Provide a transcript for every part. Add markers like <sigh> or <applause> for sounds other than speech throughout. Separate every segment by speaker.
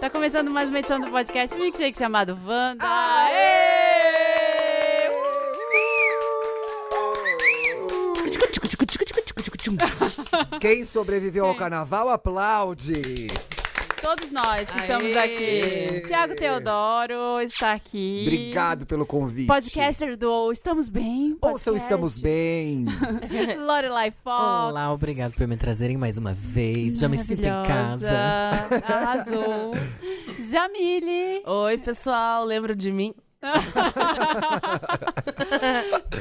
Speaker 1: Tá começando mais uma edição do podcast Milkshake chamado Wanda.
Speaker 2: Quem sobreviveu ao carnaval aplaude.
Speaker 1: Todos nós que
Speaker 3: Aê!
Speaker 1: estamos aqui. Tiago Teodoro está aqui.
Speaker 2: Obrigado pelo convite.
Speaker 1: Podcaster do Ou Estamos Bem.
Speaker 2: Ouçam
Speaker 1: podcast.
Speaker 2: Estamos
Speaker 1: <laughs>
Speaker 2: Bem.
Speaker 1: Lorelai Fox.
Speaker 3: Olá, obrigado por me trazerem mais uma vez. Já me sinto em
Speaker 1: Maravilhosa.
Speaker 3: casa.
Speaker 1: Arrasou. Jamile.
Speaker 4: Oi, pessoal, lembram de mim?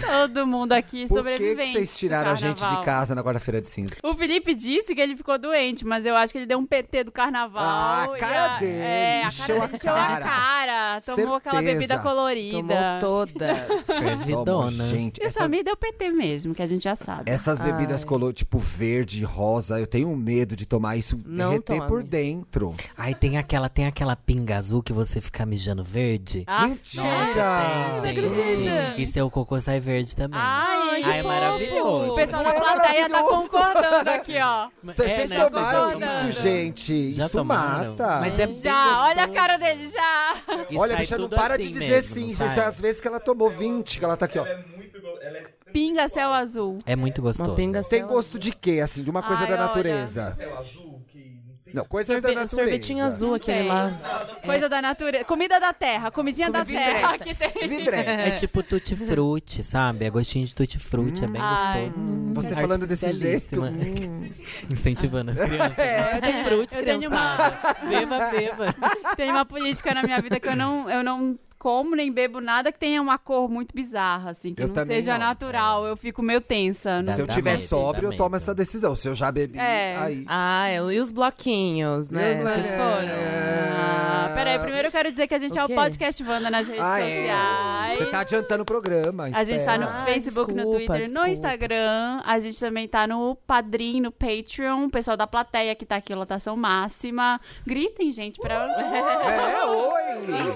Speaker 1: Todo mundo aqui
Speaker 2: Por que,
Speaker 1: sobrevivente.
Speaker 2: que vocês
Speaker 1: do
Speaker 2: tiraram a gente de
Speaker 1: carnaval.
Speaker 2: casa na quarta-feira de cinza?
Speaker 1: O Felipe disse que ele ficou doente, mas eu acho que ele deu um PT do carnaval.
Speaker 2: Ah, a
Speaker 1: e
Speaker 2: cara dele,
Speaker 1: É, a
Speaker 2: encheu
Speaker 1: cara
Speaker 2: a
Speaker 1: dele encheu a
Speaker 2: cara.
Speaker 1: cara. Tomou aquela
Speaker 2: Certeza.
Speaker 1: bebida colorida.
Speaker 4: Tomou <laughs> todas.
Speaker 2: Toma,
Speaker 3: Servidona.
Speaker 2: gente,
Speaker 1: E o
Speaker 2: essas,
Speaker 1: Samir deu PT mesmo, que a gente já sabe.
Speaker 2: essas bebidas colou tipo verde, rosa, eu tenho medo de tomar isso
Speaker 4: Não
Speaker 2: derreter
Speaker 4: tome.
Speaker 2: por dentro.
Speaker 3: Aí tem aquela, tem aquela pinga azul que você fica mijando verde.
Speaker 1: Ah, é?
Speaker 2: Mentira!
Speaker 1: não acredito.
Speaker 3: E seu cocô sai verde também.
Speaker 1: Ai,
Speaker 3: Ai, é
Speaker 1: que
Speaker 3: maravilhoso.
Speaker 1: fofo. O pessoal da
Speaker 2: É
Speaker 1: plateia tá
Speaker 2: maravilhoso.
Speaker 1: concordando aqui, ó.
Speaker 2: Vocês
Speaker 3: né,
Speaker 2: tomaram
Speaker 1: vocês tomaram.
Speaker 2: isso, gente.
Speaker 3: Já
Speaker 2: isso
Speaker 3: tomaram?
Speaker 2: mata.
Speaker 3: Mas é bem
Speaker 1: Já, olha a
Speaker 3: gostoso.
Speaker 1: cara dele, já.
Speaker 3: E
Speaker 2: Olha, a
Speaker 3: sai
Speaker 2: bicha não
Speaker 3: tudo
Speaker 2: para
Speaker 3: assim
Speaker 2: de dizer
Speaker 3: mesmo,
Speaker 2: sim.
Speaker 3: não
Speaker 2: Vocês
Speaker 3: sai?
Speaker 2: sabem as vezes que ela tomou 20, que ela tá aqui, ó.
Speaker 1: Pinga céu azul.
Speaker 3: É muito gostoso.
Speaker 4: Uma pinga
Speaker 2: Tem gosto de quê, assim? De uma coisa
Speaker 1: Ai,
Speaker 2: da
Speaker 1: olha.
Speaker 2: natureza. Não, coisas
Speaker 4: Sorve-
Speaker 2: da natureza.
Speaker 4: sorvetinho azul, aquele
Speaker 1: Tem.
Speaker 4: lá.
Speaker 1: Coisa da natureza. Comida da terra,
Speaker 4: É
Speaker 1: comidinha da terra. Que tem.
Speaker 2: <laughs>
Speaker 1: <laughs>
Speaker 2: Vidré.
Speaker 3: É tipo tutti-frutti, sabe? É gostinho de tutti-frutti, é bem
Speaker 1: Ai.
Speaker 3: gostoso.
Speaker 2: Você falando desse jeito. Hum.
Speaker 3: Artificialíssima. Incentivando as crianças. É. Tutti-frutti,
Speaker 1: Eu
Speaker 4: um-
Speaker 1: tenho uma-
Speaker 3: criançada. Beba, beba.
Speaker 1: Tem uma política na minha vida que eu não, eu não como nem bebo nada que tenha uma cor muito bizarra, assim, que
Speaker 2: Eu
Speaker 1: não
Speaker 2: também
Speaker 1: seja
Speaker 2: não. É.
Speaker 1: natural. Eu fico meio tensa. né? Não...
Speaker 2: Se eu
Speaker 3: Dá
Speaker 2: tiver
Speaker 3: medo, dá
Speaker 2: sóbrio, eu
Speaker 3: medo.
Speaker 2: tomo essa decisão. Se eu já bebi,
Speaker 1: É.
Speaker 2: aí.
Speaker 4: Ah, e os bloquinhos, né?
Speaker 2: Eu- é.
Speaker 4: Vocês foram.
Speaker 1: Ah, peraí, primeiro eu quero dizer que a gente é o
Speaker 4: Ok.
Speaker 1: podcast Wanda nas redes
Speaker 2: Ah, é.
Speaker 1: sociais.
Speaker 2: Você tá adiantando o programa.
Speaker 1: A gente tá no <laughs>
Speaker 2: espera.
Speaker 4: Ah,
Speaker 1: Facebook, no
Speaker 4: desculpa,
Speaker 1: Twitter, no
Speaker 4: desculpa.
Speaker 1: Instagram. A gente também tá no Padrim, no Patreon. O pessoal da plateia que tá aqui, lotação máxima. Gritem, gente, pra.
Speaker 2: É, oi!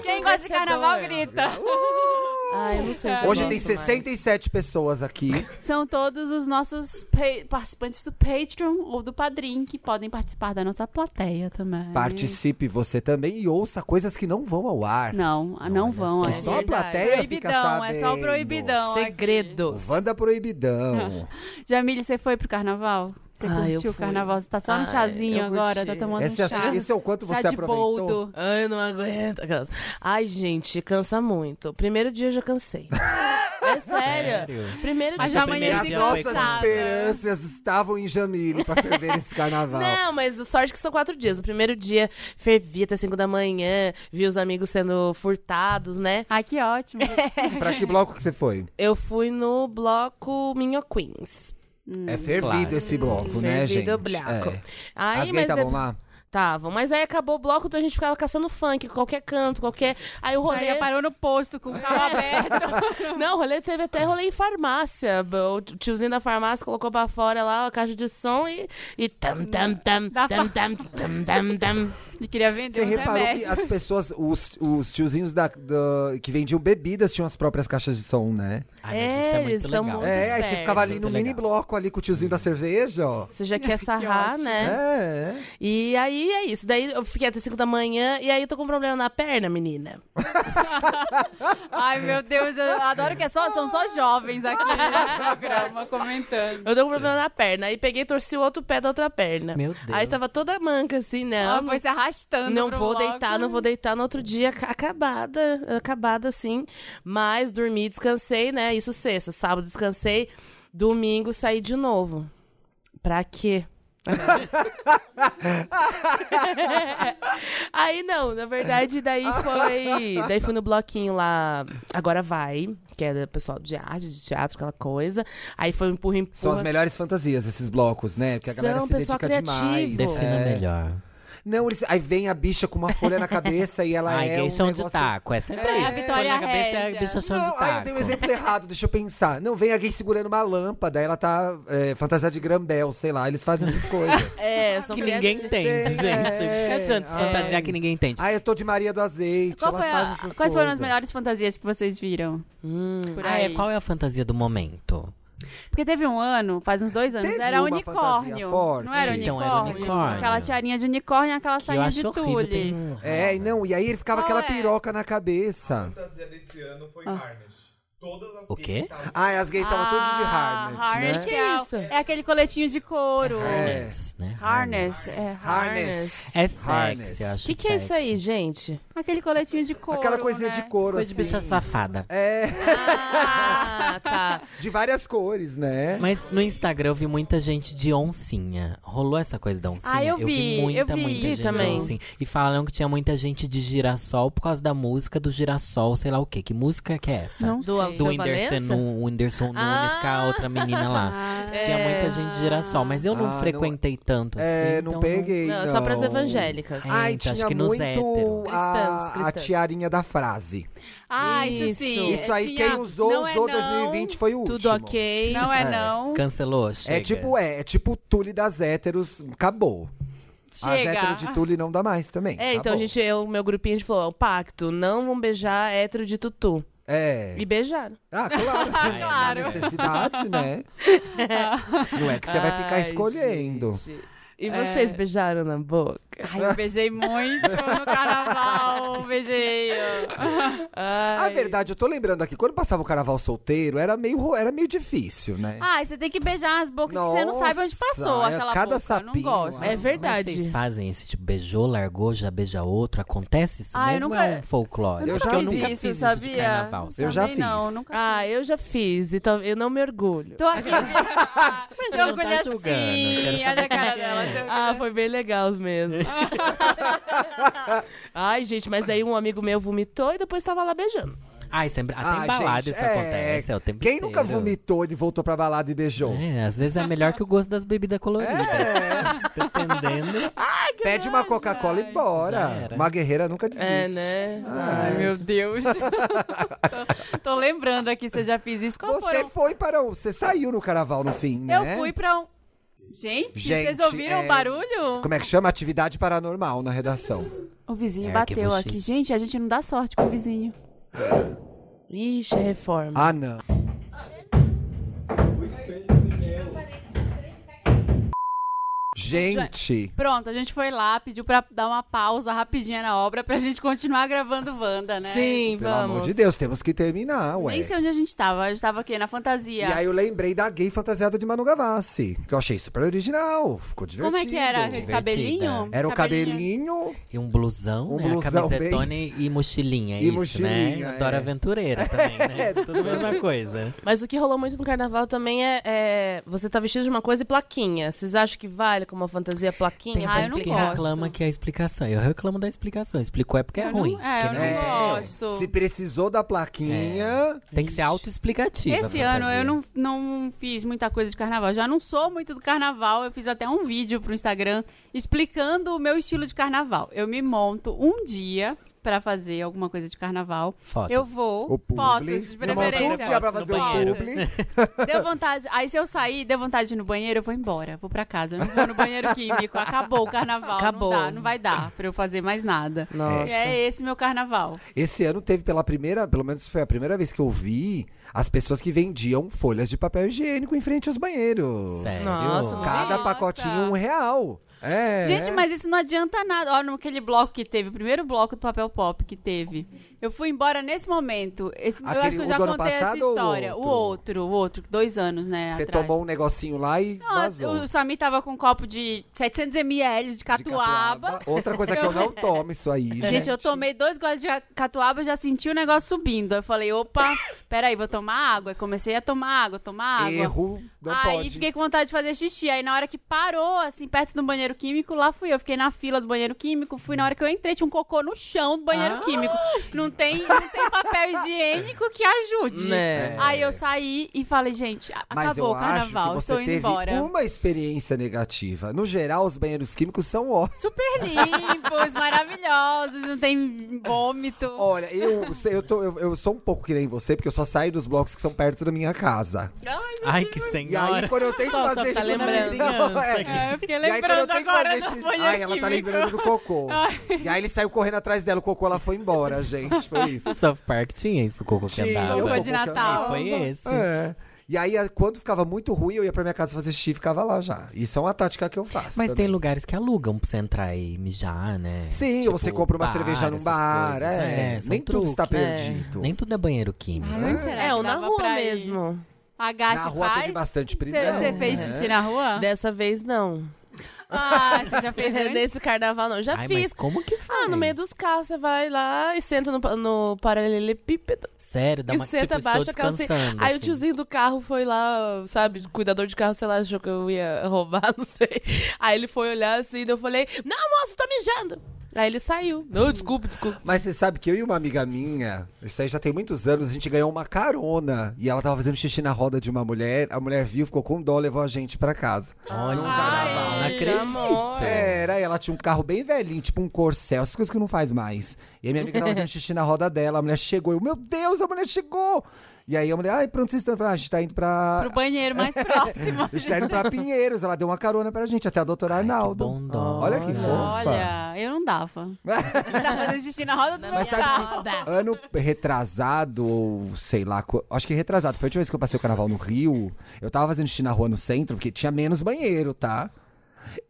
Speaker 1: <laughs> Quem gosta
Speaker 2: é
Speaker 1: de carnaval grita.
Speaker 2: Uh,
Speaker 4: Ah, eu não sei se eu
Speaker 2: Hoje tem
Speaker 4: gosto mais.
Speaker 2: 67 pessoas aqui.
Speaker 1: Uhum. São todos os nossos pa- participantes do Patreon ou do Padrim que podem participar da nossa plateia também.
Speaker 2: Participe você também e ouça coisas que não vão ao ar.
Speaker 1: Não, ah, não
Speaker 3: Olha
Speaker 1: vão.
Speaker 2: que
Speaker 1: é
Speaker 2: só a
Speaker 4: verdade.
Speaker 2: plateia fica
Speaker 1: proibidão,
Speaker 2: sabendo.
Speaker 1: é só o proibidão. aqui.
Speaker 4: Segredos.
Speaker 2: Wanda
Speaker 4: <laughs>
Speaker 2: Proibidão.
Speaker 1: Jamile, você foi pro carnaval? Você
Speaker 4: Ah, eu
Speaker 1: curtiu o
Speaker 4: fui.
Speaker 1: carnaval? Você tá só no
Speaker 4: Ah,
Speaker 1: chazinho
Speaker 4: eu
Speaker 1: agora,
Speaker 4: curti.
Speaker 1: tá tomando
Speaker 2: Esse,
Speaker 1: um chá.
Speaker 2: é, esse é o quanto
Speaker 1: chá
Speaker 2: você
Speaker 1: de
Speaker 2: aproveitou.
Speaker 1: boldo.
Speaker 4: Ai, eu não aguento. Aquelas- Ai, gente, cansa muito. Primeiro dia eu já cansei. <laughs> É sério.
Speaker 3: Sério?
Speaker 4: Primeiro
Speaker 1: Mas
Speaker 4: dia.
Speaker 1: já amanhã
Speaker 2: é
Speaker 3: primeiro
Speaker 2: As
Speaker 1: se
Speaker 4: é
Speaker 3: dia foi
Speaker 2: nossas
Speaker 3: cansada.
Speaker 2: esperanças estavam em Jamile pra
Speaker 4: <laughs>
Speaker 2: ferver esse carnaval.
Speaker 4: Não, mas sorte é que são quatro dias. O primeiro dia fervi até cinco da manhã, vi os amigos sendo furtados, né?
Speaker 1: Ai, Ah, que
Speaker 4: <laughs>
Speaker 1: ótimo.
Speaker 2: Pra que bloco que você foi?
Speaker 4: Eu fui no bloco Minho Queens.
Speaker 2: é fervido
Speaker 3: Claro.
Speaker 2: esse bloco, né, gente?
Speaker 4: Hum, Fervido bloco.
Speaker 2: É.
Speaker 4: Aí,
Speaker 2: As gays
Speaker 4: mas
Speaker 2: estavam
Speaker 4: de-
Speaker 2: lá?
Speaker 4: Tavam, mas aí acabou o bloco, então a gente ficava caçando funk, qualquer canto, qualquer. Aí o rolê.
Speaker 1: Aí parou no posto com o carro
Speaker 4: É.
Speaker 1: aberto.
Speaker 4: Não, o rolê teve até rolê em farmácia. O tiozinho da farmácia colocou pra fora lá a caixa de som e. E tam, tam, tam,
Speaker 1: Da
Speaker 4: tam, tam, tam, tam, tam,
Speaker 1: Ele queria vender
Speaker 2: Você
Speaker 4: um
Speaker 1: uns
Speaker 2: reparou que <laughs>
Speaker 1: remédios.
Speaker 2: as pessoas, os, os tiozinhos da, da- que vendiam bebidas tinham as próprias caixas de som, né?
Speaker 3: Ai, mas isso é
Speaker 4: É,
Speaker 3: muito
Speaker 4: eles são
Speaker 3: legal.
Speaker 4: muito
Speaker 2: é, aí você
Speaker 4: espertos.
Speaker 2: ficava ali no
Speaker 3: Legal. Hum.
Speaker 2: mini bloco ali com o tiozinho da cerveja, ó.
Speaker 4: Você
Speaker 1: <laughs>
Speaker 4: já quer sarrar,
Speaker 1: ótimo.
Speaker 4: né?
Speaker 2: É.
Speaker 4: E aí é isso. Daí eu fiquei até 5 da manhã e aí eu tô com um problema na perna, menina.
Speaker 1: Ai, meu Deus, eu adoro que é só, são só jovens aqui no programa comentando.
Speaker 4: Eu tô com problema na perna. Aí peguei e torci o outro pé da outra perna.
Speaker 3: Meu Deus.
Speaker 4: Aí tava toda manca, assim,
Speaker 1: Ela
Speaker 4: não.
Speaker 1: Ah, foi se arrastando.
Speaker 4: não
Speaker 1: pro
Speaker 4: vou
Speaker 1: bloco.
Speaker 4: deitar, não vou deitar no outro dia, ca- acabada, acabada assim. Mas dormi, descansei, né? Isso sexta, sábado descansei, domingo saí de novo. Pra quê? <laughs> Aí não, na verdade, daí foi. Daí fui no bloquinho lá. Agora vai, que é do pessoal de arte, de teatro, aquela coisa. Aí foi um empurra, empurra.
Speaker 2: São as melhores fantasias, esses blocos, né? Porque a galera
Speaker 4: São
Speaker 2: se
Speaker 4: pessoal
Speaker 2: dedica demais.
Speaker 4: criativo.
Speaker 3: Defina
Speaker 2: É.
Speaker 3: melhor.
Speaker 2: Não, eles, aí vem a bicha com uma folha na cabeça e ela
Speaker 3: <laughs> Ai,
Speaker 2: é
Speaker 3: gay
Speaker 2: um
Speaker 3: chão de
Speaker 2: negócio-
Speaker 3: taco. É sempre
Speaker 1: É,
Speaker 3: isso.
Speaker 1: a Vitória
Speaker 3: Põe na cabeça
Speaker 1: Regia.
Speaker 3: é bicha chão de
Speaker 2: Não,
Speaker 3: taco.
Speaker 2: aí eu dei um exemplo errado, deixa eu pensar. Não, vem alguém segurando uma lâmpada, aí ela tá é, fantasiada de Grambel, sei lá, eles fazem essas
Speaker 3: <laughs>
Speaker 2: coisas.
Speaker 4: É, são
Speaker 3: Que ninguém
Speaker 4: criativos.
Speaker 3: entende, gente.
Speaker 2: É.
Speaker 3: Não adianta se
Speaker 2: É.
Speaker 3: fantasiar que ninguém entende.
Speaker 2: ah, eu tô de Maria do Azeite,
Speaker 1: Qual
Speaker 2: elas
Speaker 1: foi
Speaker 2: fazem
Speaker 1: a-
Speaker 2: essas
Speaker 1: quais
Speaker 2: coisas. Hum.
Speaker 1: foram as melhores fantasias que vocês viram? Por
Speaker 3: Ah,
Speaker 1: aí.
Speaker 3: é, qual é a fantasia do momento?
Speaker 1: Porque teve um ano, faz uns dois anos,
Speaker 2: Teve
Speaker 1: era
Speaker 2: uma
Speaker 1: unicórnio.
Speaker 2: fantasia forte.
Speaker 1: Não era unicórnio?
Speaker 3: Então, era unicórnio.
Speaker 1: Aquela tiarinha de unicórnio, aquela
Speaker 3: Que eu
Speaker 1: sainha de
Speaker 3: acho horrível. Tem
Speaker 1: tule.
Speaker 3: um...
Speaker 2: É, e não, e aí ele ficava
Speaker 1: Qual
Speaker 2: aquela
Speaker 1: é?
Speaker 2: piroca na
Speaker 5: A
Speaker 2: cabeça.
Speaker 5: fantasia desse ano foi
Speaker 1: Ah.
Speaker 5: Harness. Todas as
Speaker 3: O
Speaker 5: gays
Speaker 3: quê?
Speaker 5: estavam-
Speaker 2: Ah, e as gays estavam todas de harness,
Speaker 1: harness
Speaker 2: né? É.
Speaker 1: que é,
Speaker 4: isso?
Speaker 1: é aquele coletinho de couro.
Speaker 3: Harness, né?
Speaker 1: É. Harness. É.
Speaker 2: Harness.
Speaker 3: É sexy,
Speaker 2: Harness.
Speaker 3: eu
Speaker 4: O
Speaker 3: acho
Speaker 4: que, que é isso aí, gente?
Speaker 1: Aquele coletinho de couro.
Speaker 2: Aquela coisinha
Speaker 1: né?
Speaker 2: de couro,
Speaker 3: Coisa de bicha
Speaker 2: assim.
Speaker 3: safada.
Speaker 2: É,
Speaker 4: Ah, <laughs> tá.
Speaker 2: de várias cores, né?
Speaker 3: Mas no Instagram eu vi muita gente de oncinha. Rolou essa coisa da oncinha?
Speaker 1: Ah, eu vi,
Speaker 3: vi muita,
Speaker 1: eu vi.
Speaker 3: muita
Speaker 1: Vi
Speaker 3: gente
Speaker 4: também.
Speaker 3: de oncinha. E falaram que tinha muita gente de girassol por causa da música do girassol, sei lá o quê. Que música que é essa?
Speaker 1: Não
Speaker 4: Do
Speaker 1: sei.
Speaker 4: Alceu
Speaker 3: Do
Speaker 4: Valença?
Speaker 3: Whindersson, Nu- Whindersson Nunes
Speaker 4: Ah!
Speaker 3: com a outra
Speaker 1: <laughs>
Speaker 3: menina lá.
Speaker 1: Ah,
Speaker 3: Que Tinha muita gente de girassol, mas eu
Speaker 2: Ah,
Speaker 3: não
Speaker 2: não-
Speaker 3: frequentei tanto assim.
Speaker 2: É, não
Speaker 3: então
Speaker 2: peguei.
Speaker 4: Não,
Speaker 2: Não,
Speaker 4: é só pras evangélicas.
Speaker 3: É,
Speaker 2: Ai,
Speaker 3: então, acho
Speaker 2: tinha
Speaker 3: que nos
Speaker 2: muito
Speaker 3: héteros.
Speaker 2: a,
Speaker 4: Cristãos,
Speaker 2: a
Speaker 4: cristãos. É,
Speaker 2: tiarinha da frase.
Speaker 1: Ah, isso,
Speaker 4: Isso.
Speaker 1: sim.
Speaker 2: Isso aí,
Speaker 1: Tinha-
Speaker 2: quem usou,
Speaker 1: não
Speaker 2: usou
Speaker 1: é não,
Speaker 2: 2020 foi o último.
Speaker 4: Tudo ok.
Speaker 1: Não é,
Speaker 2: É.
Speaker 1: não.
Speaker 3: Cancelou, chega.
Speaker 2: É tipo, é, é tipo o Tule das héteros, acabou. As
Speaker 1: Chega.
Speaker 2: héteros de Tule não dá mais também.
Speaker 4: É, então,
Speaker 2: acabou.
Speaker 4: gente, eu, meu grupinho, a gente falou, ó, pacto, não vão beijar hétero de tutu.
Speaker 2: É.
Speaker 4: E beijaram.
Speaker 2: Ah,
Speaker 4: <laughs>
Speaker 2: claro.
Speaker 1: Claro.
Speaker 2: Na necessidade, né? Não é que você vai ficar
Speaker 4: Ai,
Speaker 2: escolhendo.
Speaker 4: gente. E
Speaker 1: É.
Speaker 4: vocês beijaram na boca?
Speaker 1: Ai, eu beijei muito no carnaval. Beijei.
Speaker 2: A verdade, eu tô lembrando aqui, quando passava o carnaval solteiro, era meio, ro- era meio difícil, né?
Speaker 1: Ai, Ah, você tem que beijar as bocas que você não sabe onde passou
Speaker 2: Nossa, é
Speaker 1: aquela
Speaker 2: cada
Speaker 1: boca.
Speaker 2: sapinho, né?
Speaker 1: não gosto.
Speaker 2: ai.
Speaker 4: É verdade.
Speaker 3: Vocês fazem isso, tipo, beijou, largou, já beija outro? Acontece isso
Speaker 1: Ah, eu
Speaker 3: mesmo ou
Speaker 1: nunca-
Speaker 3: é um folclore?
Speaker 2: eu
Speaker 3: Porque
Speaker 2: já
Speaker 3: eu nunca
Speaker 2: fiz
Speaker 3: fiz
Speaker 1: isso,
Speaker 3: isso
Speaker 1: sabia?
Speaker 3: de carnaval.
Speaker 2: Eu já
Speaker 1: Também Não,
Speaker 2: fiz.
Speaker 1: nunca.
Speaker 4: Ah, eu já fiz, então eu não me orgulho.
Speaker 1: Tô <laughs> aqui. Mas eu
Speaker 3: não tá
Speaker 1: orgulho
Speaker 3: julgando,
Speaker 1: assim.
Speaker 3: quero
Speaker 1: Olha a cara dela. seu
Speaker 4: Ah,
Speaker 1: orgulho.
Speaker 4: foi bem legal os mesmo. <laughs> Ai, gente, mas daí um amigo meu vomitou e depois tava lá beijando.
Speaker 3: Ai, é sempre. Até
Speaker 2: Ai,
Speaker 3: em ah, balada
Speaker 2: gente,
Speaker 3: isso
Speaker 2: é,
Speaker 3: acontece, é o tempo
Speaker 2: Quem
Speaker 3: inteiro.
Speaker 2: nunca vomitou e voltou pra balada e beijou?
Speaker 3: É, às vezes é melhor que o gosto das bebidas coloridas.
Speaker 2: É.
Speaker 3: Dependendo.
Speaker 2: Pede uma Coca-Cola e
Speaker 3: Já
Speaker 2: bora.
Speaker 3: era.
Speaker 2: Uma guerreira nunca desiste.
Speaker 4: É, né?
Speaker 1: Ai, meu Deus. tô, tô lembrando aqui se eu já fiz isso. Qual
Speaker 2: Você
Speaker 1: foram?
Speaker 2: foi para o... Você saiu no carnaval, no fim, né?
Speaker 1: Eu fui pra um. Gente, vocês
Speaker 2: Gente,
Speaker 1: ouviram o
Speaker 2: é-
Speaker 1: barulho?
Speaker 2: Como é que chama? Atividade paranormal na redação.
Speaker 1: O vizinho
Speaker 3: É,
Speaker 1: bateu
Speaker 3: arquivo
Speaker 1: aqui.
Speaker 3: X.
Speaker 1: Gente, a gente não dá sorte com o vizinho.
Speaker 4: Ixi, é reforma.
Speaker 2: Ah, não. Gente,
Speaker 1: Pronto, a gente foi lá, pediu pra dar uma pausa rapidinha na obra pra gente continuar gravando Wanda, né?
Speaker 4: Sim,
Speaker 2: pelo
Speaker 4: vamos.
Speaker 2: amor de Deus, temos que terminar, ué.
Speaker 1: Nem sei onde a gente tava. A gente tava aqui na
Speaker 2: E
Speaker 1: fantasia.
Speaker 2: aí eu lembrei da gay fantasiada de Manu Gavassi, que eu achei super original, ficou divertido.
Speaker 1: Como é que era? Aquele
Speaker 3: Divertida.
Speaker 1: cabelinho?
Speaker 2: Era o cabelinho,
Speaker 3: E um blusão,
Speaker 2: Um
Speaker 3: né?
Speaker 2: blusão
Speaker 3: a camisetona e mochilinha, é
Speaker 2: E
Speaker 3: isso,
Speaker 2: mochilinha,
Speaker 3: né? Dora
Speaker 2: é. <laughs>
Speaker 3: Aventureira também, né? Tudo a mesma coisa.
Speaker 4: Mas o que rolou muito no carnaval também é, é você tá vestido de uma coisa e plaquinha. Vocês acham que vale como uma fantasia
Speaker 3: Tem
Speaker 4: plaquinha?
Speaker 1: Ah, eu
Speaker 3: gente
Speaker 1: não
Speaker 3: que
Speaker 1: gosto.
Speaker 3: reclama que é a explicação. Eu reclamo da explicação. Explicou é porque é
Speaker 1: Eu não- é,
Speaker 3: ruim.
Speaker 1: eu
Speaker 3: porque
Speaker 1: não
Speaker 3: entendeu.
Speaker 1: gosto. É.
Speaker 2: se precisou da plaquinha,
Speaker 3: Tem que ser autoexplicativa. a
Speaker 1: Esse ano
Speaker 3: fantasia.
Speaker 1: eu não, não fiz muita coisa de carnaval. Já não sou muito do carnaval. Eu fiz até um vídeo pro Instagram explicando o meu estilo de carnaval. Eu me monto um dia pra fazer alguma coisa de carnaval.
Speaker 3: Fotos.
Speaker 1: Eu vou.
Speaker 2: o publi.
Speaker 1: fotos de
Speaker 2: Não,
Speaker 1: preferência.
Speaker 2: um dia pra fazer o
Speaker 1: Fotos.
Speaker 2: publi.
Speaker 1: Deu vontade. Aí se eu sair, deu vontade de ir no banheiro, eu vou embora. Vou pra casa. Eu não vou no banheiro químico. Acabou o carnaval.
Speaker 4: Acabou.
Speaker 1: Não, dá, não vai dar pra eu fazer mais nada.
Speaker 4: Nossa.
Speaker 1: E é esse meu carnaval.
Speaker 2: Esse ano teve pela primeira, pelo menos foi a primeira vez que eu vi, as pessoas que vendiam folhas de papel higiênico em frente aos banheiros.
Speaker 3: Sério?
Speaker 4: Nossa, não
Speaker 2: Cada
Speaker 1: Nossa.
Speaker 2: pacotinho um real. É.
Speaker 1: Gente, mas isso não adianta nada. Ó, naquele bloco que teve, o primeiro bloco do papel pop que teve. Eu fui embora nesse momento. Esse, eu acho
Speaker 2: Aquele-
Speaker 1: que eu
Speaker 2: o
Speaker 1: já
Speaker 2: do ano
Speaker 1: contei essa
Speaker 2: passado ou o
Speaker 1: história. O
Speaker 2: outro?
Speaker 1: outro, o outro, dois anos, né?
Speaker 2: Você
Speaker 1: atrás.
Speaker 2: tomou um negocinho lá e
Speaker 1: Nossa,
Speaker 2: vazou.
Speaker 1: o Samir tava com um copo de 700ml de
Speaker 2: De
Speaker 1: catuaba.
Speaker 2: Outra coisa que
Speaker 1: <laughs>
Speaker 2: eu não tomo isso aí, gente.
Speaker 1: Gente, eu tomei dois goles de catuaba e já senti o negócio subindo. Eu falei, opa, peraí, vou tomar água. Aí comecei a tomar água, tomar água.
Speaker 2: Erro, não
Speaker 1: aí
Speaker 2: pode. né?
Speaker 1: fiquei com vontade de fazer xixi. Aí na hora que parou, assim, perto do banheiro químico, lá fui eu. Fiquei na fila do banheiro químico. Fui na hora que eu entrei, tinha um cocô no chão do
Speaker 2: Ah!
Speaker 1: banheiro químico. Não tem, não tem papel higiênico que ajude.
Speaker 4: Né.
Speaker 1: Aí eu saí e falei, gente, a-
Speaker 2: Mas
Speaker 1: acabou
Speaker 2: eu
Speaker 1: o
Speaker 2: acho que
Speaker 1: carnaval,
Speaker 2: você
Speaker 1: estou indo
Speaker 2: teve um
Speaker 1: embora.
Speaker 2: uma experiência negativa. No geral, os banheiros químicos são ótimos.
Speaker 1: Super limpos, maravilhosos, não tem vômito.
Speaker 2: Olha, eu, eu, tô- eu- eu sou um pouco que nem você, porque eu só saio dos blocos que são perto da minha casa.
Speaker 1: Ai,
Speaker 3: Ai, que
Speaker 2: E aí,
Speaker 3: senhora. <laughs>
Speaker 2: quando eu tento
Speaker 4: Só- só
Speaker 2: fazer
Speaker 4: tá
Speaker 2: xixi- <laughs>
Speaker 4: lembrando.
Speaker 2: Não, é.
Speaker 1: É, eu fiquei
Speaker 2: <laughs> E aí, quando eu
Speaker 1: lembrando
Speaker 2: tenho que
Speaker 1: agora
Speaker 2: fazer
Speaker 1: do
Speaker 2: xixi-
Speaker 1: banheiro
Speaker 2: Ai, ela tá
Speaker 1: químico.
Speaker 2: lembrando do cocô.
Speaker 1: Ai.
Speaker 2: E aí ele saiu correndo atrás dela, o cocô, ela foi embora, gente. Foi isso.
Speaker 3: South Park tinha isso, o cocô que
Speaker 2: Tinha,
Speaker 3: andava.
Speaker 1: Cocô
Speaker 2: o
Speaker 1: de Natal.
Speaker 3: Foi esse.
Speaker 2: É. E aí, a- quando ficava muito ruim, eu ia pra minha casa fazer xixi e ficava lá já. Isso é uma tática que eu faço.
Speaker 3: Mas
Speaker 2: também.
Speaker 3: tem lugares que alugam pra você entrar e mijar, né?
Speaker 2: Sim,
Speaker 3: Tipo,
Speaker 2: você compra uma
Speaker 3: bar,
Speaker 2: cerveja num
Speaker 3: essas
Speaker 2: bar.
Speaker 3: coisas,
Speaker 2: é.
Speaker 3: é, são
Speaker 2: Nem tudo está
Speaker 3: truques.
Speaker 2: perdido.
Speaker 3: Nem tudo é banheiro químico.
Speaker 1: Ai, onde será
Speaker 4: É,
Speaker 1: que
Speaker 4: ou na
Speaker 1: dava
Speaker 4: rua
Speaker 1: pra ir?
Speaker 4: mesmo.
Speaker 1: A
Speaker 2: Na
Speaker 1: gacha
Speaker 2: rua
Speaker 1: faz?
Speaker 2: teve bastante
Speaker 1: Você,
Speaker 2: prisão.
Speaker 1: você fez xixi
Speaker 2: né?
Speaker 1: na rua?
Speaker 4: Dessa vez, não.
Speaker 1: Ah, você já <laughs> fez Ah. antes?
Speaker 4: Nesse carnaval, não. Já
Speaker 3: Ai,
Speaker 4: fiz.
Speaker 3: mas como que faz?
Speaker 4: Ah, no meio dos carros, você vai lá e senta no, pa- no paralelepípedo.
Speaker 3: Sério, dá
Speaker 4: e
Speaker 3: uma
Speaker 4: senta,
Speaker 3: tipo,
Speaker 4: tá baixa a
Speaker 3: estou
Speaker 4: calcinha.
Speaker 3: descansando.
Speaker 4: Aí o
Speaker 3: assim.
Speaker 4: tiozinho do carro foi lá, sabe, o cuidador de carro, sei lá, achou que eu ia <laughs> roubar, não sei. Aí ele foi olhar assim, daí eu falei, não, moço, tô mijando. Aí ele saiu.
Speaker 3: Hum.
Speaker 4: Não, desculpa, desculpa.
Speaker 2: Mas você sabe que eu e uma amiga minha, isso aí já tem muitos anos, a gente ganhou uma carona. E ela tava fazendo xixi na roda de uma mulher. A mulher viu, ficou com dó, levou a gente pra casa.
Speaker 3: Olha, um
Speaker 2: Num
Speaker 1: carnaval.
Speaker 3: não
Speaker 1: Ai,
Speaker 3: acredito.
Speaker 2: Era, e ela tinha um carro bem velhinho, tipo um corcel, essas coisas que não faz mais. E a minha amiga tava fazendo xixi na roda dela, a mulher chegou. Eu, meu Deus, a mulher chegou! E aí a mulher, ai, pra onde vocês estão? Eu falei, ah, a gente tá indo pra.
Speaker 1: Pro banheiro <laughs> mais próximo.
Speaker 2: A gente tá indo pra Pinheiros. Ela deu uma carona pra gente, até a doutora Arnaldo.
Speaker 3: Bom dó.
Speaker 2: Olha que fofa.
Speaker 1: Olha, eu não dava. tá fazendo xixi na roda do meu
Speaker 2: Mas sabe
Speaker 1: carro.
Speaker 2: que ano retrasado, ou sei lá, co- acho que retrasado, foi a última vez que eu passei o carnaval no Rio. Eu tava fazendo xixi na rua no centro, porque tinha menos banheiro, tá?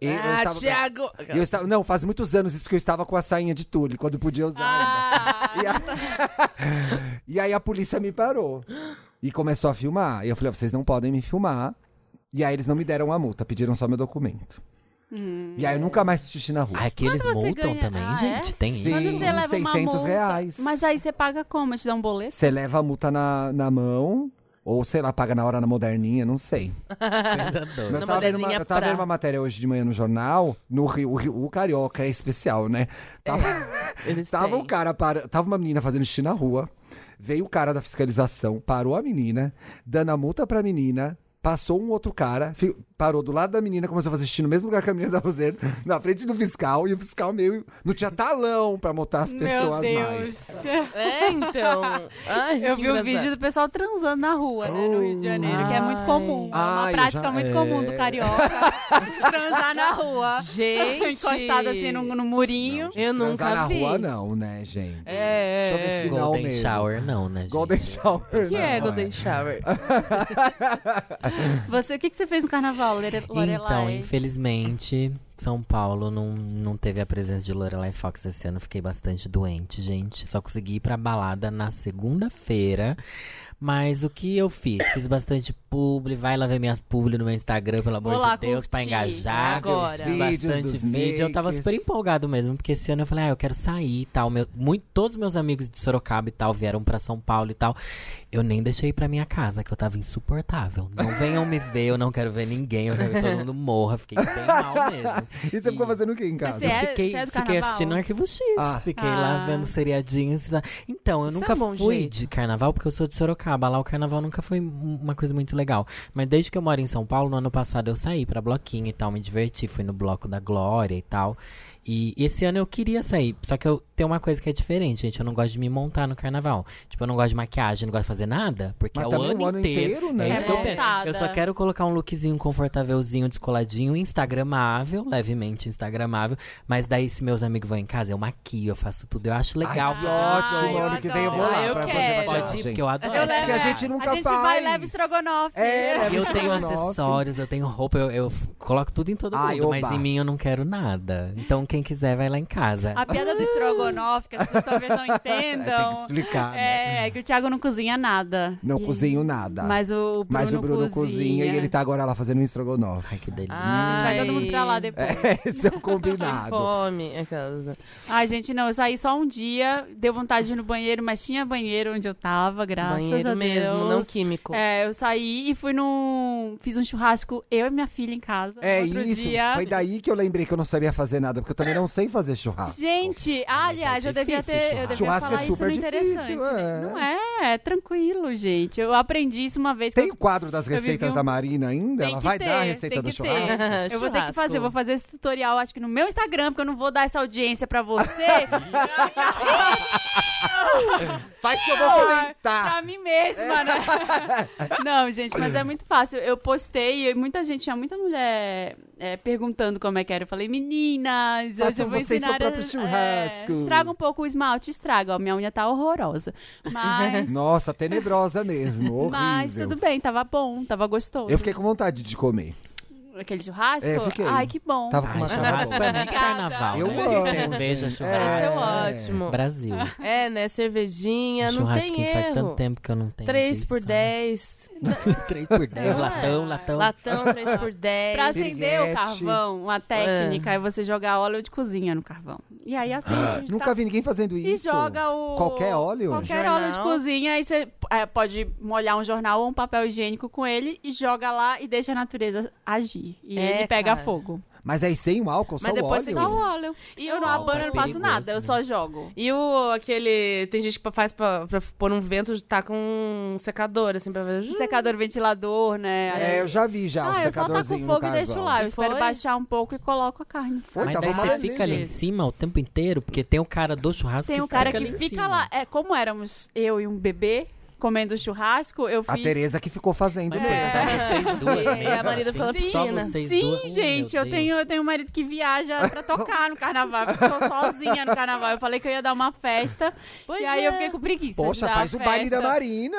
Speaker 2: E
Speaker 4: ah,
Speaker 2: estava-
Speaker 4: Thiago!
Speaker 2: e eu estava- não, faz muitos anos isso, porque eu estava com a sainha de tule, quando podia usar. ainda.
Speaker 1: Ah,
Speaker 2: E, a- <laughs> E aí a polícia me parou e começou a filmar. E eu falei, "Ó, vocês não podem me filmar. E aí eles não me deram a multa, pediram só meu documento.
Speaker 1: Hum.
Speaker 2: E aí eu nunca mais fiz xixi na rua.
Speaker 3: Ah, que eles
Speaker 1: Quando você
Speaker 3: multam
Speaker 1: ganha-
Speaker 3: também,
Speaker 1: Ah,
Speaker 3: gente. Tem
Speaker 2: Sim,
Speaker 1: Quando
Speaker 3: isso.
Speaker 1: você leva uma
Speaker 2: 600
Speaker 1: multa,
Speaker 2: reais.
Speaker 1: Mas aí você paga como? Te dá um boleto?
Speaker 2: Você leva a multa na, na mão, ou sei lá, paga na hora na moderninha, não sei.
Speaker 3: <laughs> Coisa doida.
Speaker 2: Mas
Speaker 4: Na
Speaker 2: eu tava, vendo uma,
Speaker 4: moderninha
Speaker 2: eu tava
Speaker 4: pra-
Speaker 2: vendo uma matéria hoje de manhã no jornal, no Rio, o, Rio- o Carioca é especial, né? Tava,
Speaker 4: <laughs> Eles
Speaker 2: tava
Speaker 4: têm.
Speaker 2: um cara, para, tava uma menina fazendo xixi na rua, veio o cara da fiscalização, parou a menina, dando a multa pra menina, passou um outro cara, fi- parou do lado da menina, começou a fazer xixi no mesmo lugar que a menina tava fazendo, na frente do fiscal, e o fiscal meio... Não tinha talão pra multar as
Speaker 1: Meu
Speaker 2: pessoas mais.
Speaker 1: Deus. <laughs>
Speaker 4: É, então. Ai,
Speaker 1: Eu
Speaker 4: que
Speaker 1: vi um
Speaker 4: engraçado.
Speaker 1: vídeo do pessoal transando na rua, né, no Rio de Janeiro, que é muito
Speaker 4: Ai.
Speaker 1: comum. É uma
Speaker 2: Ai, eu
Speaker 1: prática
Speaker 2: já-
Speaker 1: muito
Speaker 2: é.
Speaker 1: comum do carioca. transar na rua.
Speaker 4: <laughs> Gente!
Speaker 1: Encostado assim no, no murinho.
Speaker 2: Transar
Speaker 4: Eu nunca
Speaker 2: na
Speaker 4: vi.
Speaker 2: rua não, né, gente?
Speaker 4: É,
Speaker 2: Deixa eu ver
Speaker 4: é.
Speaker 2: se não
Speaker 3: Golden
Speaker 2: mesmo.
Speaker 3: Shower, não, né, gente?
Speaker 2: Golden Shower.
Speaker 4: que é
Speaker 2: não,
Speaker 1: <laughs>
Speaker 4: Golden Shower?
Speaker 1: Você, o que, que você fez no carnaval, Lore-
Speaker 3: Então,
Speaker 1: Lorelai?
Speaker 3: infelizmente, São Paulo não, não teve a presença de Lorelai Fox esse ano. Fiquei bastante doente, gente. Só consegui ir pra balada na segunda-feira. Mas o que eu fiz? Fiz bastante publi. Vai lá ver minhas publi no meu Instagram, pelo amor
Speaker 1: Vou lá
Speaker 3: de Deus, pra
Speaker 1: curtir.
Speaker 3: engajar.
Speaker 4: Agora.
Speaker 3: Fiz
Speaker 2: Vídeos
Speaker 3: bastante
Speaker 2: dos
Speaker 3: vídeo. Eu tava
Speaker 2: makes.
Speaker 3: super empolgado mesmo, porque esse ano eu falei, ah, eu quero sair e tal. Meu, muito, todos meus amigos de Sorocaba e tal vieram pra São Paulo e tal. Eu nem deixei ir pra minha casa, que eu tava insuportável. Não venham me ver, eu não quero ver ninguém, eu quero que todo mundo morra. Fiquei bem mal mesmo.
Speaker 2: E você ficou fazendo o quê em casa?
Speaker 1: Você é-
Speaker 3: Eu fiquei,
Speaker 1: você é do
Speaker 3: fiquei
Speaker 1: carnaval?
Speaker 3: assistindo um Arquivo X.
Speaker 2: Ah.
Speaker 3: Fiquei
Speaker 1: Ah.
Speaker 3: lá vendo seriadinhos. e tal. Então, eu
Speaker 4: Isso é
Speaker 3: nunca
Speaker 4: um bom
Speaker 3: fui
Speaker 4: jeito.
Speaker 3: de carnaval porque eu sou de Sorocaba. Lá o carnaval nunca foi um- uma coisa muito legal. Mas desde que eu moro em São Paulo, no ano passado eu saí pra bloquinho e tal, me diverti. Fui no bloco da Glória e tal. E esse ano eu queria sair, só que eu tenho uma coisa que é diferente, gente. Eu não gosto de me montar no carnaval. Tipo, eu não gosto de maquiagem, não gosto de fazer nada, porque
Speaker 2: Mas
Speaker 3: é o
Speaker 2: também
Speaker 3: ano,
Speaker 2: o ano inteiro, né?
Speaker 3: É isso que eu
Speaker 1: É
Speaker 3: penso.
Speaker 1: montada.
Speaker 3: Eu só quero colocar um lookzinho confortávelzinho, descoladinho, instagramável, levemente instagramável. Mas daí, se meus amigos vão em casa, eu maquio, eu faço tudo. Eu acho legal.
Speaker 2: Ai, que É.
Speaker 1: Ai,
Speaker 2: ótimo,
Speaker 1: eu
Speaker 2: ano que vem eu vou lá
Speaker 4: adoro.
Speaker 2: pra
Speaker 4: Eu
Speaker 2: fazer
Speaker 4: quero.
Speaker 3: Pode ir,
Speaker 2: maquiagem.
Speaker 3: porque eu adoro.
Speaker 1: Eu levo,
Speaker 2: Porque a
Speaker 1: é.
Speaker 2: gente nunca
Speaker 1: A gente vai e
Speaker 2: faz.
Speaker 1: leva estrogonofe.
Speaker 2: É, leva
Speaker 3: Eu tenho
Speaker 2: estrogonofe.
Speaker 3: acessórios, eu tenho roupa, eu, eu coloco tudo em todo
Speaker 2: Ai,
Speaker 3: mundo, mas
Speaker 2: oba.
Speaker 3: em mim eu não quero nada. Então quem quiser vai lá em casa.
Speaker 1: A piada do estrogonofe, que as pessoas talvez não
Speaker 2: <laughs> É, tem que
Speaker 1: entendam.
Speaker 2: explicar, né?
Speaker 1: então, É, é que o Thiago não cozinha nada.
Speaker 2: Não
Speaker 1: E-
Speaker 2: cozinho nada.
Speaker 1: Mas o Bruno,
Speaker 2: Mas o Bruno cozinha. e ele tá agora lá fazendo um estrogonofe.
Speaker 3: Ai, que delícia.
Speaker 4: Ah,
Speaker 1: A gente vai
Speaker 4: Ai.
Speaker 1: todo mundo pra lá depois.
Speaker 2: Esse é o
Speaker 4: Que
Speaker 2: combinado.
Speaker 4: fome. Aquelas, né?
Speaker 1: Ai, gente, não, eu saí só um dia, deu vontade de ir no banheiro, mas tinha banheiro onde eu tava, graças
Speaker 4: Banheiro
Speaker 1: a Deus.
Speaker 4: mesmo, não químico.
Speaker 1: É, eu saí e fui num. Fiz um churrasco, eu e minha filha em casa.
Speaker 2: É
Speaker 1: outro
Speaker 2: isso.
Speaker 1: Dia.
Speaker 2: Foi daí que eu lembrei que eu não sabia fazer nada, porque eu também não sei fazer churrasco.
Speaker 1: Gente, aliás,
Speaker 3: é
Speaker 1: eu devia
Speaker 3: difícil
Speaker 1: ter. Eu
Speaker 3: churrasco.
Speaker 1: devia
Speaker 2: Churrasco
Speaker 1: falar
Speaker 2: é super
Speaker 1: isso no
Speaker 2: difícil,
Speaker 1: interessante.
Speaker 2: é.
Speaker 1: Não é, é tranquilo, gente. Eu aprendi isso uma vez.
Speaker 2: Tem
Speaker 1: que
Speaker 2: o quadro das
Speaker 1: Eu vivi
Speaker 2: receitas
Speaker 1: um-
Speaker 2: da Marina ainda?
Speaker 1: Tem
Speaker 2: Ela
Speaker 1: que
Speaker 2: vai
Speaker 1: ter,
Speaker 2: dar a receita
Speaker 1: tem
Speaker 2: do
Speaker 1: que ter. <laughs>
Speaker 2: churrasco?
Speaker 1: eu...
Speaker 3: <laughs>
Speaker 1: eu vou ter que
Speaker 4: Churrasco.
Speaker 1: fazer, eu vou fazer esse tutorial, acho que no meu Instagram, porque eu não vou dar essa audiência pra
Speaker 3: <laughs>
Speaker 1: você.
Speaker 2: Faz que eu vou
Speaker 1: pra
Speaker 2: comentar.
Speaker 1: mim mesma,
Speaker 2: <laughs>
Speaker 1: né? Não, gente, mas é muito fácil. Eu postei e muita gente, tinha muita mulher é, perguntando como é que era. Eu falei, meninas, hoje
Speaker 2: Façam
Speaker 1: eu vou
Speaker 2: vocês seu
Speaker 1: ensinar...
Speaker 2: próprio
Speaker 1: as-
Speaker 2: churrasco.
Speaker 1: É, estraga um pouco o esmalte, estraga. Ó, minha unha tá horrorosa. Mas mas.
Speaker 2: Nossa, tenebrosa mesmo. Horrível.
Speaker 1: <laughs> Mas tudo bem, tava bom, tava gostoso.
Speaker 2: Eu fiquei com vontade de comer.
Speaker 1: Aquele churrasco?
Speaker 2: É, fiquei.
Speaker 1: Ai, que bom.
Speaker 2: Tava com
Speaker 3: Ai,
Speaker 2: uma
Speaker 3: churrasco
Speaker 2: cara
Speaker 3: é muito
Speaker 1: boa.
Speaker 3: carnaval.
Speaker 2: Eu
Speaker 3: né?
Speaker 2: amo,
Speaker 3: Cerveja,
Speaker 2: gente.
Speaker 4: Pareceu
Speaker 3: churrasco.
Speaker 2: É.
Speaker 4: ótimo.
Speaker 3: Brasil.
Speaker 4: É, né? Cervejinha, não tem
Speaker 3: Um Churrasquinho
Speaker 4: erro.
Speaker 3: faz tanto tempo que eu não tenho.
Speaker 4: 3
Speaker 3: disso,
Speaker 4: por
Speaker 3: né? <laughs>
Speaker 4: 10.
Speaker 3: 3 por 10,
Speaker 4: É.
Speaker 3: latão, latão.
Speaker 4: Latão 3 <laughs> por 10.
Speaker 1: Pra acender o
Speaker 2: Piriguete.
Speaker 1: carvão, uma técnica é você jogar óleo de cozinha no carvão. E aí acende. tá-
Speaker 2: Ah, Nunca vi ninguém fazendo
Speaker 1: E
Speaker 2: isso.
Speaker 1: joga o.
Speaker 2: Qualquer óleo?
Speaker 1: Qualquer
Speaker 4: Jornal.
Speaker 1: óleo de cozinha. Aí você é, pode molhar um jornal ou um papel higiênico com ele e joga lá e deixa a natureza agir. E
Speaker 4: É,
Speaker 1: ele pega
Speaker 4: cara.
Speaker 1: fogo.
Speaker 2: Mas aí sem o álcool, só
Speaker 4: Mas
Speaker 2: o
Speaker 4: depois
Speaker 2: óleo.
Speaker 4: você
Speaker 1: Só o óleo. E eu não
Speaker 4: Opa,
Speaker 1: abano, eu não
Speaker 3: perigoso,
Speaker 1: faço nada, eu
Speaker 3: né?
Speaker 1: só jogo.
Speaker 4: E o aquele. Tem gente que faz pra, pra pôr um vento, tá com um secador, assim, pra fazer. <laughs>
Speaker 1: Secador ventilador, né?
Speaker 2: É, eu já vi já
Speaker 1: ah,
Speaker 2: o
Speaker 1: eu só taco
Speaker 2: secadorzinho no
Speaker 1: fogo e
Speaker 2: carvão.
Speaker 1: deixo lá. Eu
Speaker 4: E
Speaker 1: espero
Speaker 4: foi?
Speaker 1: baixar um pouco e coloco a carne.
Speaker 2: Foi,
Speaker 3: Mas
Speaker 2: tava
Speaker 3: aí você
Speaker 2: maravilhoso.
Speaker 3: fica ali em cima o tempo inteiro, porque tem o cara do churrasco
Speaker 1: Tem
Speaker 3: que
Speaker 1: um cara
Speaker 3: fica
Speaker 1: que
Speaker 3: ali em
Speaker 1: fica
Speaker 3: cima.
Speaker 1: lá. É, como éramos eu e um bebê comendo churrasco, eu
Speaker 2: A
Speaker 1: fiz.
Speaker 2: Tereza que ficou fazendo
Speaker 3: Mas
Speaker 1: É.
Speaker 2: mesmo.
Speaker 3: só
Speaker 1: <laughs>
Speaker 3: vocês duas
Speaker 4: E a
Speaker 3: mesmo,
Speaker 4: Marina
Speaker 3: assim,
Speaker 4: falou,
Speaker 3: só
Speaker 4: "Piscina".
Speaker 3: vocês
Speaker 1: Sim,
Speaker 3: duas. Ih,
Speaker 1: gente,
Speaker 3: meu
Speaker 1: eu tenho, eu
Speaker 3: Deus.
Speaker 1: tenho um marido que viaja pra tocar no carnaval, porque eu tô sozinha no carnaval. Eu falei que eu ia dar uma festa,
Speaker 4: Pois
Speaker 1: e aí
Speaker 4: é.
Speaker 1: eu fiquei com preguiça. de
Speaker 2: Poxa,
Speaker 1: dar
Speaker 2: faz
Speaker 1: a
Speaker 2: o baile da
Speaker 1: festa. <laughs>
Speaker 2: Marina.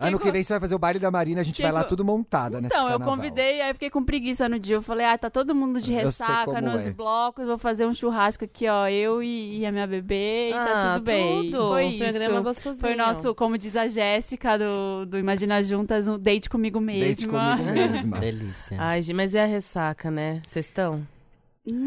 Speaker 2: ano que
Speaker 1: com-
Speaker 2: vem você vai fazer o baile da Marina, a gente
Speaker 1: Fiquei
Speaker 2: vai lá
Speaker 1: com-
Speaker 2: tudo montada nessa
Speaker 1: Então, eu convidei, aí eu fiquei com preguiça no dia. Eu falei, ah, tá todo mundo de
Speaker 2: Eu sei
Speaker 1: ressaca
Speaker 2: como
Speaker 1: nos
Speaker 2: é.
Speaker 1: blocos, vou fazer um churrasco aqui, ó, eu e, e a minha bebê, e tá
Speaker 4: Ah,
Speaker 1: tudo bem.
Speaker 4: tudo.
Speaker 1: Foi
Speaker 4: Um programa
Speaker 1: isso.
Speaker 4: gostosinho.
Speaker 1: Foi o nosso, como diz a Jéssica do, do Imagina Juntas, um date comigo mesma.
Speaker 2: Deite comigo
Speaker 1: <laughs>
Speaker 2: mesma.
Speaker 3: Delícia.
Speaker 1: Ah,
Speaker 4: Ai, gente, mas é a ressaca, né? Vocês estão?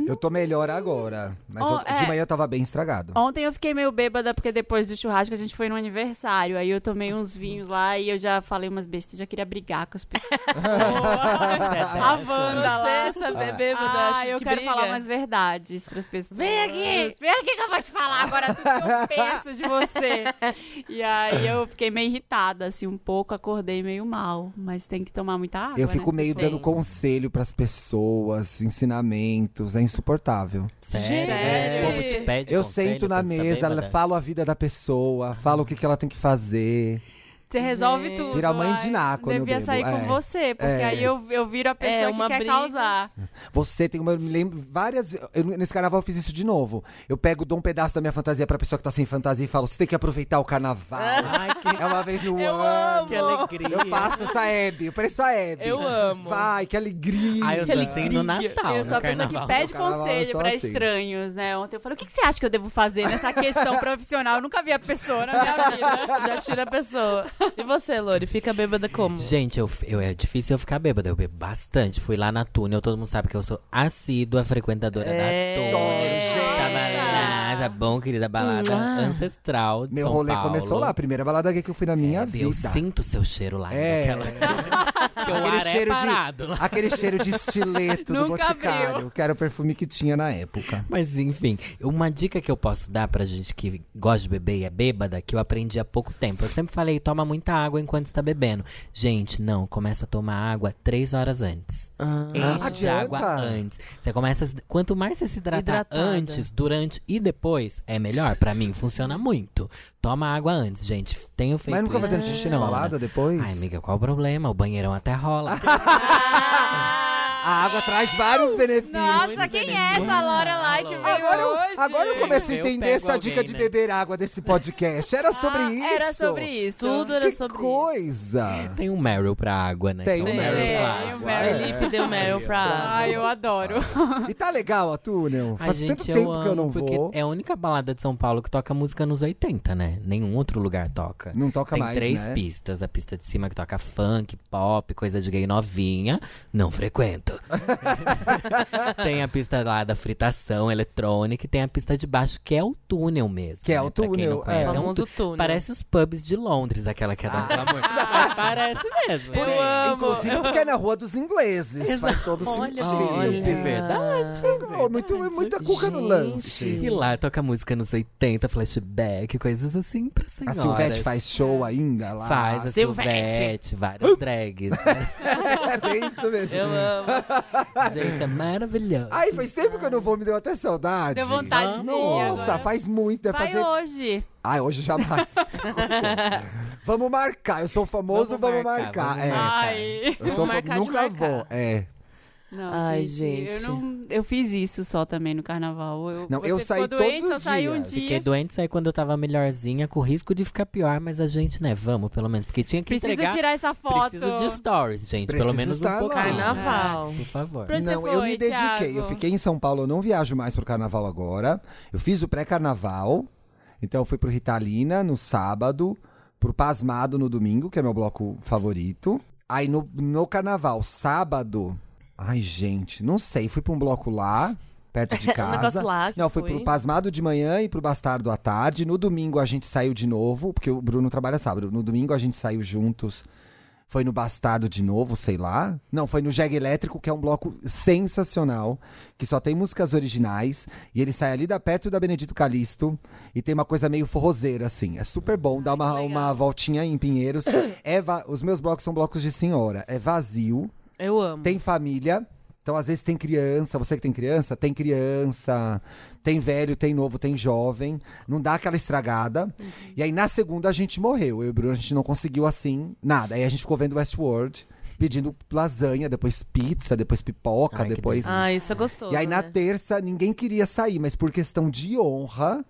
Speaker 2: Eu tô melhor agora. Mas
Speaker 1: Oh,
Speaker 2: eu- de
Speaker 1: é.
Speaker 2: manhã eu tava bem estragado.
Speaker 1: Ontem eu fiquei meio bêbada, porque depois do churrasco a gente foi no aniversário. Aí eu tomei uns vinhos lá e eu já falei umas bestas, já queria brigar com as pessoas. a Wanda lá.
Speaker 4: é essa
Speaker 1: ah, eu quero falar umas verdades pras pessoas.
Speaker 4: Vem aqui!
Speaker 1: Vem aqui que eu vou te falar agora tudo que eu penso de você. E aí eu fiquei meio irritada, assim, um pouco, acordei meio mal. Mas tem que tomar muita água,
Speaker 2: Eu fico
Speaker 1: né?
Speaker 2: meio
Speaker 1: Tem.
Speaker 2: dando conselho pras pessoas, ensinamentos, é insuportável.
Speaker 3: Sério,
Speaker 4: Gente.
Speaker 3: né? O povo te pede
Speaker 2: eu
Speaker 3: conselho
Speaker 2: sento na
Speaker 3: quando você tá
Speaker 2: mesa,
Speaker 3: bêbada.
Speaker 2: falo a vida da pessoa, falo o que, que ela tem que fazer.
Speaker 1: Você resolve tudo.
Speaker 2: Vira mãe de
Speaker 1: ai,
Speaker 2: Ná quando eu
Speaker 1: Devia
Speaker 2: bebo,
Speaker 1: sair
Speaker 2: é.
Speaker 1: com você, porque
Speaker 2: É.
Speaker 1: aí eu, eu viro a pessoa
Speaker 4: É, uma
Speaker 1: que quer
Speaker 4: briga.
Speaker 1: causar.
Speaker 2: Você tem uma. Eu me lembro várias. eu- nesse carnaval eu fiz isso de novo. Eu pego, dou um pedaço da minha fantasia pra pessoa que tá sem fantasia e falo: você tem que aproveitar o carnaval.
Speaker 4: <laughs>
Speaker 3: Ai, que,
Speaker 2: É uma vez no ano.
Speaker 3: que alegria.
Speaker 2: Eu faço essa Hebe, eu pareço a Hebe.
Speaker 4: Eu amo.
Speaker 2: Vai, que alegria.
Speaker 3: Ai, eu sou assim no Natal,
Speaker 1: Eu
Speaker 4: né?
Speaker 3: no
Speaker 1: sou a pessoa
Speaker 3: carnaval.
Speaker 1: que pede
Speaker 2: No carnaval, eu
Speaker 1: conselho
Speaker 2: sou
Speaker 1: pra
Speaker 2: assim.
Speaker 1: estranhos, né? Ontem eu falei, o que, que você acha que eu devo fazer nessa
Speaker 2: <laughs>
Speaker 1: questão profissional? Eu nunca vi a pessoa na minha vida.
Speaker 4: Já tira a pessoa. E você, Lori, fica bêbada
Speaker 3: <laughs>
Speaker 4: como?
Speaker 3: Gente, eu, eu- é difícil eu ficar bêbada. Eu bebo bastante. Fui lá na túnel, todo mundo sabe que eu sou assídua frequentadora
Speaker 4: É.
Speaker 3: da túnel.
Speaker 2: Gente.
Speaker 3: Estava lá, tá bom, querida? Balada
Speaker 4: Mua.
Speaker 3: ancestral. de
Speaker 2: Meu
Speaker 3: São
Speaker 2: rolê
Speaker 3: Paulo.
Speaker 2: começou lá, a primeira balada gay que eu fui na minha
Speaker 3: É,
Speaker 2: vida.
Speaker 3: Eu sinto seu cheiro lá.
Speaker 2: É.
Speaker 3: Aquela... que o
Speaker 2: Aquele
Speaker 3: ar é
Speaker 2: cheiro de-
Speaker 3: parado lá.
Speaker 2: Aquele cheiro de estileto do
Speaker 1: Nunca
Speaker 2: Boticário,
Speaker 1: viu.
Speaker 2: que era o perfume que tinha na época.
Speaker 3: Mas enfim, uma dica que eu posso dar pra gente que gosta de beber e é bêbada, que eu aprendi há pouco tempo. Eu sempre falei, toma muita água enquanto está bebendo. Gente, não, começa a tomar água três horas antes. Enche de
Speaker 2: Adianta.
Speaker 3: água antes. Você começa a se- Quanto mais você se hidratar
Speaker 4: Hidratada.
Speaker 3: antes, durante e depois, é melhor. Pra mim, funciona muito. Toma água antes, gente. Tenho feito
Speaker 2: Mas nunca
Speaker 3: isso,
Speaker 2: fazendo xixi na
Speaker 3: funciona.
Speaker 2: balada depois?
Speaker 3: Ai, amiga, qual o problema? O banheirão até rola.
Speaker 2: A água traz vários benefícios.
Speaker 1: Nossa, quem é essa Laura lá que veio
Speaker 2: Agora
Speaker 1: hoje?
Speaker 2: eu, agora eu começo a
Speaker 3: Eu
Speaker 2: entender
Speaker 3: pego
Speaker 2: essa dica
Speaker 3: alguém,
Speaker 2: de
Speaker 3: né?
Speaker 2: beber água desse podcast. Era sobre
Speaker 1: Ah,
Speaker 2: isso.
Speaker 1: Era sobre isso.
Speaker 4: Tudo era
Speaker 2: Que
Speaker 4: sobre
Speaker 2: coisa.
Speaker 3: Tem um Meryl pra água, né?
Speaker 2: Tem
Speaker 3: Então,
Speaker 2: um
Speaker 4: Tem,
Speaker 2: Meryl
Speaker 4: tem,
Speaker 2: pra
Speaker 1: tem o
Speaker 2: água.
Speaker 1: Meryl.
Speaker 2: É.
Speaker 4: Felipe deu Meryl pra.
Speaker 1: Ai, eu adoro.
Speaker 2: E tá legal a túnel?
Speaker 3: Ai,
Speaker 2: Faz
Speaker 3: gente,
Speaker 2: tanto tempo
Speaker 3: eu
Speaker 2: que eu
Speaker 3: amo,
Speaker 2: não
Speaker 3: porque
Speaker 2: vou.
Speaker 3: É a única balada de São Paulo que toca música nos 80, né? Nenhum outro lugar toca.
Speaker 2: Não toca
Speaker 3: Tem
Speaker 2: mais,
Speaker 3: três
Speaker 2: né?
Speaker 3: pistas. A pista de cima que toca funk, pop, coisa de gay novinha. Não frequento.
Speaker 2: <laughs>
Speaker 3: tem a pista lá da fritação eletrônica e tem a pista de baixo, que é o túnel mesmo.
Speaker 2: Que é
Speaker 3: né?
Speaker 2: o
Speaker 3: Pra quem
Speaker 2: túnel,
Speaker 3: não conhece,
Speaker 2: é.
Speaker 3: um
Speaker 4: Famoso
Speaker 3: tu-
Speaker 4: túnel.
Speaker 3: Parece os pubs de Londres, aquela que é
Speaker 2: Ah.
Speaker 3: da amor. Mas parece mesmo.
Speaker 2: Por- Inclusive porque é na rua dos ingleses. Faz todo
Speaker 3: Olha,
Speaker 2: sentido.
Speaker 3: olha, é verdade.
Speaker 2: Oh, muito, muita cuca no
Speaker 4: Gente.
Speaker 2: lance.
Speaker 3: E lá toca música nos 80, flashback, coisas assim pra
Speaker 2: A
Speaker 3: senhoras.
Speaker 2: Silvete faz Uh! show ainda lá.
Speaker 3: Faz assim. a
Speaker 4: Silvete.
Speaker 3: Silvete, várias drags.
Speaker 2: <laughs>
Speaker 3: né?
Speaker 2: É isso mesmo.
Speaker 4: Eu amo.
Speaker 3: Gente, é maravilhoso.
Speaker 2: Ai, faz tempo que eu não vou, me deu até saudade.
Speaker 1: Deu vontade de ir
Speaker 2: Nossa,
Speaker 1: agora.
Speaker 2: faz muito. É
Speaker 1: Vai
Speaker 2: fazer...
Speaker 1: hoje.
Speaker 2: Ai, hoje jamais. vamos marcar. Eu sou famoso, vamos,
Speaker 3: Vamos
Speaker 2: marcar.
Speaker 3: marcar, vamos
Speaker 2: É.
Speaker 3: marcar.
Speaker 1: Ai.
Speaker 2: Eu sou
Speaker 4: Vamos
Speaker 2: fam-
Speaker 4: marcar de
Speaker 2: Nunca
Speaker 4: marcar.
Speaker 2: vou. É.
Speaker 1: Não,
Speaker 4: Ai, gente.
Speaker 1: Eu, não- eu fiz isso só também no carnaval. Eu,
Speaker 2: Não,
Speaker 1: você
Speaker 2: eu
Speaker 1: ficou
Speaker 2: saí
Speaker 1: doente,
Speaker 2: todos
Speaker 1: só
Speaker 2: os
Speaker 1: saí um
Speaker 2: dias.
Speaker 1: dia.
Speaker 2: Fiquei
Speaker 3: Fiquei doente, saí quando eu tava melhorzinha, com risco de ficar pior, mas a gente, né, vamos, pelo menos. Porque tinha que
Speaker 1: Preciso
Speaker 3: entregar.
Speaker 1: tirar essa foto.
Speaker 3: Preciso de stories, gente.
Speaker 2: Preciso
Speaker 3: pelo menos um
Speaker 2: estar lá.
Speaker 3: pouquinho.
Speaker 4: Carnaval.
Speaker 3: Por favor.
Speaker 1: Pra onde você
Speaker 2: Não, eu
Speaker 1: foi,
Speaker 2: me dediquei. Eu
Speaker 1: Thiago?
Speaker 2: fiquei em São Paulo, eu não viajo mais pro carnaval agora. Eu fiz o pré-carnaval. Então eu fui pro Ritalina no sábado, pro Pasmado no domingo, que é meu bloco favorito. Aí no, no carnaval, sábado. Ai, gente, não sei. Fui pra um bloco lá,
Speaker 1: <laughs>
Speaker 2: perto de casa.
Speaker 4: Um negócio lá que
Speaker 2: Não, foi
Speaker 4: foi.
Speaker 2: pro Pasmado de manhã e pro Bastardo à tarde. No domingo a gente saiu de novo, porque o Bruno trabalha sábado. No domingo a gente saiu juntos. Foi no Bastardo de novo, sei lá. Não, foi no Jegue Elétrico, que é um bloco sensacional, que só tem músicas originais. E ele sai ali da perto da Benedito Calixto. E tem uma coisa meio forrozeira, assim. É super bom, dá uma,
Speaker 1: que legal.
Speaker 2: uma voltinha em Pinheiros. É va- Os meus blocos são blocos de senhora. É vazio.
Speaker 4: Eu amo.
Speaker 2: Tem família. Então, às vezes, tem criança. Você que tem criança, tem criança. Tem velho, tem novo, tem jovem. Não dá aquela estragada.
Speaker 4: Uhum.
Speaker 2: E aí, na segunda, a gente morreu. Eu e o Bruno, a gente não conseguiu assim, nada. Aí a gente ficou vendo Westworld, pedindo lasanha, depois pizza, depois pipoca,
Speaker 3: Ai, que
Speaker 2: depois.
Speaker 3: delícia.
Speaker 4: Ah, isso é gostoso.
Speaker 2: E aí, na
Speaker 4: né?
Speaker 2: terça, ninguém queria sair, mas por questão de honra,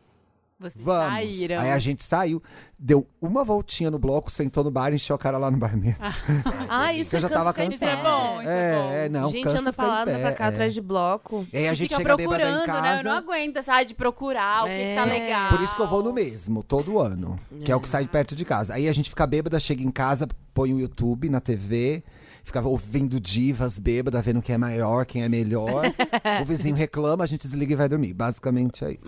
Speaker 1: Vocês
Speaker 2: vamos.
Speaker 1: saíram.
Speaker 2: Aí a gente saiu, deu uma voltinha no bloco, sentou no bar, encheu a cara lá no bar mesmo.
Speaker 4: Ah, isso
Speaker 2: Eu já
Speaker 4: cansa
Speaker 2: tava
Speaker 4: ficar em
Speaker 1: Isso é
Speaker 4: pé.
Speaker 1: bom, isso é, bom.
Speaker 2: é, não,
Speaker 4: gente
Speaker 2: cansa
Speaker 4: anda
Speaker 2: ficar em
Speaker 4: pra lá, anda
Speaker 2: pé,
Speaker 4: pra cá,
Speaker 2: é.
Speaker 4: atrás de bloco.
Speaker 2: E aí a
Speaker 1: E
Speaker 2: gente
Speaker 1: fica
Speaker 2: chega bêbada em
Speaker 1: procurando,
Speaker 2: casa.
Speaker 1: né? Eu não aguento essa área de procurar o que, que tá
Speaker 4: É.
Speaker 1: legal.
Speaker 2: Por isso que eu vou no mesmo, todo ano. Que é o que sai de perto de casa. Aí a gente fica bêbada, chega em casa, põe o YouTube na TV, fica ouvindo divas bêbada, vendo quem é maior, quem
Speaker 1: <laughs>
Speaker 2: é melhor. o vizinho reclama, a gente desliga e vai dormir. Basicamente é isso.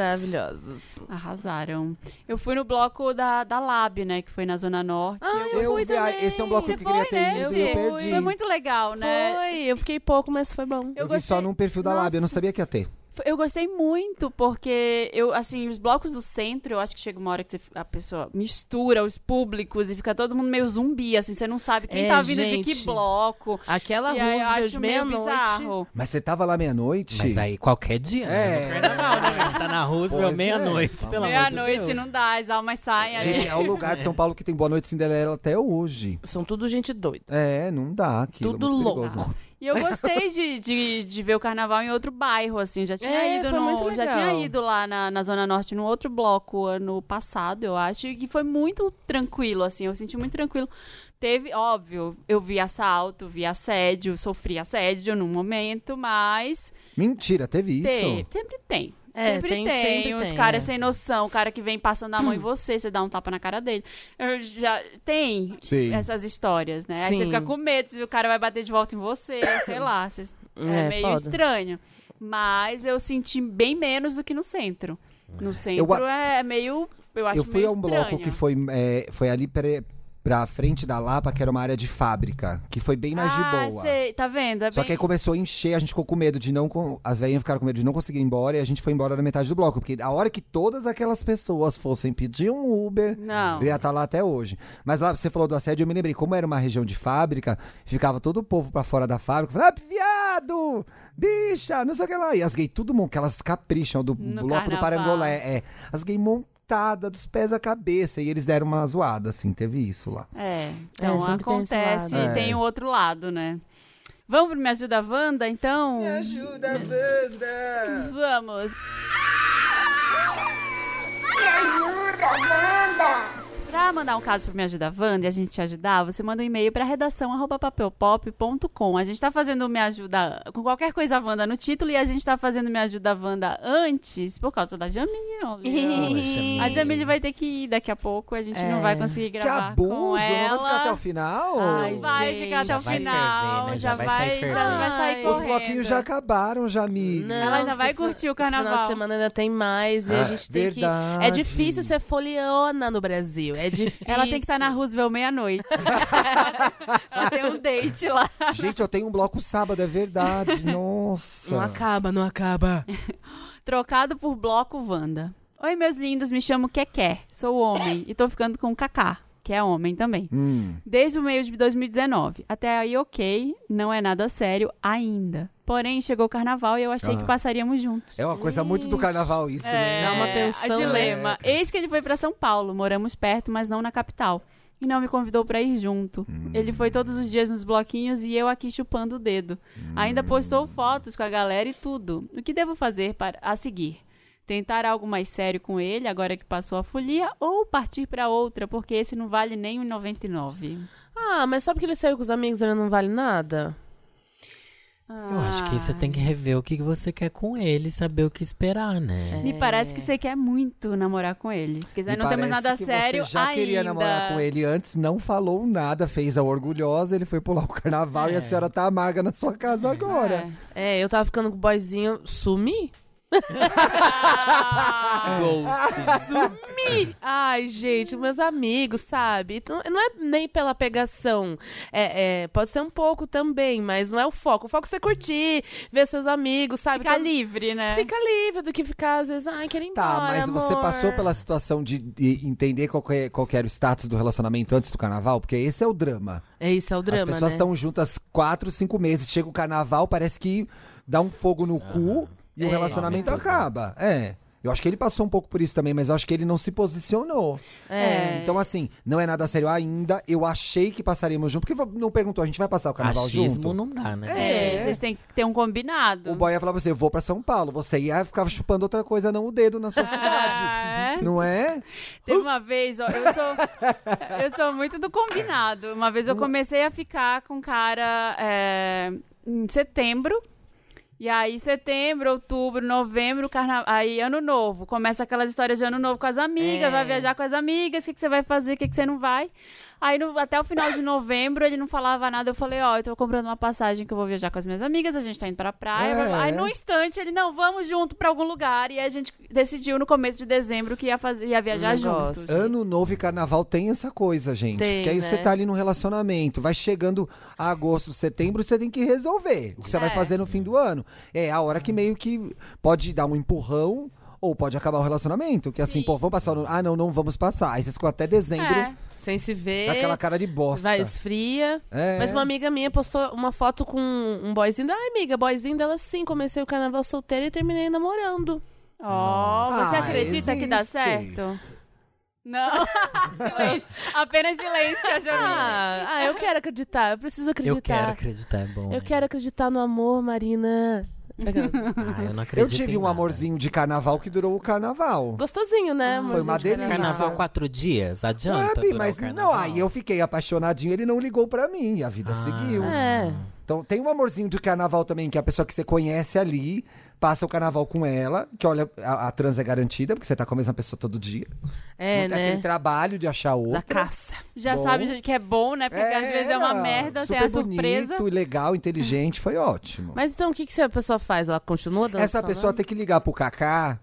Speaker 4: Maravilhosos.
Speaker 1: Arrasaram. Eu fui no bloco da, da Lab, né? Que foi na Zona Norte.
Speaker 4: Ah,
Speaker 2: eu fui também. Esse é um bloco
Speaker 1: Você
Speaker 2: que
Speaker 1: foi,
Speaker 2: queria ter
Speaker 1: né?
Speaker 2: ido e eu perdi.
Speaker 1: Foi muito legal, né?
Speaker 4: Foi, eu fiquei pouco, mas foi bom.
Speaker 2: Eu,
Speaker 1: Eu
Speaker 2: vi
Speaker 1: gostei-
Speaker 2: só num perfil da Lab, eu não sabia que ia ter.
Speaker 1: Eu gostei muito, porque eu, assim, os blocos do centro, eu acho que chega uma hora que você- a pessoa mistura os públicos e fica todo mundo meio zumbi, assim, você não sabe quem
Speaker 4: É,
Speaker 1: tá vindo de
Speaker 4: gente.
Speaker 1: que bloco.
Speaker 4: Aquela
Speaker 1: e aí eu
Speaker 4: Roosevelt
Speaker 1: acho meio
Speaker 4: meia-noite.
Speaker 1: bizarro.
Speaker 2: Mas você tava lá meia-noite?
Speaker 3: Mas aí, qualquer dia, né?
Speaker 2: É.
Speaker 3: No carnaval, né? Você Tá na Roosevelt
Speaker 2: Pois é.
Speaker 3: meia-noite, pelo amor de Deus.
Speaker 1: Meia-noite não dá, as almas saem ali.
Speaker 2: Gente, é o lugar de São Paulo que tem Boa Noite Cinderela até hoje.
Speaker 4: São tudo gente doida.
Speaker 2: É, não dá aquilo. é
Speaker 4: Tudo
Speaker 2: muito
Speaker 4: louco.
Speaker 2: perigoso.
Speaker 1: E eu gostei de, de, de ver o carnaval em outro bairro, assim. Já tinha,
Speaker 4: É,
Speaker 1: ido,
Speaker 4: foi
Speaker 1: no-
Speaker 4: muito
Speaker 1: já
Speaker 4: legal.
Speaker 1: tinha ido lá na, na Zona Norte num outro bloco ano passado, eu acho, e que foi muito tranquilo, assim. Eu senti muito tranquilo. Teve, óbvio, eu vi assalto, vi assédio, sofri assédio num momento, mas.
Speaker 2: Mentira, teve isso.
Speaker 1: Tem, sempre tem.
Speaker 4: É,
Speaker 1: sempre tem,
Speaker 4: tem- sempre
Speaker 1: os
Speaker 4: tem,
Speaker 1: caras
Speaker 4: é.
Speaker 1: sem noção, o cara que vem passando a mão
Speaker 4: <clears throat>
Speaker 1: em você, você dá um tapa na cara dele. Eu já tem
Speaker 2: Sim.
Speaker 1: essas histórias, né? Aí
Speaker 4: Sim.
Speaker 1: você fica com medo se o cara vai bater de volta em você, sei lá. você- é,
Speaker 4: É,
Speaker 1: meio
Speaker 4: foda.
Speaker 1: estranho. Mas eu senti bem menos do que no centro. No centro
Speaker 2: Eu
Speaker 1: é meio. Eu acho
Speaker 2: eu fui
Speaker 1: meio
Speaker 2: a um bloco
Speaker 1: estranho.
Speaker 2: que foi, é, foi ali pre, pra frente da Lapa, que era uma área de fábrica, que foi bem mais
Speaker 1: ah,
Speaker 2: de boa.
Speaker 1: Sei, tá vendo? É
Speaker 2: Só
Speaker 1: bem-
Speaker 2: que aí começou a encher, a gente ficou com medo de não. con- As velhinhas ficaram com medo de não conseguir ir embora e a gente foi embora na metade do bloco. Porque a hora que todas aquelas pessoas fossem pedir um Uber,
Speaker 1: Não.
Speaker 2: eu ia estar lá até hoje. Mas lá você falou do assédio, eu me lembrei, como era uma região de fábrica, ficava todo o povo pra fora da fábrica, falando, ah, viado! Bicha, não sei o que lá. E as gays, tudo bom, que elas capricham do
Speaker 1: No
Speaker 2: bloco do
Speaker 1: carnaval.
Speaker 2: Parangolé. É, as gays montadas dos pés à cabeça. E eles deram uma zoada, assim, teve isso lá.
Speaker 1: É, então
Speaker 4: sempre tem esse
Speaker 1: acontece
Speaker 4: lado.
Speaker 1: e tem
Speaker 2: É.
Speaker 1: o outro lado, né? Vamos pro Me Ajuda Wanda, então?
Speaker 2: ajuda, Wanda!
Speaker 1: Vamos.
Speaker 6: Me ajuda, Wanda!
Speaker 1: Pra mandar um caso pro Me Ajuda Wanda e a gente te ajudar, você manda um e-mail pra redação arroba papelpop.com. A gente tá fazendo o Me Ajuda com qualquer coisa Wanda no título e a gente tá fazendo o Me Ajuda Wanda antes por causa da Jamile. olha.
Speaker 3: Poxa, <laughs>
Speaker 1: A Jamile vai ter que ir daqui a pouco, a gente não
Speaker 4: É.
Speaker 1: vai conseguir
Speaker 2: Que
Speaker 1: gravar
Speaker 2: abuso!
Speaker 1: com
Speaker 2: Não
Speaker 1: ela.
Speaker 2: vai ficar até o final?
Speaker 4: Ai,
Speaker 1: Não vai
Speaker 4: Gente,
Speaker 1: ficar até o
Speaker 4: já vai
Speaker 1: final,
Speaker 3: ferver, né? Já
Speaker 1: já,
Speaker 3: vai
Speaker 1: vai,
Speaker 3: sair
Speaker 1: já vai sair
Speaker 4: fervendo.
Speaker 2: Os
Speaker 1: correndo.
Speaker 2: bloquinhos já acabaram, Jami.
Speaker 1: Ela ainda
Speaker 4: esse
Speaker 1: vai
Speaker 4: fi-
Speaker 1: curtir o
Speaker 4: Esse final
Speaker 1: carnaval.
Speaker 4: de semana ainda tem mais e a gente tem que.
Speaker 2: É verdade.
Speaker 4: É difícil ser foliona no Brasil.
Speaker 2: <laughs>
Speaker 4: É difícil.
Speaker 1: Ela tem que
Speaker 2: tá
Speaker 1: estar na Roosevelt meia-noite. Vai ter um date lá.
Speaker 2: Gente, eu tenho um bloco sábado,
Speaker 1: <laughs>
Speaker 2: é verdade.
Speaker 4: Não
Speaker 2: Nossa.
Speaker 4: acaba, não acaba.
Speaker 1: Trocado por bloco Wanda. Oi, meus lindos, me chamo Keké, sou homem e tô ficando com o Kaká, que é homem também.
Speaker 2: Hum.
Speaker 1: Desde o meio de 2019. Até aí, ok, não é nada sério ainda. Porém, chegou o carnaval e eu achei
Speaker 2: Ah.
Speaker 1: que passaríamos juntos.
Speaker 2: É uma coisa muito do carnaval
Speaker 1: É.
Speaker 2: isso, né?
Speaker 4: dá É uma tensão,
Speaker 1: Dilema. Eis que ele foi pra São Paulo, moramos perto, mas não na capital. e não me convidou pra ir junto. Ele foi todos os dias nos bloquinhos e eu aqui chupando o dedo. Ainda postou fotos com a galera e tudo. O que devo fazer para a seguir? Tentar algo mais sério com ele agora que passou a folia ou partir pra outra, porque esse não vale nem um o 99.
Speaker 4: Ah, mas só porque ele saiu com os amigos ele não vale nada?
Speaker 3: Eu acho que você tem que rever o que que você quer com ele, saber o que esperar, né?
Speaker 1: Ah, Me parece que você quer muito namorar com ele. Porque
Speaker 2: Me
Speaker 1: nós não temos
Speaker 2: parece
Speaker 1: nada
Speaker 2: que
Speaker 1: sério
Speaker 2: Você já
Speaker 1: ainda. É.
Speaker 2: queria namorar com ele antes, não falou nada, fez a orgulhosa, ele foi pular o carnaval e a senhora tá amarga na sua casa agora.
Speaker 1: É.
Speaker 4: É, eu tava ficando com o boyzinho, sumi?
Speaker 1: Ah. É.
Speaker 4: sumi! Ai, gente, meus amigos, sabe? Então, Não é nem pela pegação. É, é, pode ser um pouco também, mas não é o foco. O foco é você curtir, ver seus amigos, sabe?
Speaker 1: Ficar
Speaker 4: Então,
Speaker 1: livre, né?
Speaker 4: Fica livre do que ficar, às vezes, ai, quero ir embora.
Speaker 2: Tá, mas você
Speaker 4: amor."
Speaker 2: passou pela situação de, de entender qual, que é, qual que era o status do relacionamento antes do carnaval? Porque esse é o drama.
Speaker 4: É isso, é o drama.
Speaker 2: As pessoas
Speaker 4: né?
Speaker 2: estão juntas quatro, cinco meses, chega o carnaval, parece que dá um fogo no cu e
Speaker 4: É.
Speaker 2: o relacionamento acaba. É. Eu acho que ele passou um pouco por isso também, mas eu acho que ele não se posicionou.
Speaker 1: É.
Speaker 2: Então, assim, não é nada sério ainda. Eu achei que passaríamos junto, porque não perguntou, a gente vai passar o carnaval
Speaker 3: Achismo
Speaker 2: junto?
Speaker 3: não dá, né?
Speaker 1: É, vocês têm que ter um combinado.
Speaker 2: O boy ia falar pra você, eu vou pra São Paulo. Você ia ficar chupando outra coisa, não o dedo na
Speaker 4: <laughs>
Speaker 2: sua cidade.
Speaker 1: Ah, é?
Speaker 2: Não é?
Speaker 1: Teve uma vez, ó, eu sou, <laughs> eu sou muito do combinado. Uma vez eu comecei a ficar com um cara é, em setembro. E aí, setembro, outubro, novembro, carna... aí ano novo. Começa aquelas histórias de ano novo com as amigas,
Speaker 4: É.
Speaker 1: vai viajar com as amigas, o que, que você vai fazer, o que, que você não vai. Aí no- até o final de novembro ele não falava nada, eu falei, ó, eu tô comprando uma passagem que eu vou viajar com as minhas amigas, a gente tá indo pra praia.
Speaker 2: É.
Speaker 1: Aí num instante ele, não, vamos junto pra algum lugar. E aí a gente decidiu no começo de dezembro que ia, fazer, ia viajar
Speaker 4: Um negócio.
Speaker 1: juntos.
Speaker 2: Ano novo e carnaval tem essa coisa, gente.
Speaker 4: Tem,
Speaker 2: porque aí
Speaker 4: né?
Speaker 2: você tá ali num relacionamento, vai chegando a agosto, setembro, você tem que resolver o que você vai
Speaker 1: É.
Speaker 2: fazer no fim do ano. É a hora que meio que pode dar um empurrão ou pode acabar o relacionamento. Que assim,
Speaker 1: Sim.
Speaker 2: pô, vamos passar o ano. Ah, não, não vamos passar. Aí vocês ficam até dezembro
Speaker 1: É.
Speaker 4: Sem se ver.
Speaker 2: naquela cara de bosta.
Speaker 4: Vai, esfria.
Speaker 2: É.
Speaker 4: Mas uma amiga minha postou uma foto com um boyzinho. Ai, amiga, boyzinho dela sim. Comecei o carnaval solteira e terminei namorando.
Speaker 1: Ó, você
Speaker 2: Ah,
Speaker 1: acredita que dá
Speaker 2: existe.
Speaker 1: certo? <laughs> Não. silêncio. Apenas silêncio, Jamila.
Speaker 4: Ah, ah, eu quero acreditar. Eu preciso acreditar.
Speaker 3: Eu quero acreditar, é bom.
Speaker 4: Eu
Speaker 3: né?
Speaker 4: quero acreditar no amor, Marina.
Speaker 2: <laughs>
Speaker 3: Ah, eu não
Speaker 2: Eu
Speaker 3: acredito
Speaker 2: tive
Speaker 3: em
Speaker 2: um
Speaker 3: nada.
Speaker 2: amorzinho de carnaval que durou o carnaval.
Speaker 4: Gostosinho, né? amorzinho
Speaker 2: uma
Speaker 4: de
Speaker 2: delícia.
Speaker 4: carnaval?
Speaker 3: Carnaval quatro dias, adianta
Speaker 2: Sabe,
Speaker 3: durar
Speaker 2: mas
Speaker 3: o
Speaker 2: não,
Speaker 3: carnaval?
Speaker 2: aí eu fiquei apaixonadinho, ele não ligou pra mim, a vida
Speaker 3: Ah.
Speaker 2: seguiu.
Speaker 4: É.
Speaker 2: Então tem um amorzinho de carnaval também, que é a pessoa que você conhece ali, passa o carnaval com ela, que olha, a, a trans é garantida, porque você tá com a mesma pessoa todo dia.
Speaker 4: É,
Speaker 2: não tem aquele
Speaker 4: né?
Speaker 2: trabalho de achar outra.
Speaker 4: Da caça.
Speaker 1: Já
Speaker 2: Bom.
Speaker 1: sabe que é bom, né? Porque às vezes é uma merda, tem
Speaker 2: super
Speaker 1: a surpresa.
Speaker 2: bonito, né? legal, inteligente, foi ótimo.
Speaker 4: Mas então o que, que a pessoa faz? Ela continua dando
Speaker 2: Essa pessoa
Speaker 1: né?
Speaker 2: tem que ligar pro Kaká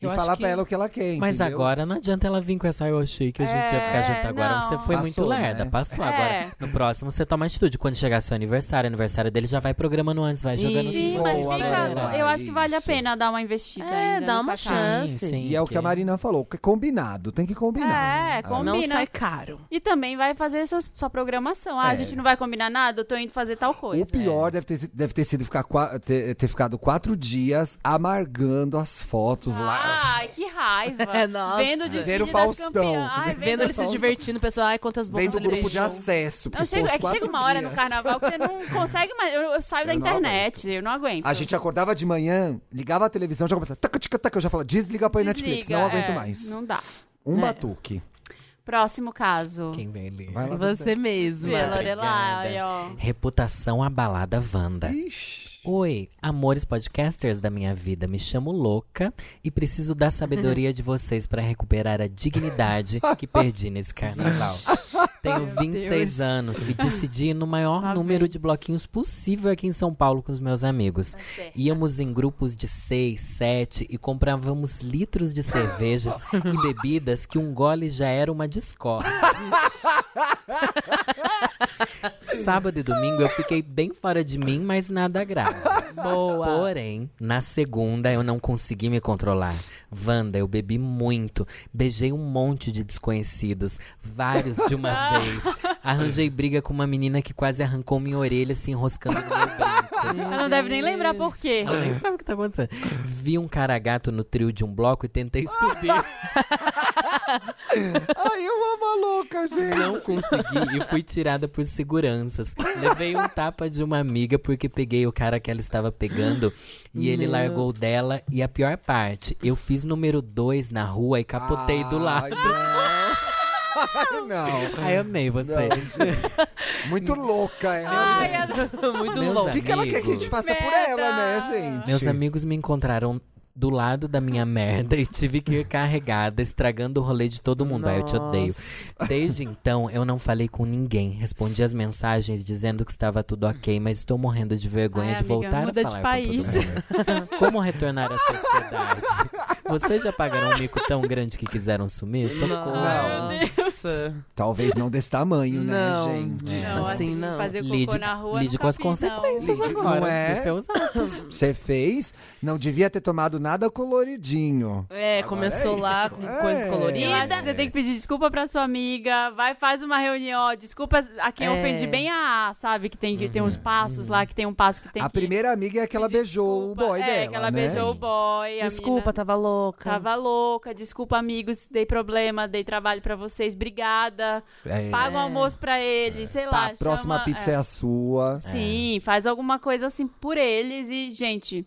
Speaker 2: e
Speaker 3: Eu acho
Speaker 2: falar
Speaker 3: que-
Speaker 2: pra ela o que ela quer,
Speaker 3: Mas
Speaker 2: entendeu?
Speaker 3: agora não adianta ela vir com essa, "Ah, eu achei que a gente ia ficar
Speaker 1: É,
Speaker 3: junto agora.
Speaker 1: não.
Speaker 3: Você foi muito
Speaker 2: Passou,
Speaker 3: lerda,
Speaker 2: né?
Speaker 3: passou.
Speaker 1: É.
Speaker 3: Agora, no próximo, você toma atitude. Quando chegar seu aniversário, aniversário dele, já vai programando antes, vai jogando.
Speaker 4: Sim,
Speaker 1: Sim,
Speaker 3: tudo.
Speaker 1: mas
Speaker 2: Boa,
Speaker 1: fica,
Speaker 2: Lorena,
Speaker 1: eu acho que vale a
Speaker 2: isso.
Speaker 1: pena dar uma investida
Speaker 4: É,
Speaker 1: ainda
Speaker 4: dá
Speaker 1: no
Speaker 4: uma
Speaker 1: cacau.
Speaker 4: chance.
Speaker 2: E é o que a Marina falou, que é combinado, tem que combinar.
Speaker 1: É, combina.
Speaker 4: Não sai caro.
Speaker 1: E também vai fazer sua, sua programação. Ah, a
Speaker 2: É.
Speaker 1: gente não vai combinar nada, eu tô indo fazer tal coisa.
Speaker 2: O pior deve, ter, deve ter sido ficar, qua- ter, ter ficado quatro dias amargando as fotos
Speaker 1: Ah,
Speaker 2: lá.
Speaker 1: Ai, que raiva.
Speaker 4: <laughs> É, nossa.
Speaker 1: Vendo o desfile
Speaker 2: Vendo
Speaker 1: das
Speaker 2: o Faustão.
Speaker 1: campeãs. Ai, vendo,
Speaker 4: Vendo ele se
Speaker 1: Faustão.
Speaker 4: divertindo, pessoal. Ai, quantas bocas
Speaker 2: Vem do
Speaker 4: ele
Speaker 2: grupo de
Speaker 4: beijou.
Speaker 2: acesso. porque
Speaker 1: Não, chega,
Speaker 2: ficou
Speaker 1: é
Speaker 2: os
Speaker 1: que chega
Speaker 2: quatro
Speaker 1: uma hora no
Speaker 2: dias.
Speaker 1: carnaval que você não
Speaker 2: <laughs>
Speaker 1: consegue mais. Eu, eu saio da
Speaker 2: Eu não
Speaker 1: internet, eu não aguento.
Speaker 2: A gente acordava de manhã, ligava a televisão, já começava. Taca, tica, taca, eu já falava, desliga, põe
Speaker 1: Desliga,
Speaker 2: Netflix, não aguento
Speaker 1: é,
Speaker 2: mais.
Speaker 1: Não é. dá.
Speaker 2: Um batuque.
Speaker 1: Próximo caso.
Speaker 3: Quem né? vem ali?
Speaker 2: Vai lá.
Speaker 4: Você mesma.
Speaker 1: Vê,
Speaker 3: Obrigada.
Speaker 1: Lorelai, ó.
Speaker 3: Reputação abalada Wanda.
Speaker 2: Ixi.
Speaker 3: Oi, amores podcasters da minha vida, me chamo Louca e preciso da sabedoria de vocês para recuperar a dignidade que perdi nesse carnaval. Tenho 26 anos e decidi ir no maior
Speaker 1: Lá
Speaker 3: número
Speaker 1: vem. Tá
Speaker 3: de bloquinhos possível aqui em São Paulo com os meus amigos. Íamos em grupos de 6, 7 e comprávamos litros de cervejas e bebidas que um gole já era uma discórdia. Sábado e domingo eu fiquei bem fora de mim, mas nada grave. Boa. Porém, na segunda eu não consegui me controlar. Wanda, eu bebi muito. Beijei um monte de desconhecidos, vários de uma vez. Arranjei briga com uma menina que quase arrancou minha orelha se enroscando no meu brinco.
Speaker 1: Ela não deve nem lembrar por quê.
Speaker 3: Ela nem sabe o que tá acontecendo. Vi um cara gato no trio de um bloco e tentei subir.
Speaker 2: Ai, eu amo a louca, gente.
Speaker 3: Não consegui e fui tirada por seguranças. Levei um tapa de uma amiga porque peguei o cara que ela estava pegando e ele largou dela. E a pior parte, eu fiz número dois na rua e capotei do lado.
Speaker 2: Ai, não. <laughs> Ai,
Speaker 3: Ai, amei você. <laughs>
Speaker 2: não. Muito louca, é.
Speaker 1: Ai, as-
Speaker 3: Muito
Speaker 2: o que, que ela quer que a gente faça por ela, né, gente?
Speaker 3: Meus amigos me encontraram do lado da minha merda e tive que ir carregada, estragando o rolê de todo mundo. Ai, eu te odeio. Desde então, eu não falei com ninguém. Respondi as mensagens dizendo que estava tudo ok, mas estou morrendo de vergonha
Speaker 1: Ai,
Speaker 3: de
Speaker 1: amiga,
Speaker 3: voltar
Speaker 1: muda
Speaker 3: a
Speaker 1: de
Speaker 3: falar
Speaker 1: país.
Speaker 3: com todo mundo. Como retornar à sociedade? Vocês já pagaram um mico tão grande que quiseram sumir? Socorro.
Speaker 4: Nossa.
Speaker 2: Talvez não desse tamanho,
Speaker 4: Não.
Speaker 2: né, gente?
Speaker 1: Não,
Speaker 4: Assim, não.
Speaker 1: Fazer cocô
Speaker 3: Lide,
Speaker 1: na rua
Speaker 3: lide
Speaker 1: nunca
Speaker 3: com as
Speaker 1: fiz,
Speaker 3: consequências
Speaker 1: Não.
Speaker 2: Lide,
Speaker 3: agora
Speaker 2: não é?
Speaker 3: dos seus atos.
Speaker 2: Você fez, não devia ter tomado nada coloridinho.
Speaker 4: É, começou
Speaker 2: é
Speaker 4: lá
Speaker 2: isso.
Speaker 4: com
Speaker 2: É.
Speaker 4: coisas
Speaker 1: Eu acho
Speaker 4: coloridas.
Speaker 1: que você tem que pedir desculpa pra sua amiga, vai, faz uma reunião, ó, desculpa a quem eu
Speaker 4: É.
Speaker 1: ofendi bem a A, sabe? Que tem, que tem uns
Speaker 3: Uhum.
Speaker 1: passos lá, que tem um passo que tem
Speaker 2: a
Speaker 1: que...
Speaker 2: primeira amiga é que ela
Speaker 1: pedir
Speaker 2: beijou
Speaker 1: desculpa.
Speaker 2: o boy
Speaker 1: é,
Speaker 2: dela,
Speaker 1: que ela
Speaker 2: né?
Speaker 1: beijou o boy. a
Speaker 4: Desculpa,
Speaker 1: mina
Speaker 4: tava louca.
Speaker 1: Tava louca, desculpa, amigos, dei problema, dei trabalho pra vocês, obrigada.
Speaker 2: É.
Speaker 1: Paga o almoço pra ele,
Speaker 4: É.
Speaker 1: sei
Speaker 2: Tá,
Speaker 1: lá.
Speaker 2: a próxima
Speaker 1: chama-
Speaker 2: pizza é. a sua.
Speaker 1: Sim, faz alguma coisa assim por eles e, gente,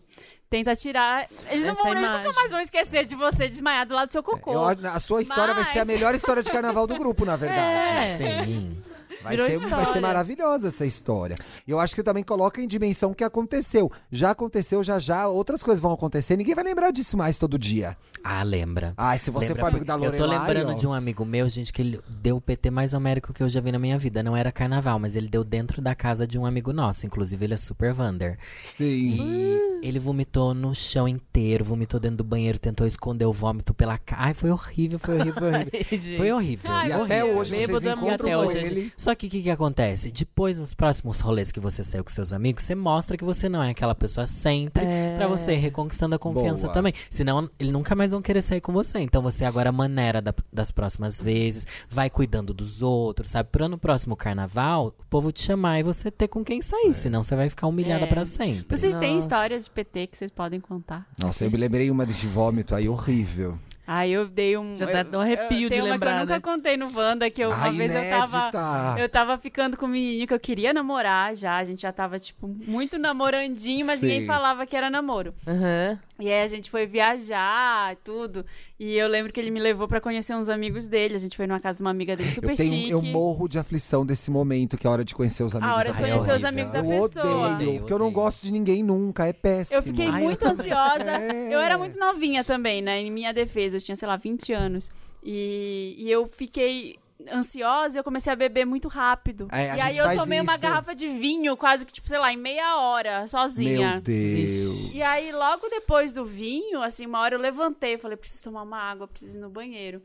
Speaker 1: tenta tirar. Eles não
Speaker 4: Essa
Speaker 1: vão, eles
Speaker 4: imagem. É,
Speaker 1: nunca mais vão esquecer de você desmaiado lá do seu cocô.
Speaker 2: Eu acho- a sua história vai ser a
Speaker 1: Mas-
Speaker 2: melhor história de carnaval do grupo, na verdade.
Speaker 4: <laughs> É.
Speaker 3: Sim.
Speaker 2: Vai,
Speaker 4: Virou
Speaker 2: ser, um, vai ser
Speaker 4: história.
Speaker 2: maravilhosa essa história. E eu acho que também coloca em dimensão o que aconteceu. Já aconteceu, já já, outras coisas vão acontecer. Ninguém vai lembrar disso mais todo dia.
Speaker 3: Ah, lembra.
Speaker 2: Ai, se você
Speaker 3: Lembra
Speaker 2: for amigo da
Speaker 3: Eu
Speaker 2: Lorelai...
Speaker 3: tô lembrando
Speaker 2: ó,
Speaker 3: de um amigo meu, gente, que ele deu o PT mais homérico que eu já vi na minha vida. Não era carnaval, mas ele deu dentro da casa de um amigo nosso. Inclusive, ele é super Vander. E
Speaker 2: Sim.
Speaker 3: ele vomitou no chão inteiro, vomitou dentro do banheiro, tentou esconder o vômito pela cara. Ai, foi horrível, foi horrível, foi
Speaker 2: <laughs>
Speaker 3: horrível. foi horrível.
Speaker 1: Ai,
Speaker 2: E
Speaker 1: horrível.
Speaker 2: até hoje vocês
Speaker 4: Bêbado é muito
Speaker 2: encontram
Speaker 3: Até
Speaker 2: com
Speaker 3: hoje,
Speaker 2: um ele...
Speaker 3: Só que o que, que acontece? Depois, nos próximos rolês que você saiu com seus amigos, você mostra que você não é aquela pessoa sempre.
Speaker 4: É.
Speaker 3: Pra você ir reconquistando a confiança
Speaker 2: Boa.
Speaker 3: também. Senão, eles nunca mais vão querer sair com você. Então, você agora maneira da- das próximas vezes, vai cuidando dos outros, sabe? Pra no próximo carnaval, o povo te chamar e você ter com quem sair. Senão, você vai ficar humilhada
Speaker 1: É.
Speaker 3: pra sempre.
Speaker 1: Vocês têm
Speaker 4: Nossa.
Speaker 1: histórias de PT que vocês podem contar?
Speaker 2: Nossa, eu me lembrei uma desse vômito aí horrível.
Speaker 1: Ah, eu dei um.
Speaker 4: Já dá
Speaker 1: eu-
Speaker 4: um arrepio
Speaker 1: eu-
Speaker 4: de
Speaker 1: tem uma
Speaker 4: lembrar,
Speaker 1: que eu nunca
Speaker 4: né?
Speaker 1: contei no Wanda, que eu, uma
Speaker 2: Ai,
Speaker 1: vez eu
Speaker 2: inédita.
Speaker 1: tava.
Speaker 2: Ah.
Speaker 1: Eu tava ficando com um menino que eu queria namorar já. A gente já tava, tipo, muito namorandinho, mas
Speaker 2: Sim.
Speaker 1: ninguém falava que era namoro.
Speaker 4: Aham.
Speaker 1: E aí a gente foi viajar e tudo. E eu lembro que ele me levou pra conhecer uns amigos dele. A gente foi numa casa de uma amiga dele super
Speaker 2: Eu, tenho,
Speaker 1: chique.
Speaker 2: um, eu morro de aflição desse momento, que é a hora de conhecer os amigos
Speaker 1: hora
Speaker 2: da
Speaker 1: de
Speaker 3: Ai, é
Speaker 1: conhecer os
Speaker 3: horrível.
Speaker 1: amigos da
Speaker 2: Eu
Speaker 1: pessoa.
Speaker 2: odeio, porque eu não
Speaker 3: Odeio.
Speaker 2: gosto de ninguém nunca, é péssimo.
Speaker 1: Eu fiquei
Speaker 3: Ai, eu
Speaker 1: muito
Speaker 3: também.
Speaker 1: ansiosa.
Speaker 2: <laughs> É.
Speaker 1: Eu era muito novinha também, né? Em minha defesa, eu tinha, sei lá, 20 anos. E, e eu fiquei ansiosa e eu comecei a beber muito rápido.
Speaker 2: É, a
Speaker 1: e aí
Speaker 2: gente
Speaker 1: eu
Speaker 2: faz
Speaker 1: tomei uma
Speaker 2: isso.
Speaker 1: garrafa de vinho, quase que, tipo, sei lá, em meia hora, sozinha.
Speaker 2: Meu Deus.
Speaker 1: E aí, logo depois do vinho, assim, uma hora eu levantei, falei, preciso tomar uma água, preciso ir no banheiro.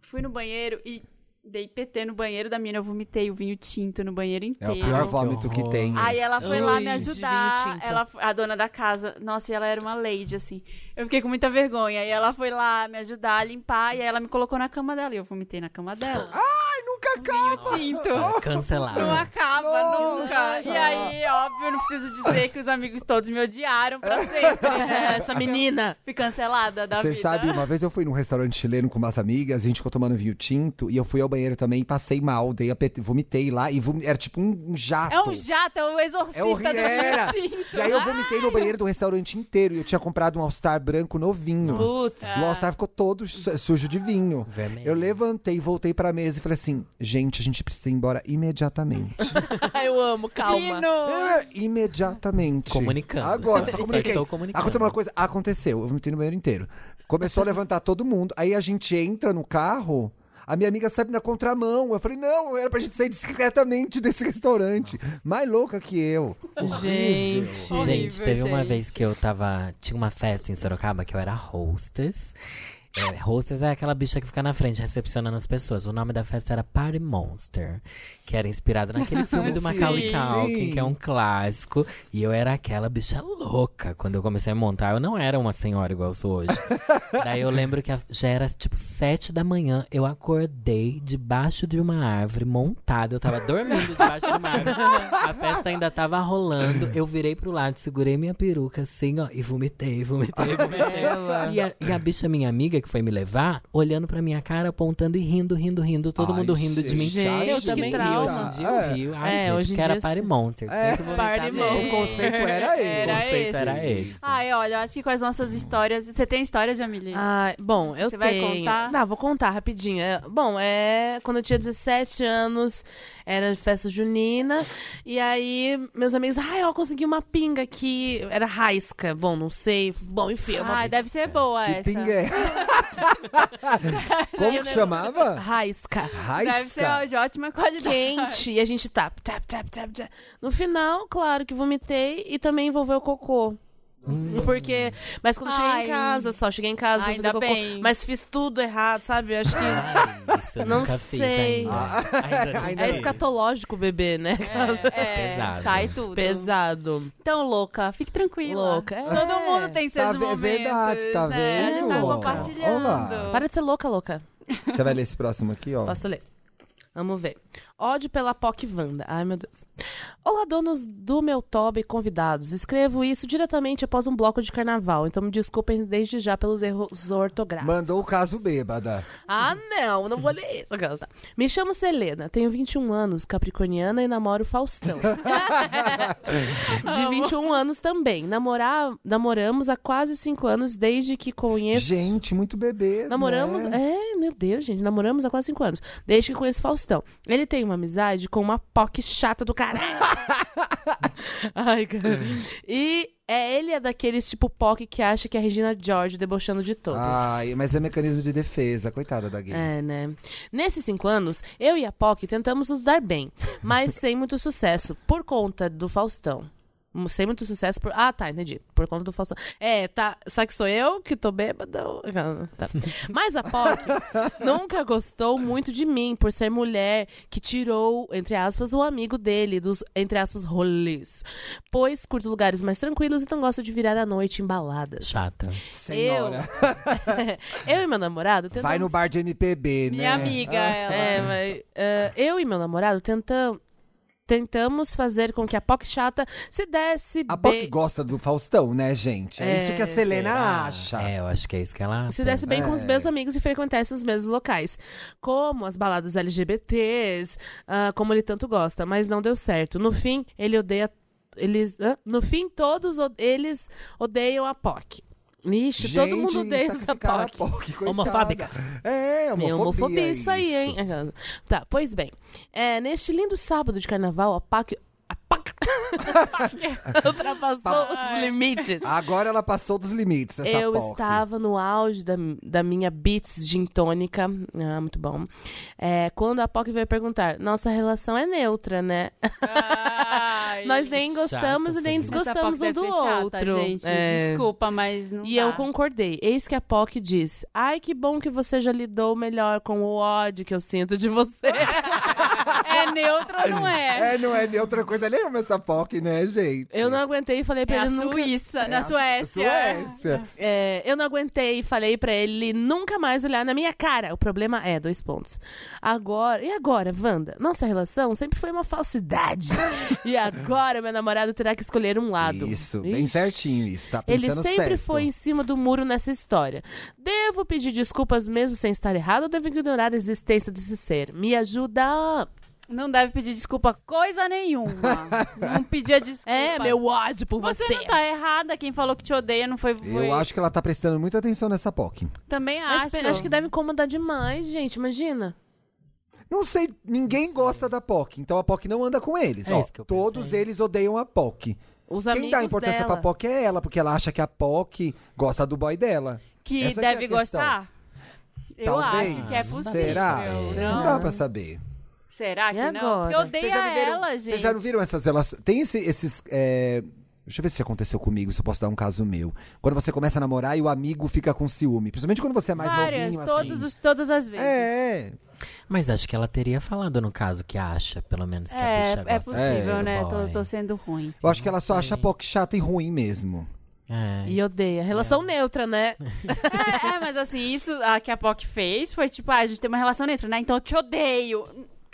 Speaker 1: Fui no banheiro e dei PT no banheiro da mina, eu vomitei o vinho tinto no banheiro
Speaker 2: É o
Speaker 1: inteiro.
Speaker 2: pior vômito que
Speaker 3: horror.
Speaker 2: tem.
Speaker 1: Aí ela foi lá me
Speaker 4: Ui, de vinho
Speaker 1: ajudar.
Speaker 4: tinto.
Speaker 1: Ela, a dona da casa, nossa, e ela era uma lady, assim. Eu fiquei com muita vergonha. E ela foi lá me ajudar a limpar. E aí ela me colocou na cama dela. E eu vomitei na cama dela.
Speaker 2: Ai, nunca acaba.
Speaker 1: O tinto. Não
Speaker 3: Cancelado.
Speaker 1: acaba nunca. E aí, óbvio, eu não preciso dizer que os amigos todos me odiaram pra sempre. né?
Speaker 4: É,
Speaker 1: <laughs>
Speaker 4: Essa menina.
Speaker 1: Fui cancelada da
Speaker 2: Você
Speaker 1: vida.
Speaker 2: sabe, uma vez eu fui num restaurante chileno com umas amigas, a gente ficou tomando vinho tinto, e eu fui ao banheiro também e passei mal, dei a pet- vomitei lá, e vom- era tipo um um jato.
Speaker 1: É um jato, é o exorcista
Speaker 2: É o
Speaker 1: do
Speaker 2: Riera.
Speaker 1: vinho tinto.
Speaker 2: E aí eu vomitei no banheiro do restaurante inteiro, e eu tinha comprado um All-Star branco novinho.
Speaker 4: Putz.
Speaker 2: O All-Star ficou todo su- sujo de vinho.
Speaker 3: Vermelho.
Speaker 2: Eu levantei, voltei pra mesa e falei assim, gente, a gente precisa ir embora imediatamente.
Speaker 4: Eu amo, calma.
Speaker 1: Fino.
Speaker 2: Imediatamente.
Speaker 3: Comunicando.
Speaker 2: Agora, só
Speaker 3: Só
Speaker 2: comuniquei.
Speaker 3: estou comunicando.
Speaker 2: é? Aconteceu uma coisa, aconteceu, eu vomitei no banheiro inteiro. Começou a levantar todo mundo, aí a gente entra no carro, a minha amiga sai na contramão. Eu falei, não, era pra gente sair discretamente desse restaurante. Mais louca que eu.
Speaker 4: Gente.
Speaker 3: Gente,
Speaker 1: Horrível,
Speaker 3: teve uma
Speaker 1: gente.
Speaker 3: vez que eu tava. Tinha uma festa em Sorocaba que eu era hostess. É, hostess é aquela bicha que fica na frente recepcionando as pessoas. O nome da festa era Party Monster, que era inspirado
Speaker 1: <laughs>
Speaker 3: naquele filme do
Speaker 2: Sim,
Speaker 3: Macaulay Culkin,
Speaker 2: sim.
Speaker 3: que é um clássico. E eu era aquela bicha louca quando eu comecei a montar. Eu não era uma senhora igual eu sou hoje. Daí eu lembro que a- já era tipo sete da manhã, eu acordei debaixo de uma árvore montada. Eu tava dormindo debaixo de uma árvore. A festa ainda tava rolando. Eu virei pro lado, segurei minha peruca assim, ó, e vomitei, vomitei, vomitei. E a, e a bicha, minha amiga, que foi me levar, olhando pra minha cara, apontando e rindo, rindo, rindo, todo
Speaker 2: Ai,
Speaker 3: mundo rindo de mim.
Speaker 4: gente,
Speaker 3: eu
Speaker 4: que
Speaker 3: também ri,
Speaker 4: trauma.
Speaker 3: hoje em dia eu rio. Ai,
Speaker 4: É,
Speaker 3: gente,
Speaker 4: hoje em
Speaker 3: que era
Speaker 4: dia
Speaker 3: Party
Speaker 4: sim.
Speaker 3: Monster.
Speaker 2: É.
Speaker 3: tanto que eu vou
Speaker 4: Party
Speaker 3: lembrar
Speaker 4: Monster.
Speaker 3: dele.
Speaker 2: O conceito era ele.
Speaker 3: O
Speaker 1: Era
Speaker 3: conceito
Speaker 1: esse.
Speaker 3: era esse.
Speaker 1: Ai, olha, eu acho que com as nossas histórias. Você tem histórias, Jamile?
Speaker 4: Ai, bom, eu
Speaker 1: Você vai
Speaker 4: tenho.
Speaker 1: contar?
Speaker 4: Não, vou contar rapidinho. É, bom, é quando eu tinha 17 anos, era festa junina, e aí meus amigos, ai, eu consegui uma pinga aqui, era raisca, bom, não sei, bom, enfim, é uma
Speaker 1: Ai, deve ser boa
Speaker 2: Que
Speaker 1: essa.
Speaker 2: pinga
Speaker 4: <laughs>
Speaker 2: é? Como que chamava?
Speaker 4: raisca.
Speaker 1: Deve ser
Speaker 2: Raisca.
Speaker 1: de ótima qualidade.
Speaker 4: Quente, e a gente tap, tap, tap, tap, tap. No final, claro que vomitei e também envolveu cocô. Porque. Mas quando cheguei
Speaker 1: Ai.
Speaker 4: em casa, só cheguei em casa,
Speaker 1: Ai,
Speaker 4: vou fazer
Speaker 1: ainda
Speaker 4: cocô.
Speaker 1: bem.
Speaker 4: Mas fiz tudo errado, sabe? Eu acho que.
Speaker 3: Ai, isso eu
Speaker 4: Não
Speaker 3: nunca
Speaker 4: sei.
Speaker 3: Fiz Ah, ainda. ainda não
Speaker 4: É
Speaker 3: fiz.
Speaker 4: escatológico o bebê, né?
Speaker 1: <laughs> É,
Speaker 3: Pesado.
Speaker 1: sai tudo.
Speaker 4: Pesado.
Speaker 1: Então, louca, fique tranquila.
Speaker 4: Louca, é.
Speaker 1: Todo mundo tem seus
Speaker 2: Tá ve- é
Speaker 1: momentos.
Speaker 2: verdade, tá
Speaker 1: né? A gente
Speaker 4: vendo,
Speaker 1: tá
Speaker 4: louca?
Speaker 1: compartilhando.
Speaker 2: Olá.
Speaker 4: Para de ser louca, louca.
Speaker 2: Você vai ler esse próximo aqui, ó.
Speaker 4: Posso ler? Vamos ver. Ódio pela POC Wanda. Ai, meu Deus. Olá, donos do meu Toba e convidados. Escrevo isso diretamente após um bloco de carnaval, então me desculpem desde já pelos erros ortográficos.
Speaker 2: Mandou o caso bêbada.
Speaker 4: Ah, não, não vou ler isso. Aquelas, tá. Me chamo Selena, tenho 21 anos, capricorniana e namoro Faustão. De 21 anos também. Namorar, namoramos há quase 5 anos desde que conheço.
Speaker 2: Gente, muito bebês.
Speaker 4: Namoramos,
Speaker 2: Né?
Speaker 4: é, meu Deus, gente, namoramos há quase cinco anos, desde que conheço Faustão. Ele tem uma amizade com uma POC chata do caralho. Ai, cara. E é, ele é daqueles tipo POC que acha que é a Regina George debochando de todos.
Speaker 2: Ai, mas é mecanismo de defesa, coitada da gay.
Speaker 4: É, né? Nesses cinco anos, eu e a POC tentamos nos dar bem, mas
Speaker 2: <laughs>
Speaker 4: sem muito sucesso, por conta do Faustão. Hum, Sem muito sucesso por. Ah, tá, entendi. Por conta do Faustão. É, tá. Só que sou eu que tô bêbada. ou- Ah, tá. Mas
Speaker 2: <laughs>
Speaker 4: a POC nunca gostou muito de mim por ser mulher que tirou, entre aspas, o amigo dele dos, entre aspas, rolês. Pois curto lugares mais tranquilos e não gosto de virar a noite em baladas.
Speaker 3: Chata.
Speaker 2: Senhora.
Speaker 4: Eu e meu namorado tentamos.
Speaker 2: Vai no bar de MPB, né?
Speaker 1: Minha amiga, ela.
Speaker 4: É, mas eh, eu e meu namorado tentam, tentamos fazer com que a POC chata se desse
Speaker 2: A
Speaker 4: bem.
Speaker 2: Bock gosta do Faustão, né, gente? É, isso que a Selena
Speaker 3: Será?
Speaker 2: acha.
Speaker 3: É, eu acho que é isso que ela.
Speaker 4: Se desse bem com os
Speaker 2: É.
Speaker 4: meus amigos e frequentasse os mesmos locais. Como as baladas LGBTs, ah, como ele tanto gosta, mas não deu certo. No fim, ele odeia. Eles, hã? no fim, todos o- eles odeiam a POC. Ixi, todo mundo odeia essa
Speaker 2: sacrificaram
Speaker 4: POC.
Speaker 2: a POC, coitada.
Speaker 3: Homofóbica.
Speaker 2: É, homofobia.
Speaker 4: Meio homofobia isso aí, hein? <laughs> Tá, pois bem. É, neste lindo sábado de carnaval, a PAC. A PAC. <laughs> ultrapassou os limites.
Speaker 1: Ah,
Speaker 2: Agora ela passou dos limites, essa
Speaker 4: Eu
Speaker 2: POC.
Speaker 4: estava no auge da, da minha Beats Gin Tônica. Ah, muito bom. É, quando a POC veio perguntar, nossa relação é neutra, né?
Speaker 1: Ai.
Speaker 4: Nós nem
Speaker 3: Chata
Speaker 4: gostamos e nem
Speaker 3: essa
Speaker 1: Essa pop
Speaker 4: desgostamos um
Speaker 1: deve
Speaker 4: do
Speaker 1: ser
Speaker 4: outro.
Speaker 1: Chata, gente.
Speaker 4: É.
Speaker 1: Desculpa, mas não
Speaker 4: E
Speaker 1: dá.
Speaker 4: eu concordei. Eis que a POC diz: Ai, que bom que você já lidou melhor com o ódio que eu sinto de
Speaker 1: <laughs>
Speaker 4: você.
Speaker 1: É neutro ou não é?
Speaker 2: É, não é nem outra coisa, nem ama essa POC, né, gente?
Speaker 4: Eu não aguentei e falei pra
Speaker 1: É a
Speaker 4: ele nunca.
Speaker 1: Suíça, na
Speaker 2: a
Speaker 1: Suécia.
Speaker 2: Suécia.
Speaker 4: É, eu não aguentei e falei pra ele nunca mais olhar na minha cara. O problema é dois pontos. Agora, e agora, Wanda? Nossa relação sempre foi uma <laughs> falsidade. e agora meu namorado terá que escolher um lado.
Speaker 2: Isso, bem
Speaker 4: Ixi.
Speaker 2: certinho isso, tá
Speaker 4: Ele
Speaker 2: pensando
Speaker 4: sempre
Speaker 2: certo.
Speaker 4: foi em cima do muro nessa história. Devo pedir desculpas mesmo sem estar errado ou devo ignorar a existência desse ser? Me ajuda.
Speaker 1: Não deve pedir desculpa coisa
Speaker 4: <laughs>
Speaker 1: nenhuma. não pedia desculpa.
Speaker 4: É, meu ódio por você.
Speaker 1: Você não tá errada. Quem falou que te odeia não foi. foi...
Speaker 2: Eu acho que ela tá prestando muita atenção nessa POC.
Speaker 1: Também
Speaker 4: Mas
Speaker 1: acho.
Speaker 4: pe- acho que deve incomodar demais, gente. Imagina.
Speaker 2: Não sei, ninguém gosta da POC, então a POC não anda com eles.
Speaker 3: É
Speaker 2: ó.
Speaker 3: isso que eu
Speaker 2: Todos
Speaker 3: pensei.
Speaker 2: eles odeiam a POC.
Speaker 4: Os
Speaker 2: Quem
Speaker 4: amigos
Speaker 2: dá importância
Speaker 4: dela.
Speaker 2: pra POC é ela, porque ela acha que a POC gosta do boy dela.
Speaker 1: que
Speaker 2: Essa que é a
Speaker 1: deve
Speaker 2: questão.
Speaker 1: gostar. Eu
Speaker 2: Talvez.
Speaker 1: acho que é possível.
Speaker 2: Será?
Speaker 1: Não.
Speaker 2: Não dá pra saber.
Speaker 1: Será que não?
Speaker 4: E
Speaker 1: Porque eu
Speaker 4: agora?
Speaker 1: odeio
Speaker 2: Vocês já viveram-
Speaker 1: ela, gente.
Speaker 2: Vocês já não viram essas relações? Tem esse- esses. é, Deixa eu ver se aconteceu comigo, se eu posso dar um caso meu. Quando você começa a namorar e o amigo fica com ciúme. Principalmente quando você é mais
Speaker 1: Várias,
Speaker 2: novinho,
Speaker 1: todos
Speaker 2: assim.
Speaker 1: os, todas as vezes.
Speaker 2: É,
Speaker 3: Mas acho que ela teria falado no caso que acha, pelo menos que a
Speaker 1: É,
Speaker 3: bicha
Speaker 1: é
Speaker 3: gosta
Speaker 1: possível,
Speaker 3: do
Speaker 1: né? Tô,
Speaker 3: boy.
Speaker 1: tô sendo ruim.
Speaker 2: eu acho que ela só acha a POC chata e ruim mesmo.
Speaker 3: É.
Speaker 4: E odeia. Relação neutra, né?
Speaker 1: <laughs> é, é, mas assim, isso a, que a POC fez foi tipo, ah, a gente tem uma relação neutra, né? Então eu te odeio.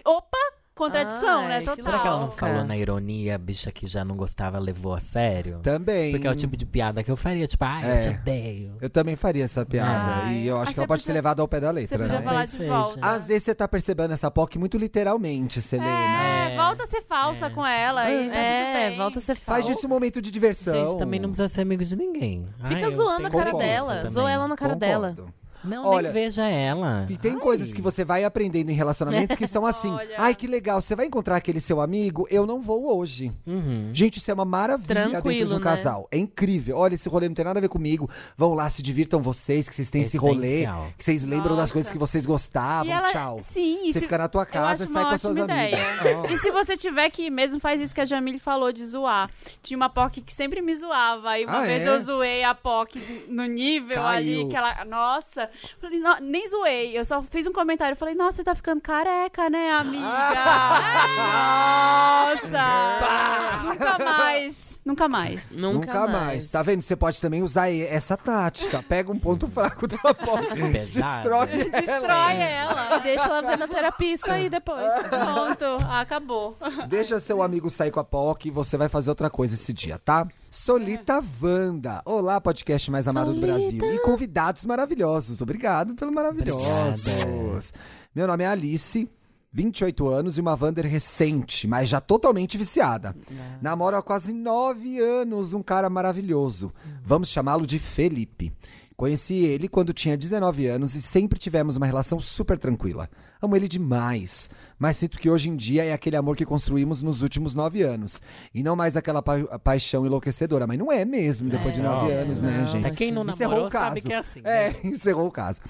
Speaker 1: Opa! contradição,
Speaker 4: Ai,
Speaker 1: né?
Speaker 4: que
Speaker 1: Total.
Speaker 3: Será que ela não
Speaker 4: Não,
Speaker 3: falou
Speaker 4: cara.
Speaker 3: na ironia, a bicha que já não gostava levou a sério?
Speaker 2: Também.
Speaker 3: Porque é o tipo de piada que eu faria, tipo, ai,
Speaker 2: É.
Speaker 3: eu te odeio.
Speaker 2: Eu também faria essa piada.
Speaker 1: Ai.
Speaker 2: E eu acho
Speaker 1: Aí
Speaker 2: que ela
Speaker 1: você
Speaker 2: pode ser
Speaker 1: podia-
Speaker 2: levada ao pé da letra,
Speaker 1: Você podia
Speaker 2: né?
Speaker 1: falar de
Speaker 3: Talvez
Speaker 1: volta.
Speaker 2: Às vezes você tá percebendo essa POC muito literalmente, Selena.
Speaker 1: É,
Speaker 3: É.
Speaker 1: volta a ser falsa com ela. e tá tudo
Speaker 4: É,
Speaker 1: bem.
Speaker 4: volta a ser
Speaker 2: Faz
Speaker 4: falsa.
Speaker 2: disso um momento de diversão.
Speaker 3: Gente, também não precisa ser amigo de ninguém. Ai,
Speaker 4: Fica
Speaker 3: eu
Speaker 4: zoando a
Speaker 3: tenho
Speaker 4: cara
Speaker 2: Concordo.
Speaker 3: preguiça
Speaker 4: dela.
Speaker 3: também.
Speaker 4: Zoa ela na cara dela.
Speaker 2: Concordo.
Speaker 3: Não,
Speaker 2: Olha,
Speaker 3: nem veja ela.
Speaker 2: E tem
Speaker 3: Ai.
Speaker 2: coisas que você vai aprendendo em relacionamentos que são assim.
Speaker 1: <laughs> Olha.
Speaker 2: Ai, que legal, você vai encontrar aquele seu amigo, eu não vou hoje.
Speaker 3: Uhum.
Speaker 2: Gente, isso é uma maravilha dentro de
Speaker 4: Tranquilo,
Speaker 2: um
Speaker 4: né?
Speaker 2: casal. É incrível. Olha, esse rolê não tem nada a ver comigo. Vão lá, se divirtam vocês, que vocês têm esse rolê.
Speaker 3: Essencial.
Speaker 2: Que vocês lembram das
Speaker 1: Nossa.
Speaker 2: coisas que vocês
Speaker 1: E
Speaker 2: gostavam.
Speaker 1: ela-
Speaker 2: Tchau.
Speaker 1: Sim, e
Speaker 2: Você
Speaker 1: se-
Speaker 2: fica na tua
Speaker 1: eu acho
Speaker 2: casa e
Speaker 1: uma
Speaker 2: sai com as suas
Speaker 1: ótima ideia. <laughs>
Speaker 2: amigas.
Speaker 1: E se você tiver que ir mesmo, faz isso que a Jamile falou de zoar. Tinha uma POC que sempre me zoava. E uma
Speaker 2: Ah,
Speaker 1: vez
Speaker 2: é?
Speaker 1: eu zoei a POC no nível
Speaker 2: Caiu.
Speaker 1: ali que ela. Nossa! Falei, "Não, nem zoei. Eu só fiz um comentário. Falei, nossa, você tá ficando careca, né, amiga?
Speaker 2: <laughs>
Speaker 3: Ah!
Speaker 1: Ai, nossa! <laughs> Nunca mais. Nunca mais.
Speaker 2: Nunca, mais. Tá vendo? Você pode também usar e- essa tática. Pega um ponto <laughs> fraco da bola, <laughs> destrói
Speaker 3: né?
Speaker 1: Destrói ela.
Speaker 4: E deixa ela ver na terapia
Speaker 2: <laughs>
Speaker 4: isso aí depois.
Speaker 1: Pronto, acabou.
Speaker 2: Deixa seu amigo sair com a POC e você vai fazer outra coisa esse dia, tá? Solita Wanda. Olá, podcast mais amado do Brasil. E convidados maravilhosos. Obrigado pelo maravilhosos. Meu nome é Alice. 28 anos e uma Wander recente, mas já totalmente viciada. Namoro há quase 9 anos um cara maravilhoso. Vamos chamá-lo de Felipe. Conheci ele quando tinha 19 anos e sempre tivemos uma relação super tranquila. Amo ele demais, mas sinto que hoje em dia é aquele amor que construímos nos últimos nove anos. E não mais aquela pa- paixão enlouquecedora. Mas não é mesmo, depois de nove anos, né,
Speaker 4: não.
Speaker 2: gente?
Speaker 3: Pra quem não
Speaker 2: Encerrou
Speaker 3: namorou
Speaker 2: o caso.
Speaker 3: sabe que é assim. né,
Speaker 2: É, <laughs> encerrou o caso.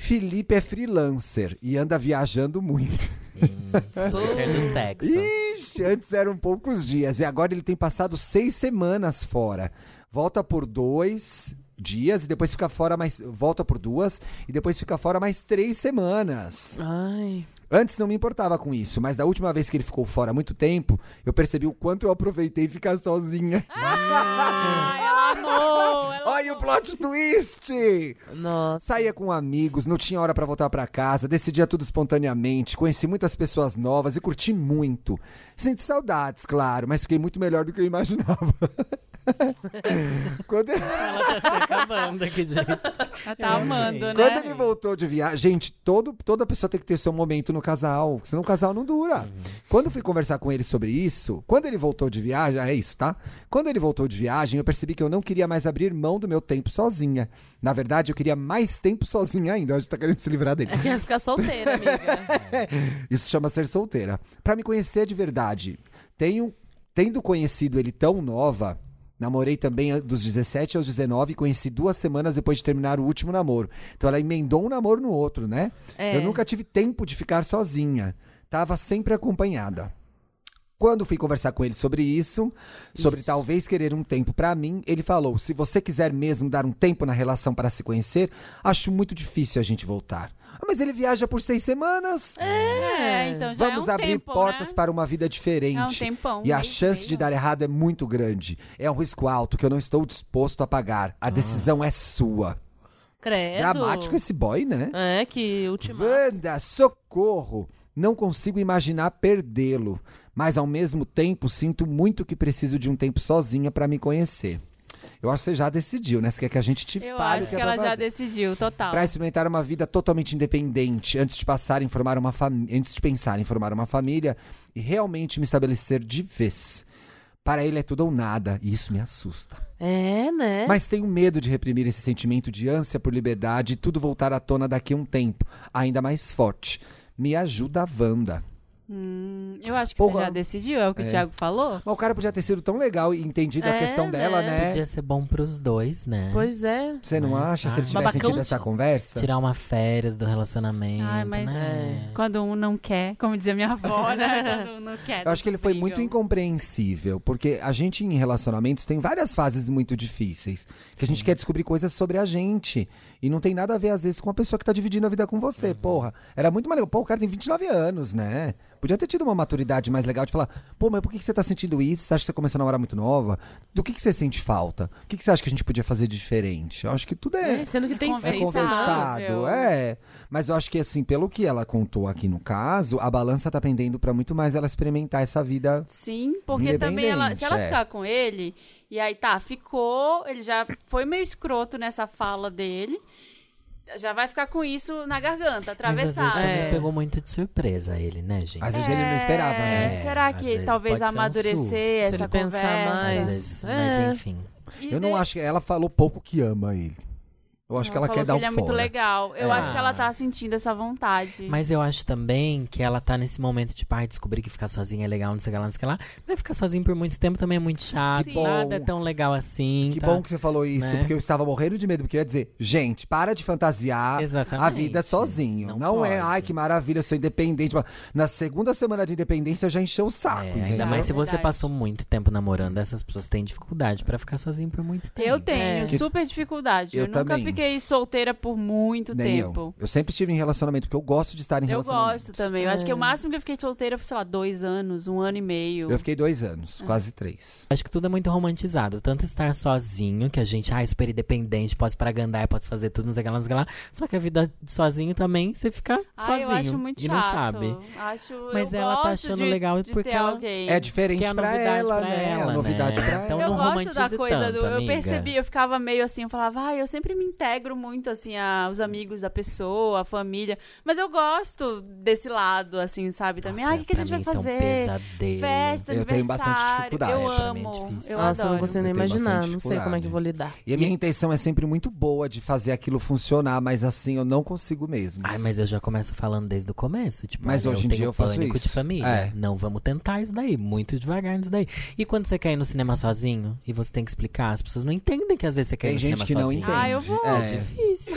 Speaker 2: Felipe é freelancer e anda viajando muito.
Speaker 3: Freelancer do sexo.
Speaker 2: Ixi, antes eram poucos dias e agora ele tem passado seis semanas fora. Volta por dois dias e depois fica fora mais. Volta por duas e depois fica fora mais três semanas.
Speaker 4: Ai.
Speaker 2: Antes não me importava com isso, mas da última vez que ele ficou fora há muito tempo, eu percebi o quanto eu aproveitei ficar sozinha.
Speaker 1: Ai, ela amou. Ela...
Speaker 2: Olha o plot twist!
Speaker 4: Nossa.
Speaker 2: Saía com amigos, não tinha hora pra voltar pra casa, decidia tudo espontaneamente, conheci muitas pessoas novas e curti muito. Senti saudades, claro, mas fiquei muito melhor do que eu imaginava. <laughs> Quando eu-
Speaker 3: Ela tá se acabando aqui, gente.
Speaker 1: Ela tá amando, né?
Speaker 2: Quando ele voltou de viagem, gente, todo, toda pessoa tem que ter seu momento no casal, senão o casal não dura. Quando eu fui conversar com ele sobre isso, quando ele voltou de viagem, ah, é isso, tá? Quando ele voltou de viagem, eu percebi que eu não queria mais abrir mão do meu tempo sozinha. Na verdade, eu queria mais tempo sozinha ainda. A gente tá querendo se livrar dele.
Speaker 4: Quer ficar solteira, amiga.
Speaker 2: Isso chama ser solteira. Pra me conhecer de verdade, tenho, tendo conhecido ele tão nova, namorei também dos 17 aos 19 e conheci duas semanas depois de terminar o último namoro. Então ela emendou um namoro no outro, né? <laughs>
Speaker 4: É.
Speaker 2: Eu nunca tive tempo de ficar sozinha. Tava sempre acompanhada. Quando fui conversar com ele sobre isso, sobre talvez querer um tempo pra mim, ele falou: "Se você quiser mesmo dar um tempo na relação para se conhecer, acho muito difícil a gente voltar." Ah, mas ele viaja por seis semanas.
Speaker 1: É, então já
Speaker 2: Vamos
Speaker 1: é um
Speaker 2: abrir
Speaker 1: tempo,
Speaker 2: portas
Speaker 1: né?
Speaker 2: para uma vida diferente.
Speaker 1: É um tempão,
Speaker 2: E a
Speaker 1: meio
Speaker 2: chance de dar errado é muito grande. É um risco alto que eu não estou disposto a pagar.
Speaker 1: Ah.
Speaker 2: A decisão é sua.
Speaker 1: É
Speaker 2: É
Speaker 4: Credo.
Speaker 2: Dramático esse boy, né?
Speaker 4: É, que ultimato.
Speaker 2: Wanda, socorro! Não consigo imaginar perdê-lo, mas ao mesmo tempo sinto muito que preciso de um tempo sozinha para me conhecer. Eu acho que você já decidiu, né? Você quer que a gente te
Speaker 1: Eu
Speaker 2: fale o
Speaker 1: acho
Speaker 2: que
Speaker 1: que
Speaker 2: é
Speaker 1: ela
Speaker 2: pra
Speaker 1: já
Speaker 2: fazer.
Speaker 1: decidiu, total.
Speaker 2: Pra experimentar uma vida totalmente independente, antes de passar em formar uma família, antes de pensar em formar uma família e realmente me estabelecer de vez. Para ele é tudo ou nada, e isso me assusta.
Speaker 4: É, né?
Speaker 2: Mas tenho medo de reprimir esse sentimento de ânsia por liberdade e tudo voltar à tona daqui a um tempo, ainda mais forte. Me ajuda a Wanda.
Speaker 1: Hum, eu acho que
Speaker 2: Porra.
Speaker 1: você já decidiu, é o que
Speaker 2: É.
Speaker 1: o Thiago falou.
Speaker 2: Mas o cara podia ter sido tão legal e entendido a
Speaker 4: É,
Speaker 2: questão dela,
Speaker 4: né?
Speaker 2: né?
Speaker 3: Podia ser bom pros dois, né?
Speaker 4: Pois é.
Speaker 2: Você não
Speaker 3: Mas,
Speaker 2: acha? Se ele
Speaker 3: ai.
Speaker 2: tivesse
Speaker 4: Babacão
Speaker 2: tido
Speaker 4: de-
Speaker 2: essa conversa?
Speaker 3: Tirar uma férias do relacionamento.
Speaker 1: Ai, mas
Speaker 4: é.
Speaker 3: né?
Speaker 1: quando um não quer, como dizia minha
Speaker 2: <laughs>
Speaker 1: avó, né? Quando um não quer.
Speaker 2: Eu acho que ele foi muito
Speaker 1: brigam.
Speaker 2: incompreensível, porque a gente em relacionamentos tem várias fases muito difíceis, que a gente quer descobrir coisas sobre a gente, e não tem nada a ver às vezes com a pessoa que tá dividindo a vida com você, porra. Era muito maluco, pô, o cara tem 29 anos, né? Podia ter tido uma maturidade mais legal de falar, pô, mas por que que você tá sentindo isso? Você acha que você começou a namorar muito nova? Do que que você sente falta? O que que você acha que a gente podia fazer de diferente? Eu acho que tudo é,
Speaker 4: É, Sendo que tem
Speaker 2: é
Speaker 1: conversado.
Speaker 4: seis anos.
Speaker 2: conversado, é. Mas eu acho que, assim, pelo que ela contou aqui no caso, a balança tá pendendo pra muito mais ela experimentar essa vida.
Speaker 1: Sim, porque também ela. Se ela
Speaker 2: Independente, é.
Speaker 1: ficar com ele, e aí tá, ficou, ele já foi meio escroto nessa fala dele. Já vai ficar com isso na garganta,
Speaker 3: Mas às vezes
Speaker 1: atravessado.
Speaker 3: também
Speaker 4: É.
Speaker 3: pegou muito de surpresa ele, né, gente?
Speaker 2: Às vezes ele não esperava, né?
Speaker 1: É, será
Speaker 3: às
Speaker 1: que
Speaker 3: vezes
Speaker 1: talvez
Speaker 3: pode ser um susto.
Speaker 1: amadurecer
Speaker 4: Se
Speaker 1: essa
Speaker 4: ele pensar
Speaker 1: conversa?
Speaker 3: Às
Speaker 4: mais. Mas-
Speaker 3: vezes,
Speaker 4: é.
Speaker 3: mas enfim.
Speaker 1: E
Speaker 2: Eu não
Speaker 1: de-
Speaker 2: acho que ela falou pouco que ama ele. Eu acho que ela
Speaker 1: Uhum. falou
Speaker 2: quer dar
Speaker 1: ele
Speaker 2: o
Speaker 1: é
Speaker 2: fora.
Speaker 1: muito legal. Eu
Speaker 2: É.
Speaker 1: acho que ela tá sentindo essa vontade.
Speaker 3: Mas eu acho também que ela tá nesse momento de pai descobrir que ficar sozinha é legal, não sei o que lá, não sei o que lá. Mas ficar sozinho por muito tempo também é muito chato.
Speaker 2: Que bom.
Speaker 3: Nada é tão legal assim.
Speaker 2: Que
Speaker 3: tá?
Speaker 2: bom que você falou isso,
Speaker 3: Né?
Speaker 2: porque eu estava morrendo de medo, porque eu ia dizer, gente, para de fantasiar
Speaker 3: Exatamente.
Speaker 2: a vida sozinho. Não,
Speaker 3: Não
Speaker 2: é,
Speaker 3: pode.
Speaker 2: ai, que maravilha, eu sou independente. Mas na segunda semana de independência já encheu o saco.
Speaker 3: É,
Speaker 2: entendeu?
Speaker 3: ainda mais se você
Speaker 1: Verdade.
Speaker 3: passou muito tempo namorando, essas pessoas têm dificuldade pra ficar sozinho por muito tempo.
Speaker 1: Eu tenho
Speaker 4: É.
Speaker 2: Que-
Speaker 1: super dificuldade.
Speaker 2: Eu
Speaker 1: Eu, nunca
Speaker 2: também.
Speaker 1: fiquei solteira por muito
Speaker 2: Nem
Speaker 1: tempo.
Speaker 2: eu. Eu sempre estive em relacionamento, porque eu gosto de estar em
Speaker 1: Eu
Speaker 2: relacionamento.
Speaker 1: gosto também. Eu acho
Speaker 3: É.
Speaker 1: que o máximo que eu fiquei solteira foi, sei lá, dois anos, um ano e meio.
Speaker 2: Eu fiquei dois
Speaker 1: Ah.
Speaker 2: anos, quase três.
Speaker 3: Acho que tudo é muito romantizado. Tanto estar sozinho, que a gente, ah, é super independente, posso pragandar, posso fazer tudo, não sei o que lá, não sei o que lá. Só que a vida sozinho também, você fica
Speaker 1: Ah,
Speaker 3: sozinho.
Speaker 1: eu acho muito
Speaker 3: e
Speaker 1: chato.
Speaker 3: não sabe.
Speaker 1: Acho,
Speaker 3: Mas
Speaker 1: eu
Speaker 3: ela tá
Speaker 1: gosto
Speaker 3: achando
Speaker 1: de-
Speaker 3: legal
Speaker 1: de
Speaker 3: porque
Speaker 1: ter
Speaker 3: ela-
Speaker 1: alguém.
Speaker 2: É diferente
Speaker 3: Que é a
Speaker 2: pra
Speaker 3: novidade
Speaker 2: ela,
Speaker 3: pra
Speaker 2: né?
Speaker 3: ela,
Speaker 2: a novidade
Speaker 3: né?
Speaker 2: pra
Speaker 3: Então,
Speaker 2: ela.
Speaker 1: eu
Speaker 3: não
Speaker 1: gosto da
Speaker 3: romantize
Speaker 1: coisa
Speaker 3: tanto,
Speaker 1: do. Eu
Speaker 3: amiga.
Speaker 1: percebi, eu ficava meio assim, eu falava, ah, eu sempre me integro muito, assim, aos amigos da pessoa, a família. Mas eu gosto desse lado, assim, sabe? Também, ah, o que, que a
Speaker 3: pra
Speaker 1: gente vai
Speaker 3: mim isso é um
Speaker 1: fazer?
Speaker 3: pesadelo.
Speaker 1: Festa,
Speaker 2: Eu tenho bastante
Speaker 1: aniversário.
Speaker 2: dificuldade.
Speaker 1: Eu
Speaker 3: Pra mim é
Speaker 1: amo.
Speaker 3: difícil.
Speaker 1: eu
Speaker 4: Nossa, eu
Speaker 1: adoro.
Speaker 4: não consigo nem
Speaker 2: Eu tenho bastante
Speaker 4: imaginar. Não sei como é que
Speaker 2: dificuldade.
Speaker 4: eu vou lidar.
Speaker 2: E a minha intenção é sempre muito boa de fazer aquilo funcionar, mas assim eu não consigo mesmo.
Speaker 3: Ai, mas eu já começo falando desde o começo. Tipo,
Speaker 2: Mas
Speaker 3: olha,
Speaker 2: hoje em
Speaker 3: eu tenho
Speaker 2: dia eu faço
Speaker 3: pânico
Speaker 2: isso.
Speaker 3: de família.
Speaker 2: É.
Speaker 3: Não vamos tentar isso daí. Muito devagar nisso daí. E quando você quer ir no cinema sozinho e você tem que explicar, as pessoas não entendem que às vezes você quer ir
Speaker 2: Tem
Speaker 3: no
Speaker 2: gente
Speaker 3: cinema
Speaker 2: que não
Speaker 3: sozinho.
Speaker 2: entende.
Speaker 1: Ah, eu vou.
Speaker 2: É,
Speaker 3: Difícil.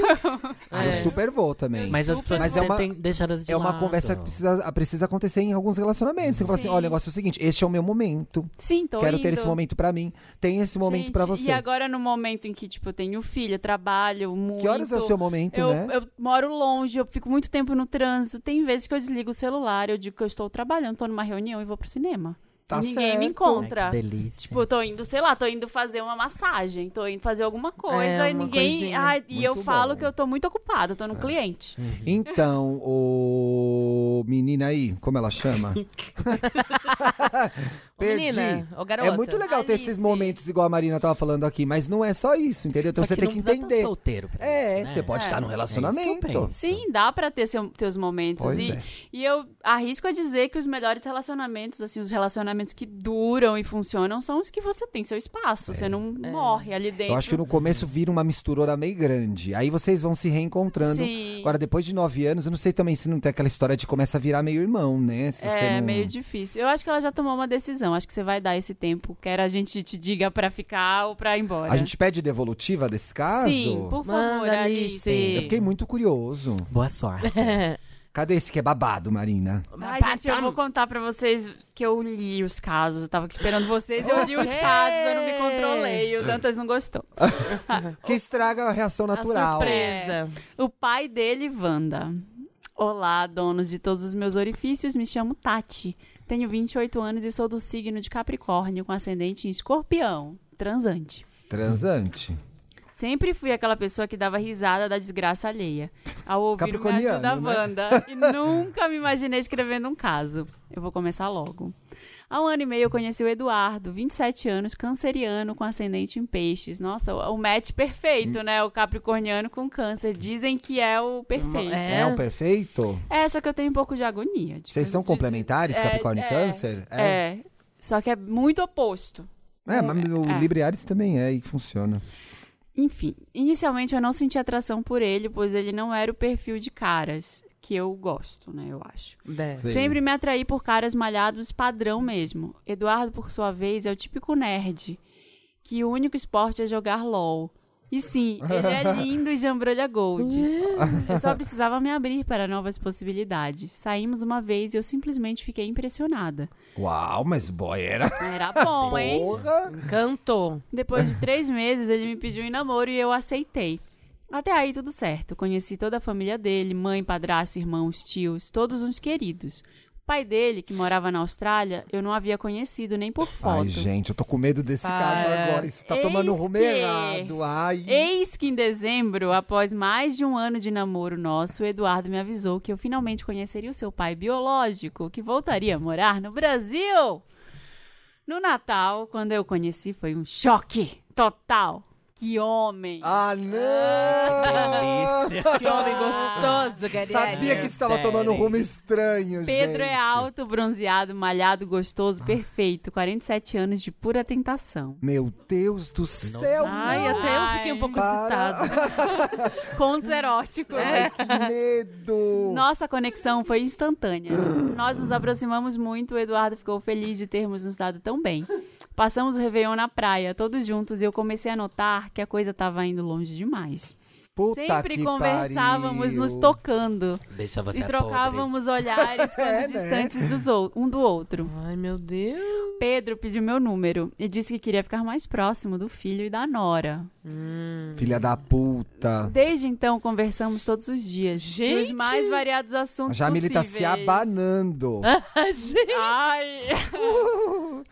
Speaker 2: Eu
Speaker 4: É.
Speaker 2: super vou também.
Speaker 3: Mas as pessoas
Speaker 2: Mas é uma-
Speaker 3: sentem deixadas de
Speaker 2: é uma
Speaker 3: lado.
Speaker 2: conversa que precisa, precisa acontecer em alguns relacionamentos. Você fala assim:
Speaker 1: Sim.
Speaker 2: olha, o negócio é o seguinte, este é o meu momento.
Speaker 1: Sim, tô
Speaker 2: Quero ter
Speaker 1: indo.
Speaker 2: esse momento pra mim. Tem esse momento
Speaker 1: Gente,
Speaker 2: pra você.
Speaker 1: E agora no momento em que, tipo, eu tenho filha, trabalho muito.
Speaker 2: Que horas é o seu momento,
Speaker 1: eu,
Speaker 2: né?
Speaker 1: eu moro longe, eu fico muito tempo no trânsito. Tem vezes que eu desligo o celular, eu digo que eu estou trabalhando, tô numa reunião e vou pro cinema.
Speaker 2: Tá
Speaker 1: Ninguém
Speaker 2: certo.
Speaker 1: me encontra.
Speaker 3: Ai, que delícia.
Speaker 1: Tipo, eu tô indo, sei lá, tô indo fazer uma massagem, tô indo fazer alguma coisa
Speaker 4: É,
Speaker 1: e
Speaker 4: uma
Speaker 1: ninguém.
Speaker 4: coisinha.
Speaker 1: Ah, e eu
Speaker 2: Muito É.
Speaker 1: falo
Speaker 2: bom.
Speaker 1: que eu tô muito ocupada, eu tô no cliente.
Speaker 2: Então, o menina aí, como ela chama?
Speaker 4: Ô, menina, ô, garota.
Speaker 2: É
Speaker 4: <laughs>
Speaker 2: muito legal ter esses
Speaker 1: Alice.
Speaker 2: momentos igual a Marina tava falando aqui, mas não é só isso, entendeu? Então
Speaker 3: Só
Speaker 2: você
Speaker 3: que
Speaker 2: tem
Speaker 3: não
Speaker 2: que
Speaker 3: precisa tá
Speaker 2: entender.
Speaker 3: solteiro pra
Speaker 2: É,
Speaker 3: isso, né?
Speaker 2: você pode estar num relacionamento.
Speaker 3: penso.
Speaker 1: Sim, dá pra ter seu, teus momentos.
Speaker 2: Pois
Speaker 1: e,
Speaker 2: é.
Speaker 1: e eu arrisco a dizer que os melhores relacionamentos, assim, os relacionamentos que duram e funcionam, são os que você tem seu espaço. Você não morre ali dentro.
Speaker 2: É. Eu acho que no começo vira uma misturona meio grande. Aí vocês vão se reencontrando.
Speaker 1: Sim.
Speaker 2: Agora, depois de nove anos, eu não sei também se não tem aquela história de começa a virar meio irmão, né? Se você
Speaker 1: É
Speaker 2: não-
Speaker 1: meio difícil. Eu acho que ela já tomou uma decisão. Acho que você vai dar esse tempo. Quer a gente te diga pra ficar ou pra ir embora.
Speaker 2: A gente pede devolutiva desse caso?
Speaker 1: Sim, por
Speaker 4: Manda,
Speaker 1: favor, Alice.
Speaker 4: Alice.
Speaker 2: Eu fiquei muito curioso.
Speaker 3: Boa
Speaker 1: <laughs>
Speaker 3: sorte.
Speaker 2: Cadê esse que é babado, Marina?
Speaker 1: Ai, gente,
Speaker 4: tá
Speaker 1: eu vou contar pra vocês que eu li os casos. Eu tava esperando vocês, eu li os casos, eu não me controlei. O Dantas não gostou.
Speaker 2: Que estraga a reação natural. É.
Speaker 4: Surpresa.
Speaker 1: O pai dele, Wanda. Olá, donos de todos os meus orifícios, me chamo Tati. Tenho 28 anos e sou do signo de Capricórnio, com ascendente em escorpião, transante.
Speaker 2: Transante.
Speaker 1: Sempre fui aquela pessoa que dava risada da desgraça alheia. Ao ouvir o Me
Speaker 2: Capricorniano,
Speaker 1: Ajuda
Speaker 2: né?
Speaker 1: Wanda.
Speaker 2: <laughs>
Speaker 1: E nunca me imaginei escrevendo um caso. Eu vou começar logo. Há um ano e meio eu conheci o Eduardo, 27 anos, canceriano com ascendente em peixes. Nossa, o o match perfeito, né? O capricorniano com câncer. Dizem que é o perfeito. É,
Speaker 2: É, um perfeito?
Speaker 1: só que eu tenho um pouco de agonia. de-
Speaker 2: Vocês são
Speaker 1: de-
Speaker 2: complementares,
Speaker 1: é,
Speaker 2: Capricórnio e
Speaker 1: é,
Speaker 2: Câncer?
Speaker 1: É. Só que é muito oposto.
Speaker 2: É, mas o
Speaker 1: é.
Speaker 2: Libre Ares também é e funciona.
Speaker 1: Enfim, inicialmente eu não senti atração por ele, pois ele não era o perfil de caras que eu gosto, né? Eu acho.
Speaker 4: Dez.
Speaker 2: Sei.
Speaker 1: Sempre me atraí por caras malhados padrão mesmo. Eduardo, por sua vez, é o típico nerd, que o único esporte é jogar LOL. E sim, ele é lindo e jambrolha gold. Eu só precisava me abrir para novas possibilidades. Saímos uma vez e eu simplesmente fiquei impressionada.
Speaker 2: Uau, mas o boy era.
Speaker 1: Era bom, hein?
Speaker 4: É.
Speaker 2: Porra!
Speaker 4: Cantou.
Speaker 1: Depois de três meses, ele me pediu em namoro e eu aceitei. Até aí tudo certo. Conheci toda a família dele, mãe, padrasto, irmãos, tios, todos uns queridos. O pai dele, que morava na Austrália, eu não havia conhecido nem por foto.
Speaker 2: Ai, gente, eu tô com medo desse
Speaker 4: Para.
Speaker 2: caso agora. Isso tá tomando
Speaker 1: Eis
Speaker 2: rumo
Speaker 1: que-
Speaker 2: errado. Ai.
Speaker 1: Eis que em dezembro, após mais de um ano de namoro nosso, o Eduardo me avisou que eu finalmente conheceria o seu pai biológico, que voltaria a morar no Brasil. No Natal, quando eu o conheci, foi um choque total. Que homem!
Speaker 2: Ah, não!
Speaker 3: Delícia.
Speaker 4: Que homem
Speaker 2: Ah.
Speaker 4: gostoso, Gabriel.
Speaker 2: Sabia que é. estava tomando um rumo estranho,
Speaker 1: Pedro é
Speaker 2: gente. Ah.
Speaker 1: alto, bronzeado, malhado, gostoso, perfeito. 47 anos de pura tentação.
Speaker 2: Meu Deus do céu!
Speaker 4: Ai,
Speaker 2: não.
Speaker 4: até eu fiquei um pouco
Speaker 2: é Para.
Speaker 4: excitada.
Speaker 1: Contos eróticos.
Speaker 2: Ai, que medo!
Speaker 1: É. Nossa conexão foi instantânea. Nós nos aproximamos muito, o Eduardo ficou feliz de termos nos dado tão bem. Passamos o Réveillon na praia, todos juntos, e eu comecei a notar que a coisa estava indo longe demais.
Speaker 2: Puta
Speaker 1: Sempre
Speaker 2: que
Speaker 1: conversávamos
Speaker 2: pariu.
Speaker 1: nos tocando
Speaker 3: Deixa você é
Speaker 1: e um trocávamos olhares quando
Speaker 2: <laughs> É, né?
Speaker 1: distantes dos ou- um do outro.
Speaker 4: Ai, meu Deus.
Speaker 1: Pedro pediu meu número e disse que queria ficar mais próximo do filho e da nora.
Speaker 2: Filha da puta.
Speaker 1: Desde então, conversamos todos os dias. Dos
Speaker 4: Gente!
Speaker 1: mais variados assuntos
Speaker 2: A Jamile tá se
Speaker 1: possíveis.
Speaker 2: abanando.
Speaker 4: Gente.
Speaker 1: <laughs> Ai!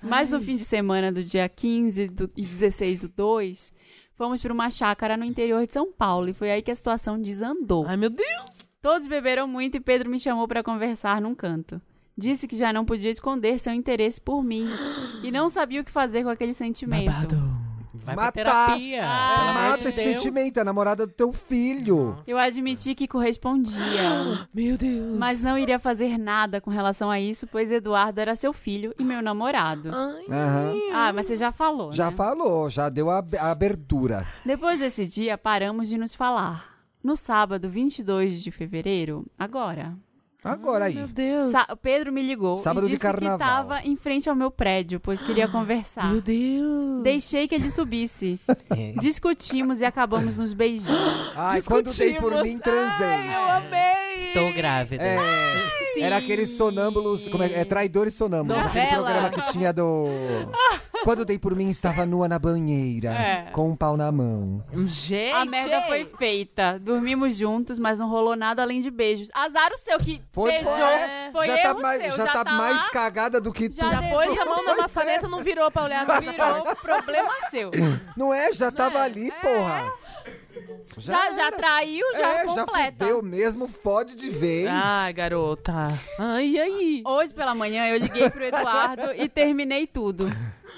Speaker 1: Mas no fim de semana do dia 15 do- e 16 do 2, fomos para uma chácara no interior de São Paulo e foi aí que a situação desandou.
Speaker 4: Ai, meu Deus.
Speaker 1: Todos beberam muito e Pedro me chamou para conversar num canto. Disse que já não podia esconder seu interesse por
Speaker 4: <gasps>
Speaker 1: mim e não sabia o que fazer com aquele sentimento.
Speaker 3: Vai
Speaker 2: Matar.
Speaker 3: pra terapia.
Speaker 1: Ah,
Speaker 3: pelo amor
Speaker 2: Mata
Speaker 3: de
Speaker 2: esse
Speaker 3: Deus.
Speaker 2: sentimento, é a namorada do teu filho.
Speaker 1: Eu admiti que correspondia,
Speaker 4: Meu Deus.
Speaker 1: mas não iria fazer nada com relação a isso, pois Eduardo era seu filho e meu namorado.
Speaker 4: Ai,
Speaker 2: Aham.
Speaker 1: Ah, mas você já falou,
Speaker 2: Já
Speaker 1: né?
Speaker 2: falou, já deu a ab- a abertura.
Speaker 1: Depois desse dia, paramos de nos falar. No sábado 22 de fevereiro, agora,
Speaker 2: Agora aí.
Speaker 4: meu Deus.
Speaker 1: Sa- o Pedro me ligou
Speaker 2: Sábado
Speaker 1: e
Speaker 2: de
Speaker 1: disse
Speaker 2: carnaval.
Speaker 1: que estava em frente ao meu prédio, pois queria conversar.
Speaker 4: Ah. Meu Deus.
Speaker 1: Deixei que ele subisse.
Speaker 3: É,
Speaker 1: Discutimos e acabamos nos
Speaker 4: <laughs>
Speaker 1: beijando.
Speaker 2: Ai, quando dei por mim, transei.
Speaker 4: amei.
Speaker 3: Estou grávida.
Speaker 2: É, era aqueles sonâmbulos, como é, é traidores sonâmbulos, aquele
Speaker 4: Novela.
Speaker 2: programa que tinha do Quando dei por mim estava nua na banheira, com um pau na mão.
Speaker 4: Gente.
Speaker 1: A merda foi feita. Dormimos juntos, mas não rolou nada além de beijos. Azar o seu que
Speaker 2: Foi-
Speaker 1: beijou.
Speaker 2: é,
Speaker 1: Foi
Speaker 2: já
Speaker 1: erro
Speaker 2: tá mais,
Speaker 1: seu.
Speaker 2: já tá mais
Speaker 1: lá,
Speaker 2: cagada do que
Speaker 1: já
Speaker 2: tu.
Speaker 1: deu-
Speaker 4: Pôs a mão na maçaneta, não virou pra olhar. Não
Speaker 1: virou um problema seu.
Speaker 2: Não é? Já tava
Speaker 1: é?
Speaker 2: ali,
Speaker 1: É.
Speaker 2: porra.
Speaker 1: Já, já
Speaker 2: era.
Speaker 1: traiu, já
Speaker 2: é, já
Speaker 1: completa.
Speaker 2: fudeu mesmo, fode de vez.
Speaker 4: Ai, garota. Ai, ai.
Speaker 1: Hoje pela manhã eu liguei pro Eduardo e terminei tudo.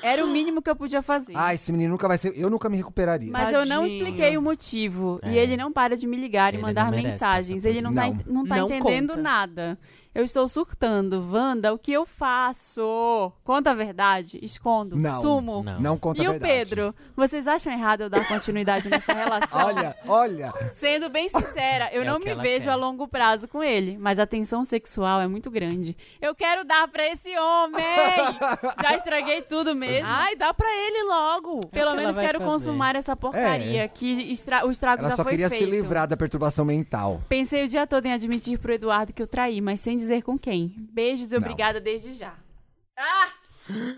Speaker 1: Era o mínimo que eu podia fazer.
Speaker 2: Ah, esse menino nunca vai ser. Eu nunca me recuperaria.
Speaker 1: Mas eu não
Speaker 4: Tadinho.
Speaker 1: expliquei o motivo. E
Speaker 3: É.
Speaker 1: ele não para de me ligar e
Speaker 3: Ele
Speaker 1: mandar
Speaker 3: não merece
Speaker 1: mensagens.
Speaker 3: passar por
Speaker 1: Ele não, tá,
Speaker 2: isso.
Speaker 1: ent- não tá
Speaker 4: Não
Speaker 1: entendendo
Speaker 4: conta.
Speaker 1: nada. Eu estou surtando. Wanda, o que eu faço? Conta a verdade. Escondo.
Speaker 2: Não.
Speaker 1: Sumo.
Speaker 3: Não.
Speaker 2: Não conta
Speaker 1: E
Speaker 2: a
Speaker 1: o
Speaker 2: verdade.
Speaker 1: Pedro? Vocês acham errado eu dar continuidade
Speaker 2: <laughs>
Speaker 1: nessa relação?
Speaker 2: Olha,
Speaker 1: <laughs>
Speaker 2: olha.
Speaker 1: Sendo bem sincera, eu
Speaker 3: É
Speaker 1: não
Speaker 3: o que
Speaker 1: me
Speaker 3: ela
Speaker 1: vejo
Speaker 3: quer.
Speaker 1: a longo prazo com ele, mas a tensão sexual é muito grande. Eu quero dar pra esse homem!
Speaker 2: <laughs>
Speaker 1: Já estraguei tudo mesmo.
Speaker 4: Ai, dá pra ele logo.
Speaker 1: Pelo
Speaker 3: é ela
Speaker 1: menos
Speaker 3: vai
Speaker 1: quero
Speaker 3: fazer.
Speaker 1: consumar essa porcaria que estra- o estrago
Speaker 2: É. Ela
Speaker 1: já
Speaker 2: só
Speaker 1: foi
Speaker 2: queria
Speaker 1: feito.
Speaker 2: se livrar da perturbação mental.
Speaker 1: Pensei o dia todo em admitir pro Eduardo que eu traí, mas sem dizer com quem. Beijos e obrigada desde já.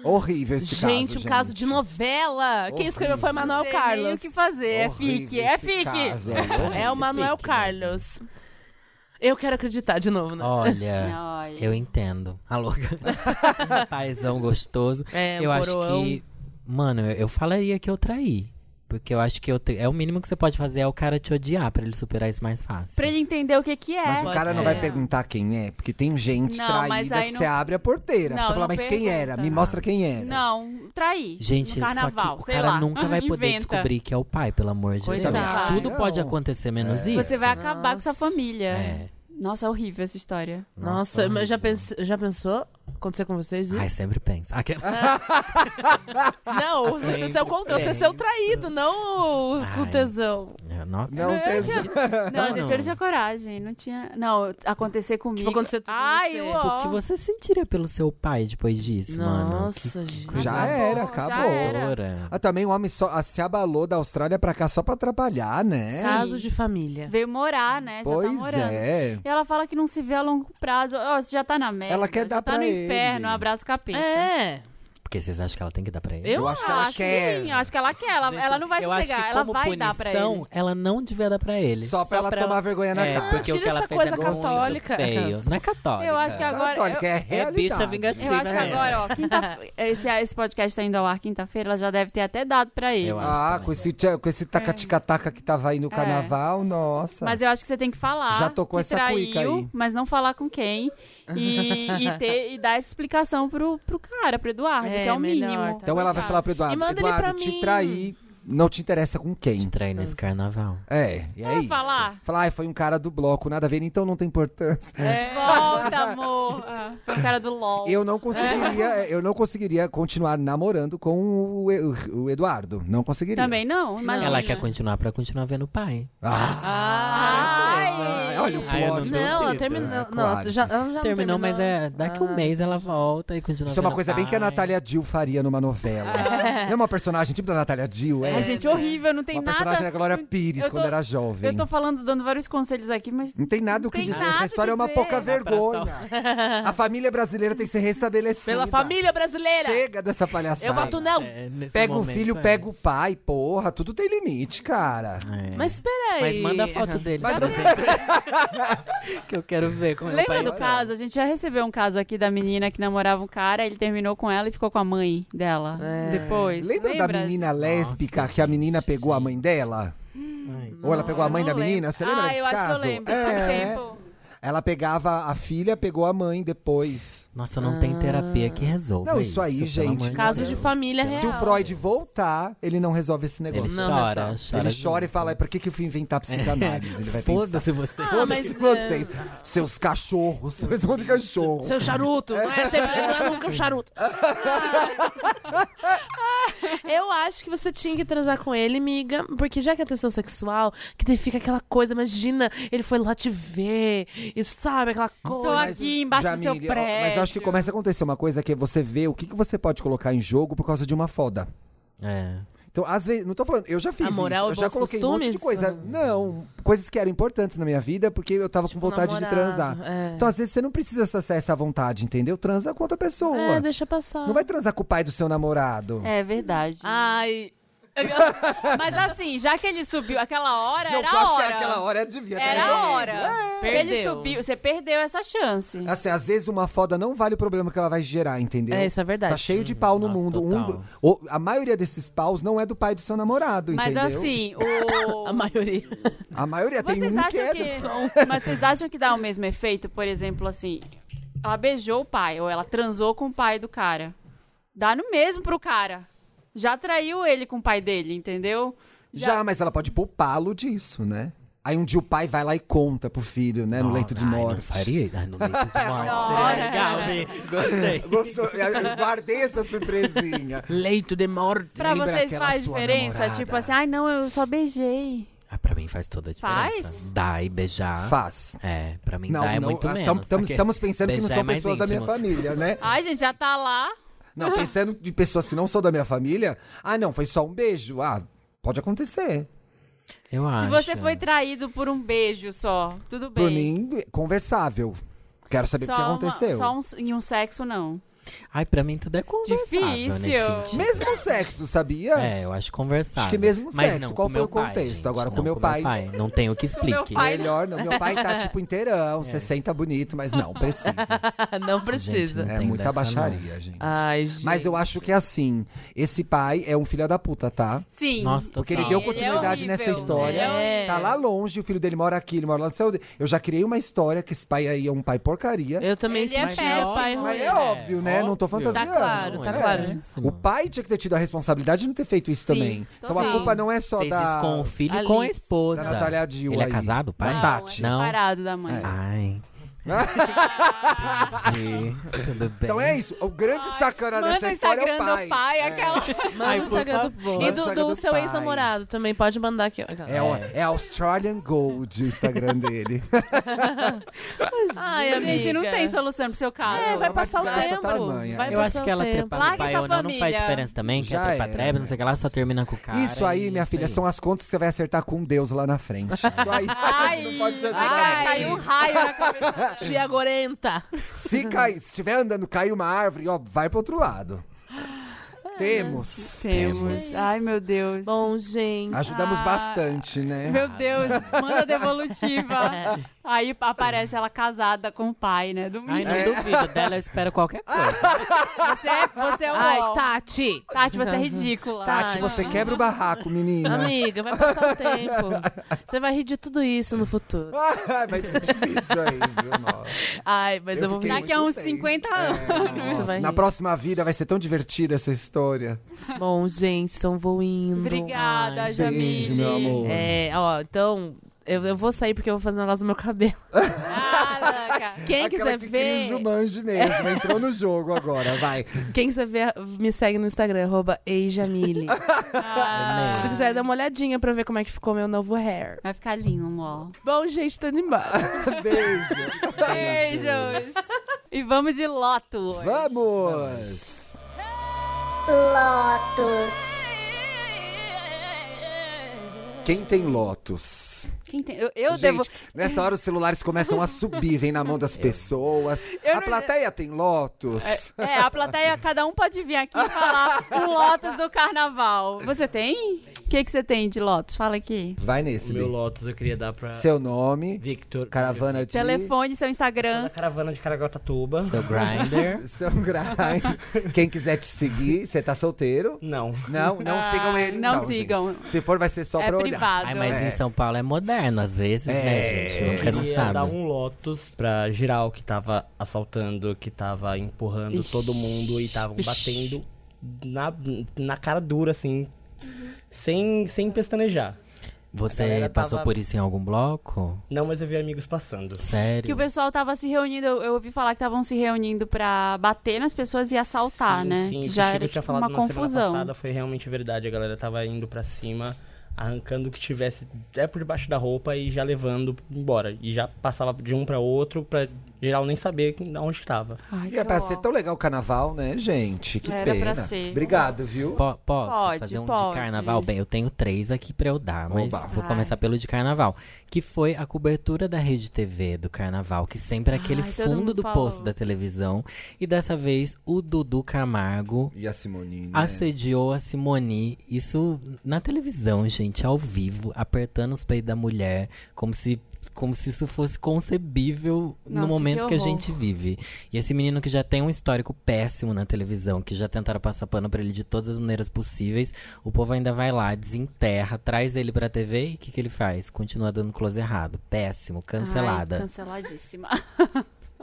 Speaker 2: Horrível esse caso.
Speaker 4: Gente, um caso de novela. Quem
Speaker 2: Horrível.
Speaker 4: escreveu foi
Speaker 1: Não
Speaker 4: Manuel
Speaker 1: sei Nem o
Speaker 4: Carlos.
Speaker 1: que fazer,
Speaker 2: Horrível
Speaker 1: é fique, é
Speaker 2: esse
Speaker 1: fique.
Speaker 2: caso, olha.
Speaker 4: É o
Speaker 3: Esse
Speaker 4: Manuel
Speaker 3: fake, né?
Speaker 4: Carlos. Eu quero acreditar de novo, né?
Speaker 3: Olha,
Speaker 1: Ai.
Speaker 3: É. eu entendo. A louca. <laughs> Paizão gostoso.
Speaker 4: É, um
Speaker 3: eu
Speaker 4: coroão.
Speaker 3: acho que. Mano, eu, eu falaria que eu traí. Porque eu acho que eu te- é o mínimo que você pode fazer é o cara te odiar pra ele superar isso mais fácil.
Speaker 1: Pra ele entender o que que é.
Speaker 2: Mas o
Speaker 4: Pode
Speaker 2: cara não
Speaker 4: ser.
Speaker 2: vai perguntar quem é, porque tem gente
Speaker 1: Não, mas
Speaker 2: traída
Speaker 1: aí
Speaker 2: que
Speaker 1: não-
Speaker 2: você abre a porteira.
Speaker 1: Não,
Speaker 2: você fala,
Speaker 1: não
Speaker 2: mas quem
Speaker 1: pergunta.
Speaker 2: era? Me mostra quem era.
Speaker 1: Não, traí.
Speaker 3: Gente,
Speaker 1: no
Speaker 3: só que
Speaker 1: carnaval,
Speaker 3: o
Speaker 1: sei
Speaker 3: cara
Speaker 1: lá.
Speaker 3: nunca
Speaker 1: <laughs>
Speaker 3: vai poder
Speaker 1: Inventa.
Speaker 3: descobrir que é o pai, pelo amor de
Speaker 2: Então,
Speaker 4: Coitado.
Speaker 3: Deus.
Speaker 1: Coitado.
Speaker 3: Tudo pode
Speaker 2: Não.
Speaker 3: acontecer menos isso.
Speaker 1: Você vai acabar com sua família.
Speaker 3: É.
Speaker 1: Nossa, é horrível essa história.
Speaker 4: Nossa, mas já,
Speaker 3: horrível.
Speaker 4: pense- já pensou acontecer com vocês isso?
Speaker 3: Ai, sempre pensa. Aquela- <laughs>
Speaker 4: Não, você é seu contra, você é seu traído, não o- o
Speaker 3: Ai.
Speaker 4: tesão.
Speaker 3: <laughs> Nossa,
Speaker 2: Não tem.
Speaker 1: Não,
Speaker 3: Não,
Speaker 1: gente,
Speaker 3: não.
Speaker 1: eu não tinha coragem. Não tinha. Não, acontecer comigo.
Speaker 4: acontecer tudo com
Speaker 1: Ai,
Speaker 4: você.
Speaker 1: eu
Speaker 4: Tipo,
Speaker 3: o que você sentiria pelo seu pai depois disso, mano?
Speaker 4: Nossa, gente.
Speaker 3: coisa
Speaker 2: Já era,
Speaker 1: Já
Speaker 2: acabou.
Speaker 1: era.
Speaker 3: horrora.
Speaker 2: Ah, também o homem só ah, se abalou da Austrália pra cá só pra atrapalhar, né?
Speaker 1: Sim.
Speaker 4: Caso de família.
Speaker 1: Veio morar, né? já Ah, tá
Speaker 2: pois
Speaker 1: morando.
Speaker 2: é.
Speaker 1: E ela fala que não se vê a longo prazo. Ó, você já tá na merda.
Speaker 2: Ela quer
Speaker 1: já
Speaker 2: dar
Speaker 1: tá
Speaker 2: pra
Speaker 1: no
Speaker 2: ele.
Speaker 1: inferno, abraço capeta.
Speaker 4: É.
Speaker 3: Por Porque vocês acham que ela tem que dar pra ele?
Speaker 4: Eu
Speaker 2: acho que ela quer.
Speaker 1: Ah, Sim, eu acho que ela quer. Ela,
Speaker 3: Gente,
Speaker 1: ela não vai
Speaker 3: eu acho que
Speaker 1: sossegar, ela
Speaker 3: como
Speaker 1: vai
Speaker 3: punição,
Speaker 1: dar pra ele.
Speaker 3: Ela não devia dar pra ele.
Speaker 2: Só pra ela tomar vergonha na
Speaker 3: é,
Speaker 2: cara.
Speaker 3: Porque o
Speaker 4: Tira
Speaker 3: que ela
Speaker 4: essa
Speaker 3: fez
Speaker 4: coisa
Speaker 3: é muito
Speaker 4: católica.
Speaker 3: feio. Não é católica.
Speaker 1: Eu acho que agora. eu-
Speaker 2: Católica, é
Speaker 3: É
Speaker 2: realidade.
Speaker 3: bicha vingativa.
Speaker 1: Eu acho que
Speaker 3: né?
Speaker 1: agora, ó, quinta- esse, esse podcast tá indo ao ar quinta-feira, ela já deve ter até dado pra ele.
Speaker 3: Eu acho.
Speaker 2: Ah,
Speaker 3: também.
Speaker 2: com esse, tcha- com esse taca-tica-taca que tava aí no carnaval, nossa.
Speaker 1: É. Mas eu acho que você tem que falar.
Speaker 2: Já tocou
Speaker 1: que
Speaker 2: essa
Speaker 1: traiu,
Speaker 2: cuica aí.
Speaker 1: Mas não falar com
Speaker 2: <laughs>
Speaker 1: quem. E, e, ter- e dar essa explicação pro, pro cara, pro Eduardo,
Speaker 4: É,
Speaker 1: que é o
Speaker 4: melhor,
Speaker 1: mínimo.
Speaker 4: tá
Speaker 2: Então ela vai
Speaker 1: Cara,
Speaker 2: falar pro
Speaker 4: E
Speaker 2: Eduardo,
Speaker 4: manda ele pra
Speaker 2: Eduardo, te
Speaker 4: mim.
Speaker 2: trair, não te interessa com
Speaker 3: Te
Speaker 2: quem.
Speaker 3: trair nesse carnaval.
Speaker 2: É, e é
Speaker 1: É,
Speaker 2: isso.
Speaker 1: falar.
Speaker 2: Falar, ah, foi um cara do bloco, nada a ver, então não tem importância.
Speaker 1: Volta,
Speaker 2: <laughs>
Speaker 1: amor. Ah, Foi o cara do LOL.
Speaker 2: É. Eu não
Speaker 1: É.
Speaker 2: conseguiria, é, eu não conseguiria continuar namorando com o, E- o Eduardo. Não é conseguiria.
Speaker 1: Também não, imagina.
Speaker 3: Ela quer continuar pra continuar vendo o pai.
Speaker 2: Ah,
Speaker 1: Ai,
Speaker 2: olha o
Speaker 3: Ah, eu não
Speaker 2: plot.
Speaker 3: duvido.
Speaker 4: Não,
Speaker 3: Não,
Speaker 4: ela terminou.
Speaker 2: é
Speaker 4: Não,
Speaker 2: claro.
Speaker 4: já, ela já não
Speaker 3: terminou, mas é daqui um
Speaker 4: Ah.
Speaker 3: mês ela volta e continua
Speaker 2: Isso é uma
Speaker 3: vendo
Speaker 2: coisa bem
Speaker 3: pai.
Speaker 2: que a Natália Dill faria numa novela. Não é uma personagem tipo da Natália Dill, é.
Speaker 1: Ah. a gente horrível, não tem
Speaker 2: uma
Speaker 1: nada.
Speaker 2: personagem da Glória Pires
Speaker 1: eu tô-
Speaker 2: quando era jovem.
Speaker 1: Eu tô falando, dando vários conselhos aqui, mas
Speaker 2: Não tem nada
Speaker 1: Não
Speaker 2: o que
Speaker 1: tem
Speaker 2: dizer.
Speaker 1: nada
Speaker 2: Essa
Speaker 1: o
Speaker 2: história
Speaker 1: que
Speaker 2: é uma
Speaker 1: dizer.
Speaker 2: pouca
Speaker 1: Dá pra
Speaker 2: vergonha. A família brasileira tem que ser restabelecida.
Speaker 4: Pela família brasileira.
Speaker 2: Chega dessa palhaçada.
Speaker 4: Eu voto não.
Speaker 3: <laughs> É, nesse
Speaker 2: Pega o
Speaker 3: momento,
Speaker 2: filho,
Speaker 3: é.
Speaker 2: pega um o pai, porra. Tudo tem limite, cara.
Speaker 3: É.
Speaker 4: Mas
Speaker 3: Mas
Speaker 4: peraí.
Speaker 3: manda a foto deles
Speaker 2: Mas-
Speaker 3: pra gente. que eu quero ver como é o
Speaker 1: Lembra
Speaker 3: pai
Speaker 1: do caso? A gente já recebeu um caso aqui da menina que namorava um cara, ele terminou com ela e ficou com a mãe dela
Speaker 4: É.
Speaker 1: depois.
Speaker 2: Lembra, da menina lésbica que a menina pegou a mãe dela? Ou ela pegou a mãe
Speaker 1: Não
Speaker 2: da
Speaker 1: lembro.
Speaker 2: menina? Você lembra
Speaker 1: ah,
Speaker 2: desse
Speaker 1: eu acho
Speaker 2: caso?
Speaker 1: que eu lembro.
Speaker 2: É.
Speaker 1: Faz tempo.
Speaker 2: Ela pegava a filha, pegou a mãe depois.
Speaker 3: Nossa, não tem terapia que resolva
Speaker 2: Não, isso aí,
Speaker 3: pelo
Speaker 2: gente.
Speaker 3: amor
Speaker 4: Casos de
Speaker 3: Deus.
Speaker 4: família real.
Speaker 2: Se o Freud voltar, ele não resolve esse
Speaker 3: Ele
Speaker 2: negócio.
Speaker 4: Não, não
Speaker 3: chora,
Speaker 4: resolve.
Speaker 3: chora.
Speaker 2: Ele chora e fala, pra que, que eu fui inventar psicanálise? Ele vai pensar.
Speaker 3: Foda-se você.
Speaker 4: Ah, mas,
Speaker 2: Foda-se
Speaker 1: é.
Speaker 2: vocês. Seus cachorros. <laughs> Vocês vão de cachorro.
Speaker 4: Seu charuto. Não é, sempre, não
Speaker 2: <laughs>
Speaker 4: é nunca um charuto. Eu acho que você tinha que transar com ele, miga. Porque já que é atenção sexual, que daí fica aquela coisa, imagina, ele foi lá te ver. E sabe aquela coisa.
Speaker 1: Estou aqui embaixo do seu
Speaker 2: Jamile, ó, Mas
Speaker 1: prédio.
Speaker 2: eu acho que começa a acontecer uma coisa que é você vê o que, que você pode colocar em jogo por causa de uma foda.
Speaker 3: É.
Speaker 2: Então, às vezes, não tô falando, eu já fiz
Speaker 4: A moral
Speaker 2: isso, eu
Speaker 4: e
Speaker 2: já
Speaker 4: bons
Speaker 2: coloquei um monte de
Speaker 4: costumes?
Speaker 2: coisa. Não, coisas que eram importantes na minha vida, porque eu tava com vontade de
Speaker 4: namorar,
Speaker 2: transar.
Speaker 4: Tipo é.
Speaker 2: Então, às vezes, você não precisa acessar essa vontade, entendeu? Transa com outra pessoa.
Speaker 4: É, deixa passar.
Speaker 2: Não vai transar com o pai do seu namorado.
Speaker 1: É verdade.
Speaker 4: Ai.
Speaker 1: Mas assim, já que ele subiu aquela hora,
Speaker 2: não,
Speaker 1: era
Speaker 2: eu
Speaker 1: a
Speaker 2: acho
Speaker 1: hora.
Speaker 2: que aquela hora devia ter
Speaker 1: Era a
Speaker 2: resolvido.
Speaker 1: hora. Se ele
Speaker 4: Perdeu.
Speaker 1: subiu, você perdeu essa chance.
Speaker 2: Assim, às vezes uma foda não vale o problema que ela vai gerar, entendeu?
Speaker 4: É, isso é verdade.
Speaker 2: Tá cheio de pau no
Speaker 3: Hum, Nossa,
Speaker 2: mundo. Um
Speaker 3: total.
Speaker 2: do- o- a maioria desses paus não é do pai do seu namorado,
Speaker 1: Mas
Speaker 2: entendeu?
Speaker 1: assim, o.
Speaker 2: <laughs>
Speaker 4: A maioria. <laughs>
Speaker 2: A maioria tem
Speaker 1: Vocês
Speaker 2: um que
Speaker 1: acham
Speaker 2: é
Speaker 1: que...
Speaker 2: do seu.
Speaker 1: Mas vocês acham que dá o mesmo efeito? Por exemplo, assim, ela beijou o pai, ou ela transou com o pai do cara. Dá no mesmo pro cara. Já traiu ele com o pai dele, entendeu?
Speaker 2: Já, mas ela pode poupá-lo disso, né? Aí um dia o pai vai lá e conta pro filho, né? no
Speaker 3: Não,
Speaker 2: leito de
Speaker 3: ai,
Speaker 2: morte.
Speaker 3: Não faria. Ai, no leito de
Speaker 1: <laughs>
Speaker 3: morte.
Speaker 1: Nossa.
Speaker 3: Seria legal, hein? Gostei.
Speaker 2: <laughs> Gostou? Eu guardei essa surpresinha.
Speaker 4: Leito de morte.
Speaker 1: Pra
Speaker 2: Lembra
Speaker 1: vocês
Speaker 2: aquela
Speaker 1: faz
Speaker 2: sua
Speaker 1: diferença?
Speaker 2: namorada?
Speaker 1: Tipo assim, ai não, eu só beijei.
Speaker 3: Ah, pra mim faz toda a diferença.
Speaker 1: Faz?
Speaker 3: Dar e beijar.
Speaker 2: Faz.
Speaker 3: É, pra mim
Speaker 2: Não,
Speaker 3: dar é
Speaker 2: não.
Speaker 3: muito
Speaker 2: ah, tam-
Speaker 3: menos.
Speaker 2: tam-
Speaker 3: porque
Speaker 2: estamos pensando que não
Speaker 3: beijar
Speaker 2: são
Speaker 3: é mais
Speaker 2: pessoas da minha
Speaker 3: íntimo.
Speaker 2: família, né?
Speaker 1: Ai, gente, já tá lá.
Speaker 2: Não, pensando de pessoas que não são da minha família. Ah, não, foi só um beijo. Ah, pode acontecer.
Speaker 3: Eu acho.
Speaker 1: Se você foi traído por um beijo só, tudo bem.
Speaker 2: Por mim, conversável. Quero saber
Speaker 1: só
Speaker 2: o que
Speaker 1: uma-
Speaker 2: aconteceu.
Speaker 1: só um, em um sexo, não.
Speaker 3: Ai, pra mim tudo é conversável nesse
Speaker 1: Difícil.
Speaker 3: sentido.
Speaker 2: Mesmo o sexo, sabia?
Speaker 3: um É, eu acho conversável.
Speaker 2: Acho que mesmo
Speaker 3: Mas
Speaker 2: sexo,
Speaker 3: não,
Speaker 2: qual
Speaker 3: com
Speaker 2: foi
Speaker 3: meu
Speaker 2: o
Speaker 3: pai,
Speaker 2: contexto?
Speaker 3: gente,
Speaker 2: Agora,
Speaker 3: não,
Speaker 2: com meu pai.
Speaker 3: Não tenho
Speaker 1: <laughs>
Speaker 3: o que explique.
Speaker 1: pai.
Speaker 2: Melhor não. Meu pai tá tipo inteirão,
Speaker 3: É.
Speaker 2: 60 bonito, mas não, precisa.
Speaker 4: Não
Speaker 3: Gente,
Speaker 4: precisa.
Speaker 3: não
Speaker 2: É
Speaker 3: tem
Speaker 2: muita
Speaker 3: dessa,
Speaker 2: baixaria, gente.
Speaker 4: Ai, Ah, gente.
Speaker 2: Mas eu acho que é assim, esse pai é um filho da puta, tá?
Speaker 1: Sim.
Speaker 3: Nossa, tô
Speaker 2: Porque ele
Speaker 3: Sim,
Speaker 2: deu
Speaker 3: ele é
Speaker 2: continuidade nessa
Speaker 1: horrível.
Speaker 2: história.
Speaker 1: Ele é
Speaker 4: horrível.
Speaker 2: Tá lá longe, o filho dele mora aqui, ele mora lá no céu. Eu já criei uma história que esse pai aí é um pai porcaria.
Speaker 4: Eu também
Speaker 1: Ele é
Speaker 4: senti
Speaker 1: péssimo.
Speaker 4: o pai ruim.
Speaker 2: Mas é óbvio, né? Não tô
Speaker 3: óbvio.
Speaker 2: fantasiando.
Speaker 4: Tá claro, tá
Speaker 3: Não, é
Speaker 4: claro.
Speaker 3: péssimo.
Speaker 2: né? O pai tinha que ter tido a responsabilidade de não ter feito isso
Speaker 1: Sim,
Speaker 2: também. Então
Speaker 1: total.
Speaker 2: a culpa não é só
Speaker 3: Fez
Speaker 2: da.
Speaker 3: isso com o filho e com a
Speaker 4: Alice.
Speaker 3: esposa.
Speaker 2: Da Natália Dill
Speaker 3: Ele é
Speaker 2: aí.
Speaker 3: casado, o pai?
Speaker 2: Da
Speaker 1: Não,
Speaker 2: Tati.
Speaker 1: É
Speaker 3: Não.
Speaker 1: separado da mãe.
Speaker 2: É.
Speaker 3: Ai. Entendi. Tudo bem.
Speaker 2: Então é isso. O grande sacana
Speaker 1: Manda
Speaker 2: dessa
Speaker 1: o
Speaker 2: história é
Speaker 1: Instagram
Speaker 2: o pai.
Speaker 1: do pai, aquela.
Speaker 4: Manda o Instagram do... E
Speaker 2: Manda o
Speaker 4: do,
Speaker 2: Instagram
Speaker 4: do
Speaker 2: do
Speaker 4: seu
Speaker 2: pai.
Speaker 4: ex-namorado também. Pode mandar aqui. ó.
Speaker 2: É, o- é Australian Gold o Instagram dele.
Speaker 4: Ai, amiga.
Speaker 1: Gente, não tem solução pro seu caso.
Speaker 4: É, vai
Speaker 2: uma
Speaker 4: passar o
Speaker 2: desgraça
Speaker 4: tempo.
Speaker 2: tamanha.
Speaker 4: Vai
Speaker 3: Eu
Speaker 4: passar
Speaker 3: acho que
Speaker 4: o
Speaker 3: ela
Speaker 4: tempo.
Speaker 3: trepar
Speaker 1: Larga
Speaker 3: no pai
Speaker 1: essa
Speaker 3: ou não, não faz
Speaker 1: família.
Speaker 3: diferença também. Que
Speaker 2: Já
Speaker 3: é trepar
Speaker 2: era,
Speaker 3: treva,
Speaker 2: né?
Speaker 3: não sei o que lá, só termina com o cara.
Speaker 2: isso aí,
Speaker 3: e
Speaker 2: minha
Speaker 3: isso
Speaker 2: filha,
Speaker 3: aí.
Speaker 2: são as contas que você vai acertar com Deus lá na frente. Isso aí <laughs> a gente não pode
Speaker 1: Vai
Speaker 2: jogar.
Speaker 1: cair, cair um raio na cabeça.
Speaker 4: Tia Gorenta.
Speaker 2: Se cair, se estiver andando, cair uma árvore, ó, vai pro outro lado.
Speaker 4: né?
Speaker 2: Temos.
Speaker 1: Temos. Ai, meu Deus.
Speaker 4: Bom, gente.
Speaker 2: Ajudamos
Speaker 1: Ah.
Speaker 2: bastante, né?
Speaker 1: Meu Deus, manda devolutiva.
Speaker 4: <laughs>
Speaker 1: Aí aparece ela casada com o pai, né? Do
Speaker 3: Ai,
Speaker 1: menino.
Speaker 2: É.
Speaker 3: não duvido. Dela eu espero qualquer coisa.
Speaker 1: Você, é- você é o.
Speaker 4: Ai, Tati.
Speaker 1: Tati, você é ridícula.
Speaker 2: Tati,
Speaker 4: Ai,
Speaker 2: você
Speaker 4: não.
Speaker 2: quebra o barraco,
Speaker 4: né?
Speaker 2: menina.
Speaker 4: Amiga, vai passar o tempo. Você vai rir de tudo isso no futuro.
Speaker 2: Ai, <laughs> Vai ser difícil aí, viu? Nossa.
Speaker 4: Ai, mas eu,
Speaker 2: Eu
Speaker 4: vou
Speaker 2: fiquei
Speaker 4: vir.
Speaker 1: Daqui a uns
Speaker 2: Muito bem.
Speaker 1: 50 anos.
Speaker 4: vai
Speaker 2: Na
Speaker 4: rir.
Speaker 2: próxima vida vai ser tão divertida essa história.
Speaker 4: Bom, gente, então vou indo.
Speaker 1: Obrigada,
Speaker 3: Ai,
Speaker 1: Jamile.
Speaker 2: Beijo, meu amor.
Speaker 4: É, ó, então. Eu, eu vou sair porque eu vou fazer um negócio no meu cabelo.
Speaker 1: Ah, Lanca.
Speaker 4: Quem
Speaker 2: Aquela
Speaker 4: quiser
Speaker 2: que
Speaker 4: ver.
Speaker 2: cria o Jumanji mesmo, entrou no jogo agora,
Speaker 4: <laughs>
Speaker 2: vai.
Speaker 4: Quem quiser ver, me segue no Instagram, arroba <laughs> eijamile.
Speaker 1: Ah.
Speaker 4: Se quiser dar uma olhadinha pra ver como é que ficou meu novo hair.
Speaker 1: Vai ficar lindo, ó.
Speaker 4: Bom, gente, tô indo embora.
Speaker 2: Beijo.
Speaker 1: Beijos. e vamos de loto. hoje.
Speaker 2: Vamos!
Speaker 6: Lotus,
Speaker 2: Quem tem Lotus?
Speaker 1: Quem tem- Eu, eu
Speaker 2: Gente, <laughs>
Speaker 1: devo.
Speaker 2: Nessa hora os celulares começam a subir, vem na
Speaker 1: <laughs>
Speaker 2: mão das pessoas.
Speaker 1: Eu
Speaker 2: a
Speaker 1: não-
Speaker 2: plateia tem Lotus.
Speaker 1: É, a plateia, cada um pode vir aqui e falar um Lotus do carnaval. Você tem? O que, que você tem de Lotus? Fala aqui.
Speaker 2: Vai
Speaker 7: O
Speaker 2: nesse,
Speaker 7: meu
Speaker 2: Bi.
Speaker 7: Lotus eu queria dar pra
Speaker 2: Seu nome,
Speaker 7: Victor.
Speaker 2: caravana de...
Speaker 1: Telefone, seu
Speaker 7: Da
Speaker 1: Instagram.
Speaker 7: caravana de Caraguatatuba.
Speaker 3: Seu grinder.
Speaker 2: São Grind. Quem quiser te seguir, você tá solteiro?
Speaker 7: Não.
Speaker 2: Não, não
Speaker 1: Ah,
Speaker 2: sigam ele.
Speaker 1: não
Speaker 2: Não,
Speaker 1: sigam.
Speaker 2: gente. Se for, vai ser só
Speaker 1: É
Speaker 2: pra olhar.
Speaker 1: privado.
Speaker 3: Ai, mas
Speaker 2: É.
Speaker 3: em São Paulo é moderno às vezes, né, gente? Nunca
Speaker 7: Eu
Speaker 3: se
Speaker 7: queria
Speaker 3: sabe.
Speaker 7: dar um Lotus pra geral que tava assaltando, que tava empurrando
Speaker 1: Ixi.
Speaker 7: todo mundo e estavam batendo na, na cara dura, assim. Sem, sem pestanejar. A
Speaker 3: Você
Speaker 7: galera
Speaker 3: passou
Speaker 7: tava-
Speaker 3: por isso em algum bloco?
Speaker 7: Não, mas eu vi amigos passando.
Speaker 3: Sério?
Speaker 1: Que o pessoal tava se reunindo, eu, eu ouvi falar que estavam se reunindo pra bater nas pessoas e assaltar,
Speaker 7: Sim,
Speaker 1: né?
Speaker 7: Sim,
Speaker 1: que
Speaker 7: o
Speaker 1: já
Speaker 7: Chico
Speaker 1: era
Speaker 7: tinha
Speaker 1: tipo,
Speaker 7: falado
Speaker 1: uma
Speaker 7: na
Speaker 1: confusão.
Speaker 7: semana passada, foi realmente verdade. A galera tava indo pra cima, arrancando o que tivesse até por debaixo da roupa e já levando embora. E já passava de um pra outro pra geral nem saber quem- onde que tava.
Speaker 1: Ai,
Speaker 2: E é
Speaker 1: que
Speaker 2: pra
Speaker 1: ó.
Speaker 2: ser tão legal o carnaval, né, gente? Que
Speaker 1: tá Era
Speaker 2: pena.
Speaker 1: pra ser.
Speaker 2: Obrigado, viu?
Speaker 3: Po- posso
Speaker 1: Pode,
Speaker 3: fazer um
Speaker 1: pode.
Speaker 3: de carnaval? Bem, eu tenho três aqui pra eu dar, mas
Speaker 2: Oba.
Speaker 3: vou
Speaker 1: Vai.
Speaker 3: começar pelo de carnaval. Que foi a cobertura da rede TV do carnaval, que sempre é aquele
Speaker 1: Ai, todo mundo
Speaker 3: fundo do
Speaker 1: falou.
Speaker 3: posto da televisão. E dessa vez, o Dudu Camargo
Speaker 2: E a Simoninha.
Speaker 3: assediou a Simone, isso na televisão, gente, ao vivo, apertando os peitos da mulher, como se como se isso fosse concebível
Speaker 1: Nossa,
Speaker 3: no momento
Speaker 1: que
Speaker 3: que, a
Speaker 1: horror.
Speaker 3: gente vive. E esse menino que já tem um histórico péssimo na televisão, que já tentaram passar pano pra ele de todas as maneiras possíveis, o povo ainda vai lá, desenterra, traz ele pra TV e o que, que ele faz? Continua dando close errado. Péssimo, cancelada.
Speaker 1: Ai, canceladíssima.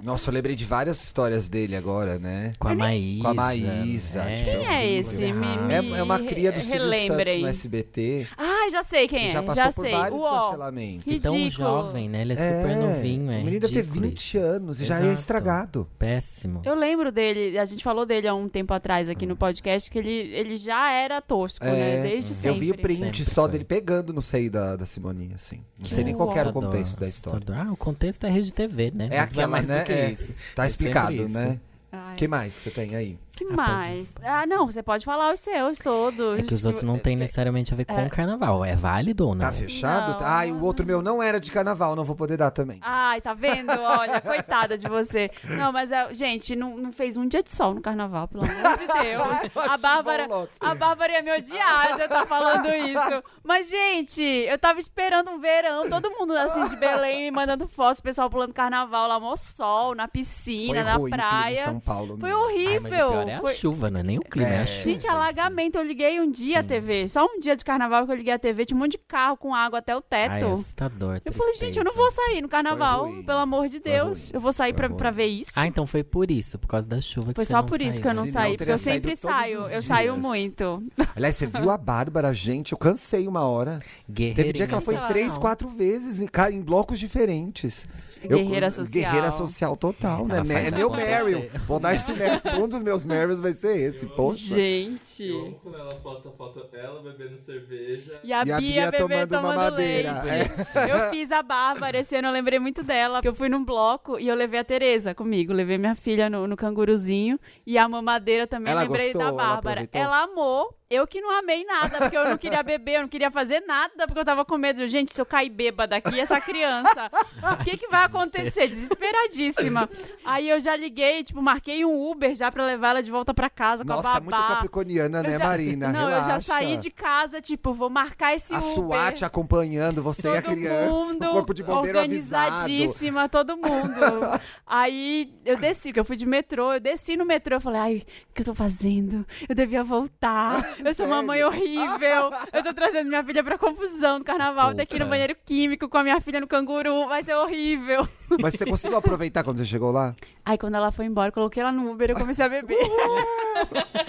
Speaker 2: Nossa, eu lembrei de várias histórias dele agora, né?
Speaker 3: Com a Maísa.
Speaker 2: Com a Maísa,
Speaker 3: né?
Speaker 2: tipo,
Speaker 1: Quem é esse? Me,
Speaker 3: errado.
Speaker 1: me
Speaker 2: É, é uma cria do Silvio Santos
Speaker 1: relembrem.
Speaker 2: no SBT.
Speaker 1: Ah, já sei quem
Speaker 2: que
Speaker 1: é.
Speaker 2: já passou por
Speaker 1: sei.
Speaker 2: vários
Speaker 1: Uó,
Speaker 2: cancelamentos.
Speaker 3: E tão
Speaker 1: ridículo.
Speaker 3: jovem, né? Ele é, super novinho, é.
Speaker 2: O menino deve ter
Speaker 3: ridículo
Speaker 2: 20
Speaker 3: isso.
Speaker 2: anos e já é
Speaker 3: Exato.
Speaker 2: estragado.
Speaker 3: Péssimo.
Speaker 1: Eu lembro dele, a gente falou dele há um tempo atrás aqui no podcast, que ele, ele já era tosco, né?
Speaker 2: É.
Speaker 1: Desde
Speaker 2: Eu
Speaker 1: sempre.
Speaker 2: vi o print
Speaker 3: Sempre
Speaker 2: só
Speaker 3: foi.
Speaker 2: dele pegando no seio da, da Simoninha, assim. Não sei nem qual que era o
Speaker 3: Assustador,
Speaker 2: contexto da história.
Speaker 3: assustador. Ah, o contexto é rede TV, né?
Speaker 2: É
Speaker 3: Não precisa
Speaker 2: aquela,
Speaker 3: mais
Speaker 2: né?
Speaker 3: do que
Speaker 2: É.
Speaker 3: isso.
Speaker 2: Tá
Speaker 3: É
Speaker 2: explicado,
Speaker 3: sempre isso.
Speaker 2: né?
Speaker 1: Ai,
Speaker 2: que mais você tem aí?
Speaker 1: que mais? Ah, não, você pode falar os seus todos.
Speaker 3: É que os outros não têm necessariamente a ver com o carnaval. É válido ou não?
Speaker 2: Tá fechado?
Speaker 1: Não.
Speaker 2: Ah, e o outro meu não era de carnaval, não vou poder dar também.
Speaker 1: Ai, tá vendo? Olha, coitada de você. Não, mas, é, gente, não, não fez um dia de sol no carnaval, pelo amor
Speaker 2: <laughs>
Speaker 1: de Deus. A Bárbara,
Speaker 2: bom, Lotus.
Speaker 1: a Bárbara ia me odiar se eu tá falando isso. Mas, gente, eu tava esperando um verão, todo mundo assim de Belém me mandando fotos, o pessoal pulando carnaval lá, mó sol, na piscina,
Speaker 2: Foi
Speaker 1: na
Speaker 2: ruim tudo em
Speaker 1: praia.
Speaker 2: São Paulo. né?
Speaker 1: Foi
Speaker 2: mesmo.
Speaker 1: horrível.
Speaker 3: Ai, mas o pior é a
Speaker 1: Foi-
Speaker 3: chuva, não é nem o clima, é, a chuva.
Speaker 1: Gente, alagamento, eu liguei um dia a TV, só um dia de carnaval que eu liguei a TV, tinha um monte de carro com água até o teto.
Speaker 3: Ai, é assustador,
Speaker 1: Eu falei,
Speaker 3: tristeza.
Speaker 1: gente, eu não vou sair no carnaval,
Speaker 2: Foi ruim.
Speaker 1: pelo amor de Deus.
Speaker 2: ruim.
Speaker 1: Eu vou sair
Speaker 2: Foi
Speaker 1: pra,
Speaker 2: ruim.
Speaker 1: pra ver isso.
Speaker 3: Ah, então foi por isso, por causa da chuva que
Speaker 1: Foi
Speaker 3: você
Speaker 1: só
Speaker 3: não
Speaker 1: por isso
Speaker 3: saiu.
Speaker 1: que eu não
Speaker 2: Se não,
Speaker 1: saí, porque
Speaker 2: teria
Speaker 1: eu sempre
Speaker 2: saído
Speaker 1: saio.
Speaker 2: todos os
Speaker 1: Eu saio
Speaker 2: dias.
Speaker 1: muito.
Speaker 2: Aliás, você viu a Bárbara, gente? Eu cansei uma hora. Teve dia que ela foi
Speaker 1: Guerreirinha
Speaker 2: três,
Speaker 1: social.
Speaker 2: quatro vezes em, ca- em blocos diferentes.
Speaker 1: Guerreira social.
Speaker 2: Guerreira social total, né?
Speaker 3: Ela faz
Speaker 2: É meu
Speaker 3: acontecer.
Speaker 2: Meryl. Vou dar esse Meryl. Um dos meus Meryls vai ser esse, poxa.
Speaker 5: Eu
Speaker 1: Gente.
Speaker 5: amo quando ela posta foto dela bebendo cerveja.
Speaker 1: E a,
Speaker 2: E a
Speaker 1: Bia,
Speaker 2: Bia
Speaker 1: bebê
Speaker 2: tomando uma
Speaker 1: tomando,
Speaker 2: madeira.
Speaker 1: leite.
Speaker 2: É.
Speaker 1: Eu fiz a Bárbara esse ano, eu lembrei muito dela. Porque eu fui num bloco e eu levei a Tereza comigo. Levei minha filha no, no canguruzinho. E a mamadeira também,
Speaker 2: Ela
Speaker 1: lembrei
Speaker 2: gostou?
Speaker 1: da
Speaker 2: Ela
Speaker 1: Bárbara.
Speaker 2: aproveitou?
Speaker 1: Ela, amou. Eu que não amei nada, porque eu não queria beber, eu não queria fazer nada, porque eu tava com medo. Gente, se eu cair bêbada aqui, essa criança, Ah, o que que vai acontecer? Desesperadíssima. Aí eu já liguei, tipo, marquei um Uber já pra levar ela de volta pra casa com a
Speaker 2: Nossa, é muito
Speaker 1: babá.
Speaker 2: capricorniana,
Speaker 1: Eu
Speaker 2: né,
Speaker 1: já-
Speaker 2: Marina?
Speaker 1: Não, eu já
Speaker 2: Relaxa.
Speaker 1: saí de casa, tipo, vou marcar esse
Speaker 2: A
Speaker 1: Uber.
Speaker 2: SWAT acompanhando você e a
Speaker 1: Todo
Speaker 2: criança.
Speaker 1: mundo
Speaker 2: o corpo de bombeiro avisado.
Speaker 1: organizadíssima, todo mundo.
Speaker 2: <laughs>
Speaker 1: Aí eu desci, porque eu fui de metrô, eu desci no metrô, eu falei, ai, o que eu tô fazendo? Eu devia voltar. Eu sou uma
Speaker 2: sério?
Speaker 1: mãe horrível. Eu tô trazendo minha filha pra confusão no carnaval, ter que ir no
Speaker 3: Puta.
Speaker 1: banheiro químico com a minha filha no canguru, vai ser horrível.
Speaker 2: Mas você conseguiu aproveitar quando você
Speaker 1: <laughs>
Speaker 2: chegou lá?
Speaker 1: Aí quando ela foi embora, eu coloquei ela no Uber e eu comecei a beber.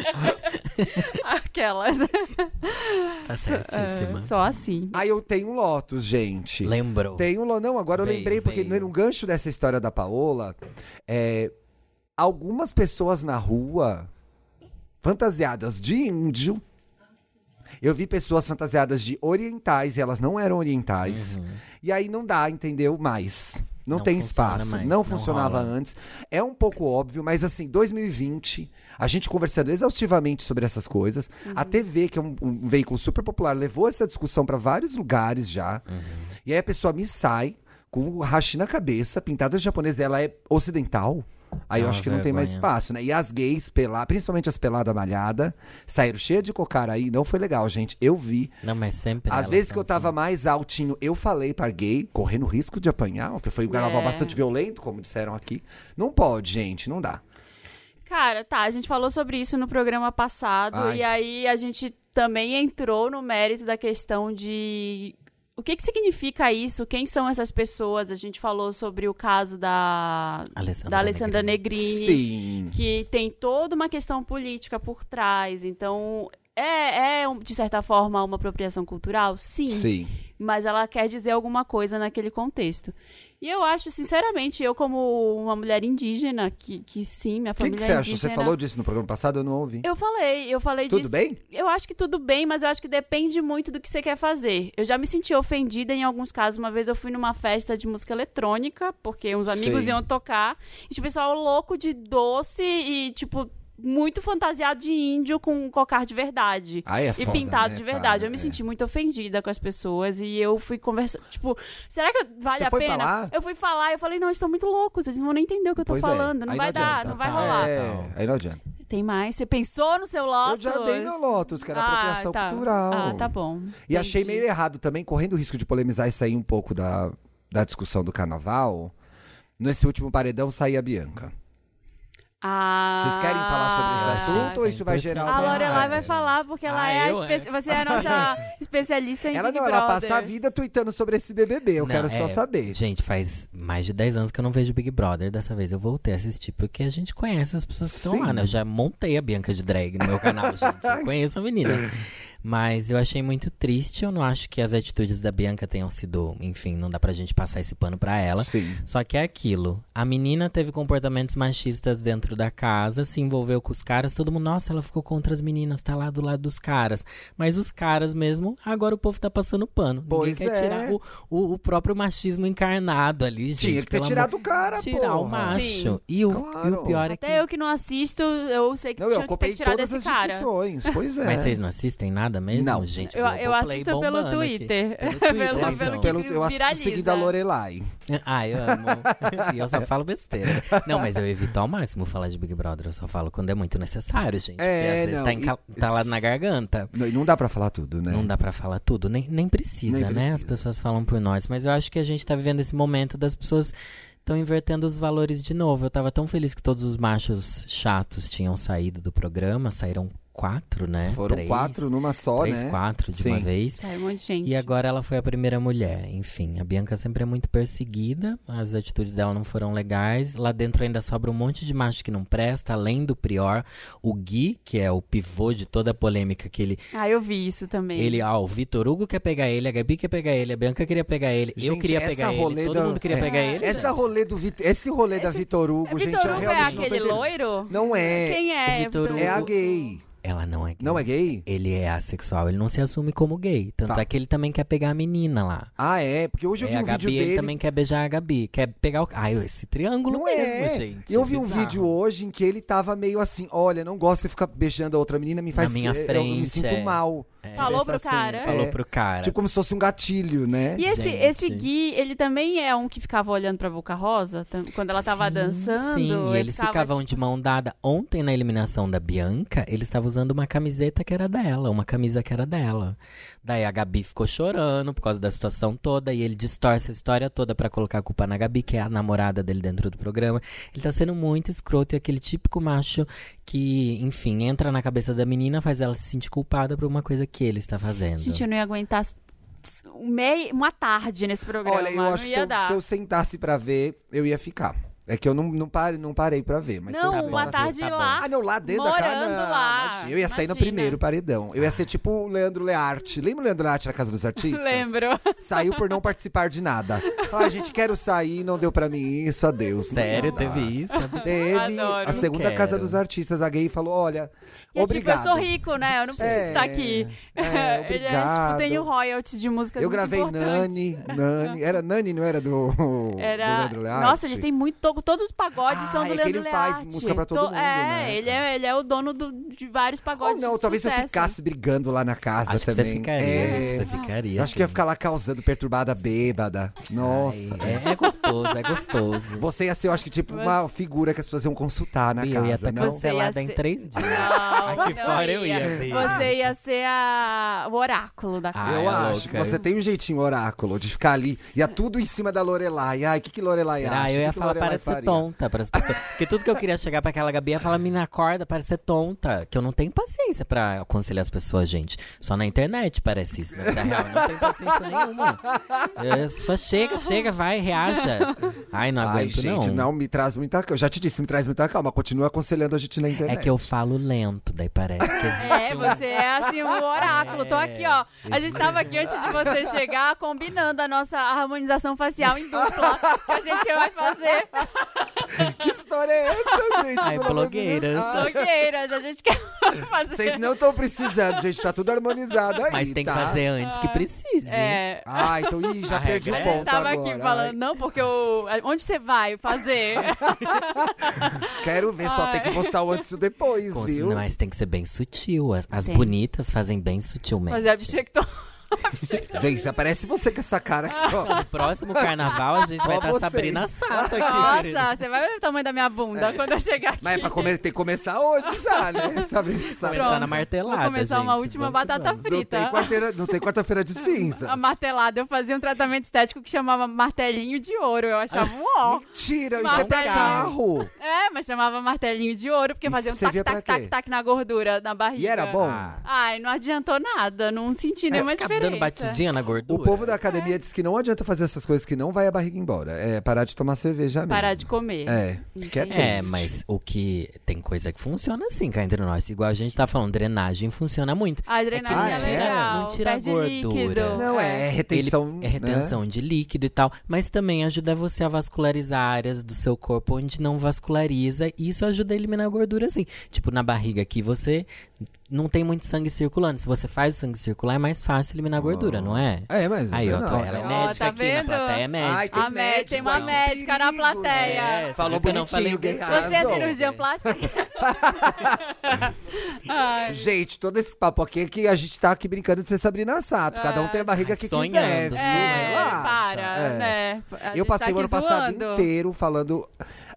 Speaker 1: <laughs> Aquelas.
Speaker 3: Tá certíssima.
Speaker 1: Só assim.
Speaker 2: Aí eu tenho um Lotus, gente.
Speaker 3: Lembrou.
Speaker 2: Tem um. lo- Não, agora eu
Speaker 3: Veio,
Speaker 2: lembrei, porque
Speaker 3: veio.
Speaker 2: no gancho dessa história da Paola, é, algumas pessoas na rua fantasiadas de índio. Eu vi pessoas fantasiadas de orientais e elas não eram orientais. E aí não dá, entendeu? Mais. Não,
Speaker 3: Uhum. Não
Speaker 2: tem
Speaker 3: funciona
Speaker 2: espaço.
Speaker 3: mais,
Speaker 2: não,
Speaker 3: não
Speaker 2: funcionava
Speaker 3: rola.
Speaker 2: antes. É um pouco óbvio, mas assim, 2020, a gente conversando exaustivamente sobre essas coisas. A TV, que é um, um veículo super popular, levou essa discussão para vários lugares já.
Speaker 3: Uhum.
Speaker 2: E aí a pessoa me sai com o hashi na cabeça, pintada de japonesa, ela é ocidental. Aí eu
Speaker 3: Ah,
Speaker 2: acho que não tem mais
Speaker 3: vergonha.
Speaker 2: espaço, né? E as gays, pela, principalmente as pelada malhada, saíram cheia de cocara aí, não foi legal, gente. Eu vi.
Speaker 3: Não, mas sempre.
Speaker 2: Às
Speaker 3: elas
Speaker 2: vezes
Speaker 3: são
Speaker 2: que eu tava
Speaker 3: assim.
Speaker 2: mais altinho, eu falei pra gay, correndo risco de apanhar, porque foi um carnaval
Speaker 1: É.
Speaker 2: bastante violento, como disseram aqui. Não pode, gente, não dá.
Speaker 1: Cara, tá, a gente falou sobre isso no programa passado
Speaker 2: Ai.
Speaker 1: e aí a gente também entrou no mérito da questão de o que que significa isso, quem são essas pessoas? A gente falou sobre o caso da
Speaker 3: Alessandra
Speaker 1: da Alessandra
Speaker 3: Negrini.
Speaker 1: Negrini,
Speaker 2: Sim.
Speaker 1: que tem toda uma questão política por trás. Então, é, é um- de certa forma uma apropriação cultural?
Speaker 2: Sim.
Speaker 1: mas ela quer dizer alguma coisa naquele contexto. E eu acho, sinceramente, eu como uma mulher indígena, que, que sim, minha
Speaker 2: O que,
Speaker 1: família
Speaker 2: que você
Speaker 1: é
Speaker 2: acha? Você
Speaker 1: indígena.
Speaker 2: falou disso no programa passado, eu não ouvi.
Speaker 1: Eu falei, eu falei
Speaker 2: Tudo
Speaker 1: disso.
Speaker 2: bem?
Speaker 1: Eu acho que tudo bem, mas eu acho que depende muito do que você quer fazer. Eu já me senti ofendida em alguns casos. Uma vez eu fui numa festa de música eletrônica, porque uns amigos
Speaker 2: Sei.
Speaker 1: iam tocar, e tipo, pessoal louco de doce e, tipo, muito fantasiado de índio com um cocar de verdade
Speaker 2: Aí é
Speaker 1: e
Speaker 2: foda,
Speaker 1: pintado
Speaker 2: né,
Speaker 1: de verdade.
Speaker 2: cara?
Speaker 1: eu me
Speaker 2: É.
Speaker 1: senti muito ofendida com as pessoas e eu fui conversar. Tipo, será que vale
Speaker 2: Você
Speaker 1: a
Speaker 2: foi
Speaker 1: pena?
Speaker 2: falar?
Speaker 1: Eu fui falar e eu falei, não, eles estão muito loucos, eles não vão nem entender o que eu tô
Speaker 2: Pois é,
Speaker 1: falando. Não
Speaker 2: aí
Speaker 1: vai dar,
Speaker 2: adianta,
Speaker 1: não vai
Speaker 2: tá?
Speaker 1: rolar.
Speaker 2: É, aí não adianta.
Speaker 1: Tem mais? Você pensou no seu
Speaker 2: Eu
Speaker 1: Lotus?
Speaker 2: já dei meu Lotus, que era apropriação
Speaker 1: tá.
Speaker 2: cultural.
Speaker 1: Ah, tá bom.
Speaker 2: E achei
Speaker 1: Entendi.
Speaker 2: meio errado também, correndo o risco de polemizar e sair um pouco da, da discussão do carnaval. Nesse último paredão sair a Bianca.
Speaker 1: Ah,
Speaker 2: Vocês querem falar sobre esse
Speaker 3: Ah,
Speaker 2: assunto ou isso vai gerar
Speaker 1: A
Speaker 2: uma-
Speaker 1: Lorelai
Speaker 2: Ah,
Speaker 1: vai
Speaker 2: é.
Speaker 1: falar, porque ela
Speaker 3: Ah,
Speaker 1: é, a
Speaker 3: eu,
Speaker 1: espe-
Speaker 3: é?
Speaker 1: você é a
Speaker 2: <laughs>
Speaker 1: nossa especialista em
Speaker 2: Ela
Speaker 1: Big
Speaker 2: não, ela
Speaker 1: Brother.
Speaker 2: passa a vida tweetando sobre esse BBB, eu
Speaker 3: Não,
Speaker 2: quero só
Speaker 3: é,
Speaker 2: saber.
Speaker 3: Gente, faz mais de 10 anos que eu não vejo Big Brother. Dessa vez eu voltei a assistir porque a gente conhece as pessoas que estão
Speaker 2: Sim.
Speaker 3: lá, né? Eu já montei a Bianca de Drag no
Speaker 2: <laughs>
Speaker 3: meu canal, gente. Eu conheço a menina. Mas eu achei muito triste. Eu não acho que as atitudes da Bianca tenham sido. Enfim, não dá pra gente passar esse pano pra ela.
Speaker 2: Sim.
Speaker 3: Só que é aquilo. A menina teve comportamentos machistas dentro da casa, se envolveu com os caras, todo mundo, nossa, ela ficou contra as meninas, tá lá do lado dos caras. Mas os caras mesmo, agora o povo tá passando pano.
Speaker 2: Pois
Speaker 3: Ninguém quer
Speaker 2: é.
Speaker 3: tirar o, o, o próprio machismo encarnado ali, gente.
Speaker 2: Tinha que ter
Speaker 3: pelo
Speaker 2: tirado
Speaker 3: amor-
Speaker 2: o cara,
Speaker 3: Tirar
Speaker 2: porra.
Speaker 3: o macho.
Speaker 1: Sim.
Speaker 3: E o,
Speaker 2: Claro.
Speaker 3: e o pior é que.
Speaker 1: Até eu que não assisto, eu sei que
Speaker 2: Não, eu
Speaker 1: tinha que ter
Speaker 2: acompanhei
Speaker 1: tirado
Speaker 2: todas as
Speaker 1: esse cara.
Speaker 2: discussões, pois é.
Speaker 3: Mas vocês não assistem nada mesmo,
Speaker 2: Não.
Speaker 3: gente?
Speaker 1: Eu, eu
Speaker 3: Globoplay
Speaker 1: assisto pelo
Speaker 3: bombando aqui.
Speaker 1: Twitter.
Speaker 3: Pelo Twitter,
Speaker 2: eu
Speaker 1: <laughs> pelo, pelo Tá
Speaker 2: assisto,
Speaker 3: então.
Speaker 1: que
Speaker 2: pelo, eu assisto
Speaker 1: viraliza.
Speaker 2: seguindo a Lorelai.
Speaker 3: Ai, Ah, eu amo. <laughs> e eu só falo besteira. Não, mas eu evito ao máximo falar de Big Brother. Eu só falo quando é muito necessário, gente.
Speaker 2: É,
Speaker 3: porque às vezes
Speaker 2: não,
Speaker 3: tá, enca-
Speaker 2: e-
Speaker 3: tá lá na garganta.
Speaker 2: Não, e não dá pra falar tudo, né?
Speaker 3: Não dá pra falar tudo, nem, nem precisa,
Speaker 2: Nem
Speaker 3: né?
Speaker 2: precisa.
Speaker 3: As pessoas falam por nós. Mas eu acho que a gente tá vivendo esse momento das pessoas estão invertendo os valores de novo. Eu tava tão feliz que todos os machos chatos tinham saído do programa. Saíram quatro, né?
Speaker 2: Foram
Speaker 3: Três,
Speaker 2: quatro numa só,
Speaker 3: Três,
Speaker 2: né?
Speaker 3: quatro de
Speaker 2: Sim.
Speaker 3: uma vez.
Speaker 1: Sai um monte de gente.
Speaker 3: E agora ela foi a primeira mulher. Enfim, a Bianca sempre é muito perseguida, as atitudes dela não foram legais. Lá dentro ainda sobra um monte de macho que não presta, além do Prior. O Gui, que é o pivô de toda a polêmica, que ele.
Speaker 1: Ah, eu vi isso também.
Speaker 3: Ele, ó, o Vitor Hugo quer pegar ele, a Gabi quer pegar ele, a Bianca queria pegar ele, eu
Speaker 2: Gente,
Speaker 3: queria
Speaker 2: essa
Speaker 3: pegar
Speaker 2: rolê
Speaker 3: ele, todo
Speaker 2: da-
Speaker 3: mundo queria
Speaker 2: é.
Speaker 3: pegar ele.
Speaker 2: Essa
Speaker 3: gente.
Speaker 2: rolê do Vit- Esse rolê da Vitor Hugo,
Speaker 1: É,
Speaker 2: gente,
Speaker 1: Vitor
Speaker 2: eu
Speaker 1: Hugo é
Speaker 2: realmente não tô
Speaker 1: aquele
Speaker 2: entendendo.
Speaker 1: loiro?
Speaker 2: Não é.
Speaker 1: Quem é?
Speaker 3: O Vitor
Speaker 1: Vitor
Speaker 3: Hugo.
Speaker 2: É a
Speaker 1: Hugo?
Speaker 2: gay.
Speaker 3: Ela não é gay.
Speaker 2: Não é gay?
Speaker 3: Ele é assexual, ele não se assume como gay. Tanto
Speaker 2: Tá.
Speaker 3: é que ele também quer pegar a menina lá.
Speaker 2: Ah, é? Porque hoje eu
Speaker 3: É,
Speaker 2: vi
Speaker 3: a
Speaker 2: um
Speaker 3: Gabi,
Speaker 2: vídeo
Speaker 3: ele
Speaker 2: dele.
Speaker 3: também quer beijar a Gabi. Quer pegar o. Ai, esse triângulo
Speaker 2: Não
Speaker 3: mesmo,
Speaker 2: é.
Speaker 3: gente.
Speaker 2: eu
Speaker 3: é
Speaker 2: vi um
Speaker 3: bizarro.
Speaker 2: vídeo hoje em que ele tava meio assim, olha, não gosto de ficar beijando a outra menina, me faz eh,
Speaker 3: minha
Speaker 2: eu- eu me
Speaker 3: frente,
Speaker 2: sinto
Speaker 3: é.
Speaker 2: mal.
Speaker 1: Falou pro
Speaker 2: Essa cena.
Speaker 1: cara.
Speaker 3: Falou
Speaker 2: É.
Speaker 3: pro cara.
Speaker 2: Tipo como se fosse um gatilho, né?
Speaker 1: E esse,
Speaker 3: Gente.
Speaker 1: esse Gui, ele também é um que ficava olhando pra Boca Rosa tam- quando ela tava
Speaker 3: Sim,
Speaker 1: dançando.
Speaker 3: Sim, e
Speaker 1: ele
Speaker 3: eles
Speaker 1: ficava,
Speaker 3: ficavam de mão dada. Ontem, na eliminação da Bianca, ele estava usando uma camiseta que era dela, uma camisa que era dela. Daí a Gabi ficou chorando por causa da situação toda e ele distorce a história toda pra colocar a culpa na Gabi, que é a namorada dele dentro do programa. Ele tá sendo muito escroto e aquele típico macho que, enfim, entra na cabeça da menina, faz ela se sentir culpada por uma coisa que ele está fazendo.
Speaker 1: Gente, eu não ia aguentar s- s- mei- uma tarde nesse programa.
Speaker 2: Olha, eu
Speaker 1: não
Speaker 2: acho que
Speaker 1: ia
Speaker 2: se eu,
Speaker 1: dar.
Speaker 2: se eu sentasse pra ver, eu ia ficar. É que eu não, não, parei, não parei pra ver. Mas se eu
Speaker 1: não,
Speaker 2: ver,
Speaker 1: uma
Speaker 2: eu-
Speaker 1: tarde
Speaker 3: tá bom.
Speaker 1: lá.
Speaker 2: Ah,
Speaker 1: <laughs>
Speaker 2: não, lá dentro da casa.
Speaker 1: morando
Speaker 2: não,
Speaker 1: lá.
Speaker 2: imagina. Eu ia sair no
Speaker 1: Imagina.
Speaker 2: primeiro paredão. Eu ia ser tipo o Leandro Learte. Lembra o Leandro Learte na Casa dos
Speaker 1: <laughs>
Speaker 2: Artistas?
Speaker 1: Lembro.
Speaker 2: Saiu por não participar de nada. Ai, gente, quero sair, não deu pra mim isso, adeus.
Speaker 3: Sério,
Speaker 2: Não dá.
Speaker 3: teve isso?
Speaker 2: Teve
Speaker 1: Adoro.
Speaker 2: a segunda
Speaker 3: Quero.
Speaker 2: Casa dos Artistas, a gay falou, olha,
Speaker 1: E é tipo,
Speaker 2: obrigado.
Speaker 1: eu sou rico, né? Eu não preciso
Speaker 2: É,
Speaker 1: estar aqui.
Speaker 2: é,
Speaker 1: <laughs> ele é tipo,
Speaker 2: obrigado.
Speaker 1: tenho royalty de músicas
Speaker 2: Eu
Speaker 1: muito
Speaker 2: gravei
Speaker 1: importantes.
Speaker 2: Nani, Nani. Era Nani, não era do, tipo, do
Speaker 1: Era...
Speaker 2: Leandro Learte?
Speaker 1: Nossa, ele tem muito. to- Todos os pagodes
Speaker 2: Ah,
Speaker 1: são do
Speaker 2: é que
Speaker 1: Leandro
Speaker 2: ele faz
Speaker 1: Learte.
Speaker 2: música pra todo mundo,
Speaker 1: É,
Speaker 2: né?
Speaker 1: ele é, ele é o dono do- de vários
Speaker 2: Ou
Speaker 1: pagodes.
Speaker 2: não,
Speaker 1: de
Speaker 2: talvez eu
Speaker 1: sucesso.
Speaker 2: ficasse brigando lá na casa
Speaker 3: Acho que
Speaker 2: também.
Speaker 3: você ficaria. assim.
Speaker 2: É,
Speaker 3: Você ficaria.
Speaker 2: eu acho que ia
Speaker 3: sim.
Speaker 2: ficar lá causando perturbada bêbada. Nossa.
Speaker 3: É, é gostoso, é gostoso.
Speaker 2: Você ia ser, eu acho que, tipo, uma figura que as pessoas iam consultar na
Speaker 3: Bia, eu ia
Speaker 2: casa,
Speaker 3: estar
Speaker 1: você.
Speaker 2: não?
Speaker 3: cancelada
Speaker 1: Você ia
Speaker 3: é em três dias.
Speaker 1: Não,
Speaker 3: Aqui
Speaker 1: não
Speaker 3: fora eu ia, Bia.
Speaker 1: Você ia ser a... o oráculo da casa.
Speaker 3: Ah,
Speaker 2: <laughs> eu
Speaker 3: é
Speaker 2: acho
Speaker 3: louca.
Speaker 2: que você tem um jeitinho oráculo de ficar ali. Ia tudo em cima da Lorelai. Ai, o que, que Lorelai acha?
Speaker 3: Ah, eu
Speaker 2: Que
Speaker 3: ia
Speaker 2: que
Speaker 3: falar para
Speaker 2: Lorelai
Speaker 3: de ser
Speaker 2: faria?
Speaker 3: tonta para as pessoas. Porque tudo que eu queria chegar para aquela Gabi ia falar, mina, acorda para de ser tonta. Que eu não tenho paciência para aconselhar as pessoas, gente. Só na internet parece isso, né? na vida real. eu Não tenho paciência nenhuma. Eh, As pessoas chega, chega, vai, reaja. Ai, não
Speaker 2: Ai,
Speaker 3: aguento,
Speaker 2: gente, não. me traz muita calma. Eu já te disse, me traz muita calma. Continua aconselhando a gente na internet.
Speaker 3: É que eu falo lento, daí parece que
Speaker 1: <laughs>
Speaker 3: existe
Speaker 1: É,
Speaker 3: um-
Speaker 1: você é assim, um oráculo. Tô aqui, ó. A gente tava aqui antes de você chegar combinando a nossa harmonização facial em dupla que a gente vai
Speaker 2: <laughs>
Speaker 1: fazer.
Speaker 2: <laughs> Que história é essa, gente?
Speaker 3: Ai,
Speaker 2: Pelo amor de
Speaker 3: blogueiras.
Speaker 2: Deus. Ai,
Speaker 1: Blogueiras, a gente quer fazer.
Speaker 2: Vocês não estão precisando, gente. Tá tudo harmonizado aí,
Speaker 3: Mas tem que
Speaker 2: tá?
Speaker 3: fazer antes que precise.
Speaker 1: É.
Speaker 2: Ah, então, ih, já
Speaker 3: A
Speaker 2: perdi o
Speaker 3: regra
Speaker 1: A
Speaker 3: é
Speaker 2: ponto
Speaker 1: gente tava
Speaker 2: agora.
Speaker 1: aqui
Speaker 2: Ai,
Speaker 1: falando, não, porque o. Onde você vai
Speaker 2: <laughs>
Speaker 1: fazer?
Speaker 2: Quero ver, só tem que postar o antes e o depois,
Speaker 3: Com-
Speaker 2: viu?
Speaker 3: assim? Mas tem que ser bem sutil. As, as
Speaker 1: Tem.
Speaker 3: bonitas fazem bem sutilmente.
Speaker 1: fazer a <laughs> bichectomia.
Speaker 2: Vem, se aparece você com essa cara aqui, ó.
Speaker 3: Próximo carnaval a gente vai
Speaker 2: Só
Speaker 3: estar
Speaker 2: vocês.
Speaker 3: Sabrina Sato aqui. querida.
Speaker 1: Nossa, você vai ver o tamanho da minha bunda quando eu chegar aqui.
Speaker 2: Mas é pra comer, tem que começar hoje já,
Speaker 1: <laughs>
Speaker 2: né? Sabe? sabe?
Speaker 3: Começar na
Speaker 1: Pronto.
Speaker 3: martelada.
Speaker 1: Vou começar uma
Speaker 3: gente.
Speaker 1: última
Speaker 3: Vamos que
Speaker 1: batata
Speaker 3: vamos.
Speaker 2: Não
Speaker 1: frita.
Speaker 2: tem quarteira- não tem
Speaker 1: <laughs>
Speaker 2: quarta-feira de cinzas.
Speaker 1: A martelada, eu fazia um tratamento estético que chamava martelinho de ouro. Eu achava um ó.
Speaker 2: <laughs> Mentira, isso é pra
Speaker 1: Martelinho.
Speaker 2: carro.
Speaker 1: É, mas chamava martelinho de ouro, porque
Speaker 2: E
Speaker 1: fazia um
Speaker 2: você via
Speaker 1: tac, tac,
Speaker 2: pra quê?
Speaker 1: tac, tac na gordura, na barriga.
Speaker 2: E era bom?
Speaker 3: Ah,
Speaker 1: Ai, não adiantou nada, não senti nenhuma
Speaker 3: ficar
Speaker 1: diferença.
Speaker 3: Tá dando batidinha na
Speaker 2: O
Speaker 3: gordura.
Speaker 2: povo da academia diz que não adianta fazer essas coisas que não vai a barriga embora. É parar de tomar cerveja mesmo.
Speaker 1: Parar de comer.
Speaker 2: É, que é triste.
Speaker 3: É, mas o que. Tem coisa que funciona assim, cá entre nós. Igual a gente tá falando, drenagem funciona muito.
Speaker 1: A
Speaker 2: Ah,
Speaker 1: adrenalina
Speaker 2: é?
Speaker 1: é legal,
Speaker 3: Não tira a
Speaker 1: perde
Speaker 3: gordura.
Speaker 1: líquido.
Speaker 2: Não, é, retenção. né?
Speaker 3: Ele- é retenção de líquido e tal, mas também ajuda você a vascularizar áreas do seu corpo onde não vasculariza, e isso ajuda a eliminar a gordura assim. Tipo na barriga aqui você não tem muito sangue circulando. Se você faz o sangue circular é mais fácil eliminar a gordura, não é?
Speaker 2: É, mas.
Speaker 3: Aí, ó,
Speaker 2: não,
Speaker 3: tô- ela é
Speaker 1: Ó,
Speaker 3: médica
Speaker 1: tá
Speaker 3: aqui na
Speaker 1: vendo?
Speaker 3: plateia, é médica.
Speaker 2: Ai, que
Speaker 1: A mé-
Speaker 2: médico,
Speaker 1: tem uma
Speaker 2: não.
Speaker 1: médica na
Speaker 2: Perigo, né?
Speaker 1: plateia.
Speaker 3: É,
Speaker 2: Falou
Speaker 3: você viu que eu não
Speaker 2: bonitinho,
Speaker 3: falei
Speaker 2: gay
Speaker 3: nada?
Speaker 1: Você é
Speaker 2: Arrasou.
Speaker 1: cirurgião plástico? Ai.
Speaker 2: Gente, todo esse papo aqui é que a gente tá aqui brincando de ser Sabrina Sato. Cada um tem a barriga
Speaker 3: Ai,
Speaker 2: que quiser.
Speaker 3: sonhando, né?
Speaker 2: viu?
Speaker 1: É,
Speaker 2: Relaxa.
Speaker 1: para,
Speaker 2: É.
Speaker 1: né? A gente
Speaker 2: Eu
Speaker 1: tá
Speaker 2: passei o
Speaker 1: aqui
Speaker 2: ano passado
Speaker 1: zoando.
Speaker 2: inteiro falando.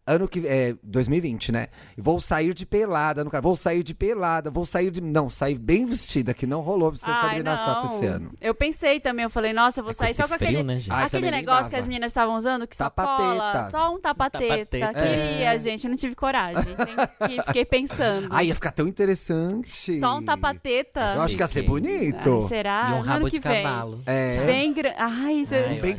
Speaker 2: Ano que. É, 2020, né? Vou sair de pelada no cara. Vou sair de pelada, vou sair de. Não, saí bem vestida, que não rolou pra você
Speaker 1: Ai,
Speaker 2: Sabrina
Speaker 1: não.
Speaker 2: Sato esse ano.
Speaker 1: Eu pensei também, eu falei, nossa, eu vou
Speaker 3: É com
Speaker 1: sair
Speaker 3: esse
Speaker 1: só com
Speaker 3: frio,
Speaker 1: aquele,
Speaker 3: né, gente?
Speaker 2: Ai,
Speaker 1: aquele
Speaker 2: também nem
Speaker 1: negócio
Speaker 2: dava.
Speaker 1: que as meninas estavam usando, que só cola,
Speaker 2: Tapateta. É.
Speaker 1: só um tapateta.
Speaker 3: Tapateta.
Speaker 1: Queria, gente, não tive coragem. tem que- fiquei pensando.
Speaker 2: Ai, ia ficar tão interessante.
Speaker 1: só um tapateta.
Speaker 2: Eu acho que ia ser
Speaker 3: Chique.
Speaker 1: Ai,
Speaker 2: bonito.
Speaker 1: será?
Speaker 3: e
Speaker 1: No
Speaker 3: um rabo
Speaker 1: Ah, ano
Speaker 3: de
Speaker 1: que vem.
Speaker 3: cavalo.
Speaker 2: É.
Speaker 1: Bem grande. Ai, você...
Speaker 3: Ai, eu
Speaker 2: bem
Speaker 3: acho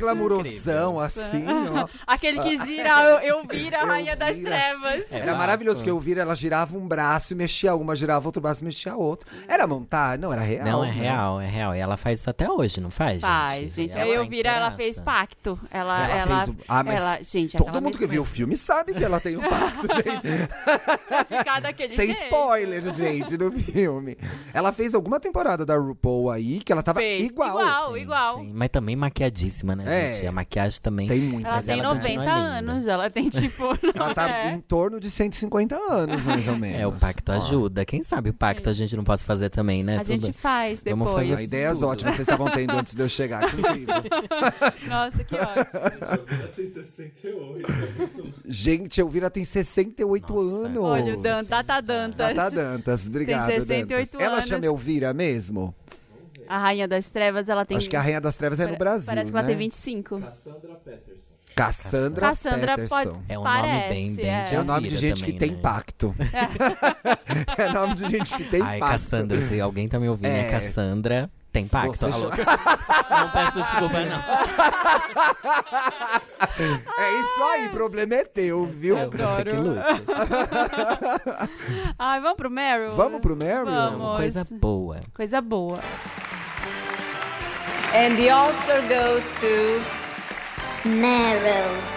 Speaker 1: <laughs>
Speaker 2: glamourosão,
Speaker 3: incrível.
Speaker 2: assim, ó.
Speaker 1: Aquele que gira, eu, eu vira,
Speaker 2: Eu
Speaker 8: rainha das
Speaker 2: ouvir,
Speaker 8: trevas.
Speaker 3: É
Speaker 2: Era
Speaker 3: bafo.
Speaker 2: maravilhoso que eu vira, ela girava um braço e mexia uma, girava outro braço e mexia outro. Era montagem, não, era real.
Speaker 3: Não, é
Speaker 2: né?
Speaker 3: real, é real. E ela faz isso até hoje, não faz,
Speaker 1: Faz, gente.
Speaker 3: Ela
Speaker 1: Aí eu
Speaker 3: tá
Speaker 1: vira, ela
Speaker 3: inteiraça.
Speaker 1: fez pacto. Ela,
Speaker 2: é Ela
Speaker 1: ela,
Speaker 2: fez o- Ah, mas
Speaker 1: ela- gente,
Speaker 2: Todo
Speaker 1: aquela
Speaker 2: mundo que
Speaker 1: mesma-
Speaker 2: viu o filme sabe que
Speaker 1: <laughs>
Speaker 2: ela tem um pacto, gente. <laughs>
Speaker 8: Ficar daquele
Speaker 2: Sem
Speaker 8: jeito.
Speaker 2: spoiler, gente, no filme. Ela fez alguma temporada da RuPaul aí que ela tava
Speaker 8: Fez.
Speaker 2: igual. assim.
Speaker 8: Igual,
Speaker 3: Sim,
Speaker 8: igual.
Speaker 3: sim. Mas também maquiadíssima, né,
Speaker 2: É.
Speaker 3: gente? A maquiagem também.
Speaker 2: Tem muita.
Speaker 1: Ela
Speaker 3: Mas
Speaker 1: tem
Speaker 3: ela
Speaker 1: 90
Speaker 3: continua linda.
Speaker 1: anos, ela
Speaker 2: <laughs>
Speaker 1: tem tipo.
Speaker 2: Ela tá
Speaker 1: é.
Speaker 2: em torno de 150 anos, mais ou menos.
Speaker 3: É, o pacto
Speaker 2: Ó,
Speaker 3: ajuda. Quem sabe o pacto a gente não possa fazer também,
Speaker 2: é,
Speaker 3: né?
Speaker 1: A gente faz
Speaker 3: Vamos
Speaker 1: depois.
Speaker 2: As
Speaker 3: fazer-
Speaker 2: ideias
Speaker 3: Tudo.
Speaker 2: ótimas que vocês estavam tendo antes de eu chegar
Speaker 1: <laughs>
Speaker 2: aqui. incrível.
Speaker 1: Nossa, que ótimo.
Speaker 5: Ela tem 68.
Speaker 2: Gente, eu vira tem 68
Speaker 3: Nossa.
Speaker 2: anos.
Speaker 1: Olha, o Dan, tá, Data Dantas.
Speaker 2: Tata Dantas, obrigado.
Speaker 1: 68
Speaker 2: Dantas. Ela
Speaker 1: anos.
Speaker 2: chama Elvira mesmo?
Speaker 1: A Rainha das Trevas, ela tem.
Speaker 2: Acho que a Rainha das Trevas é no
Speaker 1: pare-
Speaker 2: Brasil.
Speaker 1: Parece que
Speaker 2: né?
Speaker 1: ela tem 25.
Speaker 5: Cassandra Peterson.
Speaker 2: Cassandra,
Speaker 1: Cassandra
Speaker 2: Peterson.
Speaker 1: pode-
Speaker 3: É um nome
Speaker 1: Parece,
Speaker 3: bem, bem
Speaker 1: é.
Speaker 3: de
Speaker 2: É o nome de
Speaker 3: Elvira
Speaker 2: gente que
Speaker 3: também,
Speaker 2: tem
Speaker 3: né?
Speaker 2: pacto. é nome de gente que tem
Speaker 3: Ai,
Speaker 2: pacto.
Speaker 3: Cassandra, se alguém tá me ouvindo, é,
Speaker 2: É.
Speaker 3: Cassandra. Tem pacto,
Speaker 2: Você
Speaker 3: tá
Speaker 2: chama-
Speaker 3: louca? Não peço desculpa, não.
Speaker 2: É isso aí, problema é teu, viu?
Speaker 3: Você que lute.
Speaker 1: Ai, vamos pro Meryl?
Speaker 2: Vamos pro Meryl?
Speaker 1: Vamos.
Speaker 3: Coisa boa.
Speaker 1: Coisa boa.
Speaker 9: And the Oscar goes to.
Speaker 6: Meryl.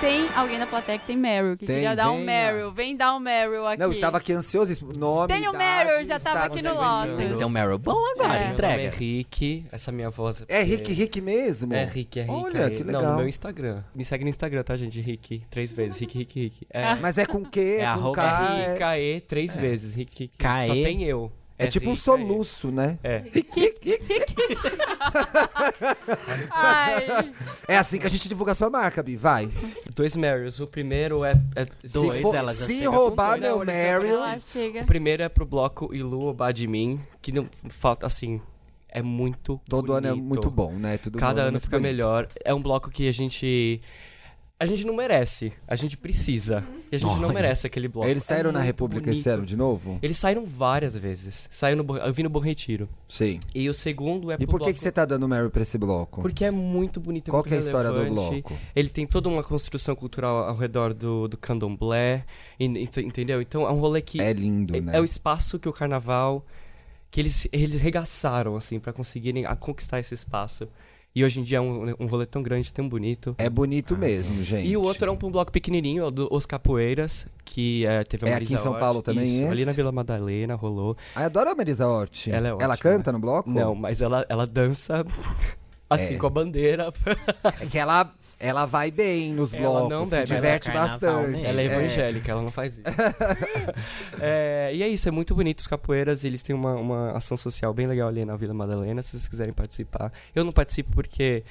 Speaker 1: Tem alguém na plateia que tem Meryl, que
Speaker 2: Tem,
Speaker 1: queria dar um
Speaker 2: venha.
Speaker 1: Meryl. Vem dar um Meryl aqui.
Speaker 2: Não, eu estava aqui ansioso. esse Nome,
Speaker 1: Tem o
Speaker 2: idade,
Speaker 1: Meryl, já
Speaker 2: está
Speaker 1: tava aqui no
Speaker 2: conseguindo.
Speaker 1: Lotus.
Speaker 3: Tem que ser um Meryl bom agora,
Speaker 1: É.
Speaker 10: Meu nome é
Speaker 3: entrega.
Speaker 10: Rick, essa minha voz.
Speaker 2: É Rick Rick mesmo?
Speaker 10: É Rick, é Rick.
Speaker 2: Olha,
Speaker 10: é-
Speaker 2: que
Speaker 10: Não,
Speaker 2: legal.
Speaker 10: no meu Instagram. Me segue no Instagram, tá, gente? Rick, três vezes. Rick, Rick, Rick. É,
Speaker 3: Ah.
Speaker 2: Mas é com Q, é, com
Speaker 3: arroba
Speaker 2: K.
Speaker 10: é
Speaker 2: É,
Speaker 10: Rick, AE, três vezes. Rick, Rick.
Speaker 3: K,
Speaker 10: Só
Speaker 3: E.
Speaker 10: tem eu.
Speaker 2: é tipo um
Speaker 10: Rick,
Speaker 2: soluço, né?
Speaker 10: AE. É.
Speaker 1: Ai,
Speaker 2: <laughs> É assim que a gente divulga a sua marca, Bi, vai.
Speaker 10: Dois Marys. O primeiro é. é
Speaker 3: Dois,
Speaker 2: se for-
Speaker 3: ela já
Speaker 2: se
Speaker 3: chega
Speaker 2: roubar
Speaker 10: com dois.
Speaker 2: meu
Speaker 10: Não, eles são
Speaker 2: Meryl,
Speaker 1: ela chega.
Speaker 10: O primeiro é pro bloco Ilu Obá de Mim, que não falta, assim, é muito
Speaker 2: todo ano é
Speaker 10: bonito.
Speaker 2: muito bom, né? Todo
Speaker 10: Cada
Speaker 2: é
Speaker 10: ano
Speaker 2: muito
Speaker 10: fica
Speaker 2: bonito.
Speaker 10: melhor. É um bloco que a gente. A gente não merece. A gente precisa. E a gente não merece aquele bloco.
Speaker 2: Eles
Speaker 10: É
Speaker 2: saíram na
Speaker 10: muito
Speaker 2: República
Speaker 10: bonito.
Speaker 2: esse ano de novo?
Speaker 10: Eles saíram várias vezes. Saiu no, Bom- eu vi no Bom Retiro.
Speaker 2: Sim.
Speaker 10: E o segundo é pro
Speaker 2: E por que,
Speaker 10: bloco...
Speaker 2: que você tá dando Meryl pra esse bloco?
Speaker 10: Porque é muito bonito. é
Speaker 2: Qual
Speaker 10: muito
Speaker 2: que é a história do
Speaker 10: relevante.
Speaker 2: bloco?
Speaker 10: Ele tem toda uma construção cultural ao redor do, do candomblé. e- ent- entendeu? Então é um rolê que.
Speaker 2: É lindo,
Speaker 10: É-
Speaker 2: né?
Speaker 10: É o espaço que o carnaval que eles eles regaçaram assim para conseguirem a- conquistar esse espaço. E hoje em dia é um, um rolê tão grande, tão bonito.
Speaker 2: É bonito mesmo, gente.
Speaker 10: E o outro é um, um bloco pequenininho, o do Os Capoeiras, que é, teve a
Speaker 2: É aqui
Speaker 10: Marisa
Speaker 2: em São
Speaker 10: Hort.
Speaker 2: Paulo também
Speaker 10: Isso,
Speaker 2: esse?
Speaker 10: ali na Vila Madalena rolou.
Speaker 2: Ah, eu adoro a Marisa Hort.
Speaker 10: Ela é
Speaker 2: Ela
Speaker 10: ótima.
Speaker 2: canta no bloco?
Speaker 10: Não, mas ela, ela dança <laughs> assim
Speaker 2: É.
Speaker 10: com a bandeira. <laughs>
Speaker 2: É que ela, ela vai bem nos
Speaker 10: Ela
Speaker 2: blocos,
Speaker 10: não
Speaker 2: se
Speaker 10: bebe, ela é
Speaker 2: diverte
Speaker 3: carnaval
Speaker 2: bastante.
Speaker 3: mesmo.
Speaker 10: Ela é
Speaker 3: É.
Speaker 10: evangélica, ela não faz isso. <laughs> É, e é isso, é muito bonito os capoeiras. Eles têm uma, uma ação social bem legal ali na Vila Madalena, se vocês quiserem participar. Eu não participo porque,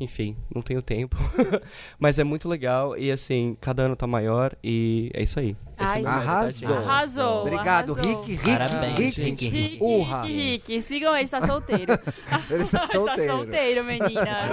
Speaker 10: enfim, não tenho tempo. <laughs> Mas é muito legal e, assim, cada ano tá maior e é isso aí. Esse
Speaker 1: Ai,
Speaker 10: é
Speaker 2: Arrasou.
Speaker 1: Arrasou.
Speaker 2: Obrigado,
Speaker 1: arrasou.
Speaker 2: Rick, Rick,
Speaker 3: Parabéns,
Speaker 2: Rick.
Speaker 3: Rick, Rick.
Speaker 2: Urra.
Speaker 1: Rick, Rick, sigam ele, está solteiro.
Speaker 2: <laughs> Ele está solteiro.
Speaker 1: está solteiro,
Speaker 2: <laughs>
Speaker 1: meninas.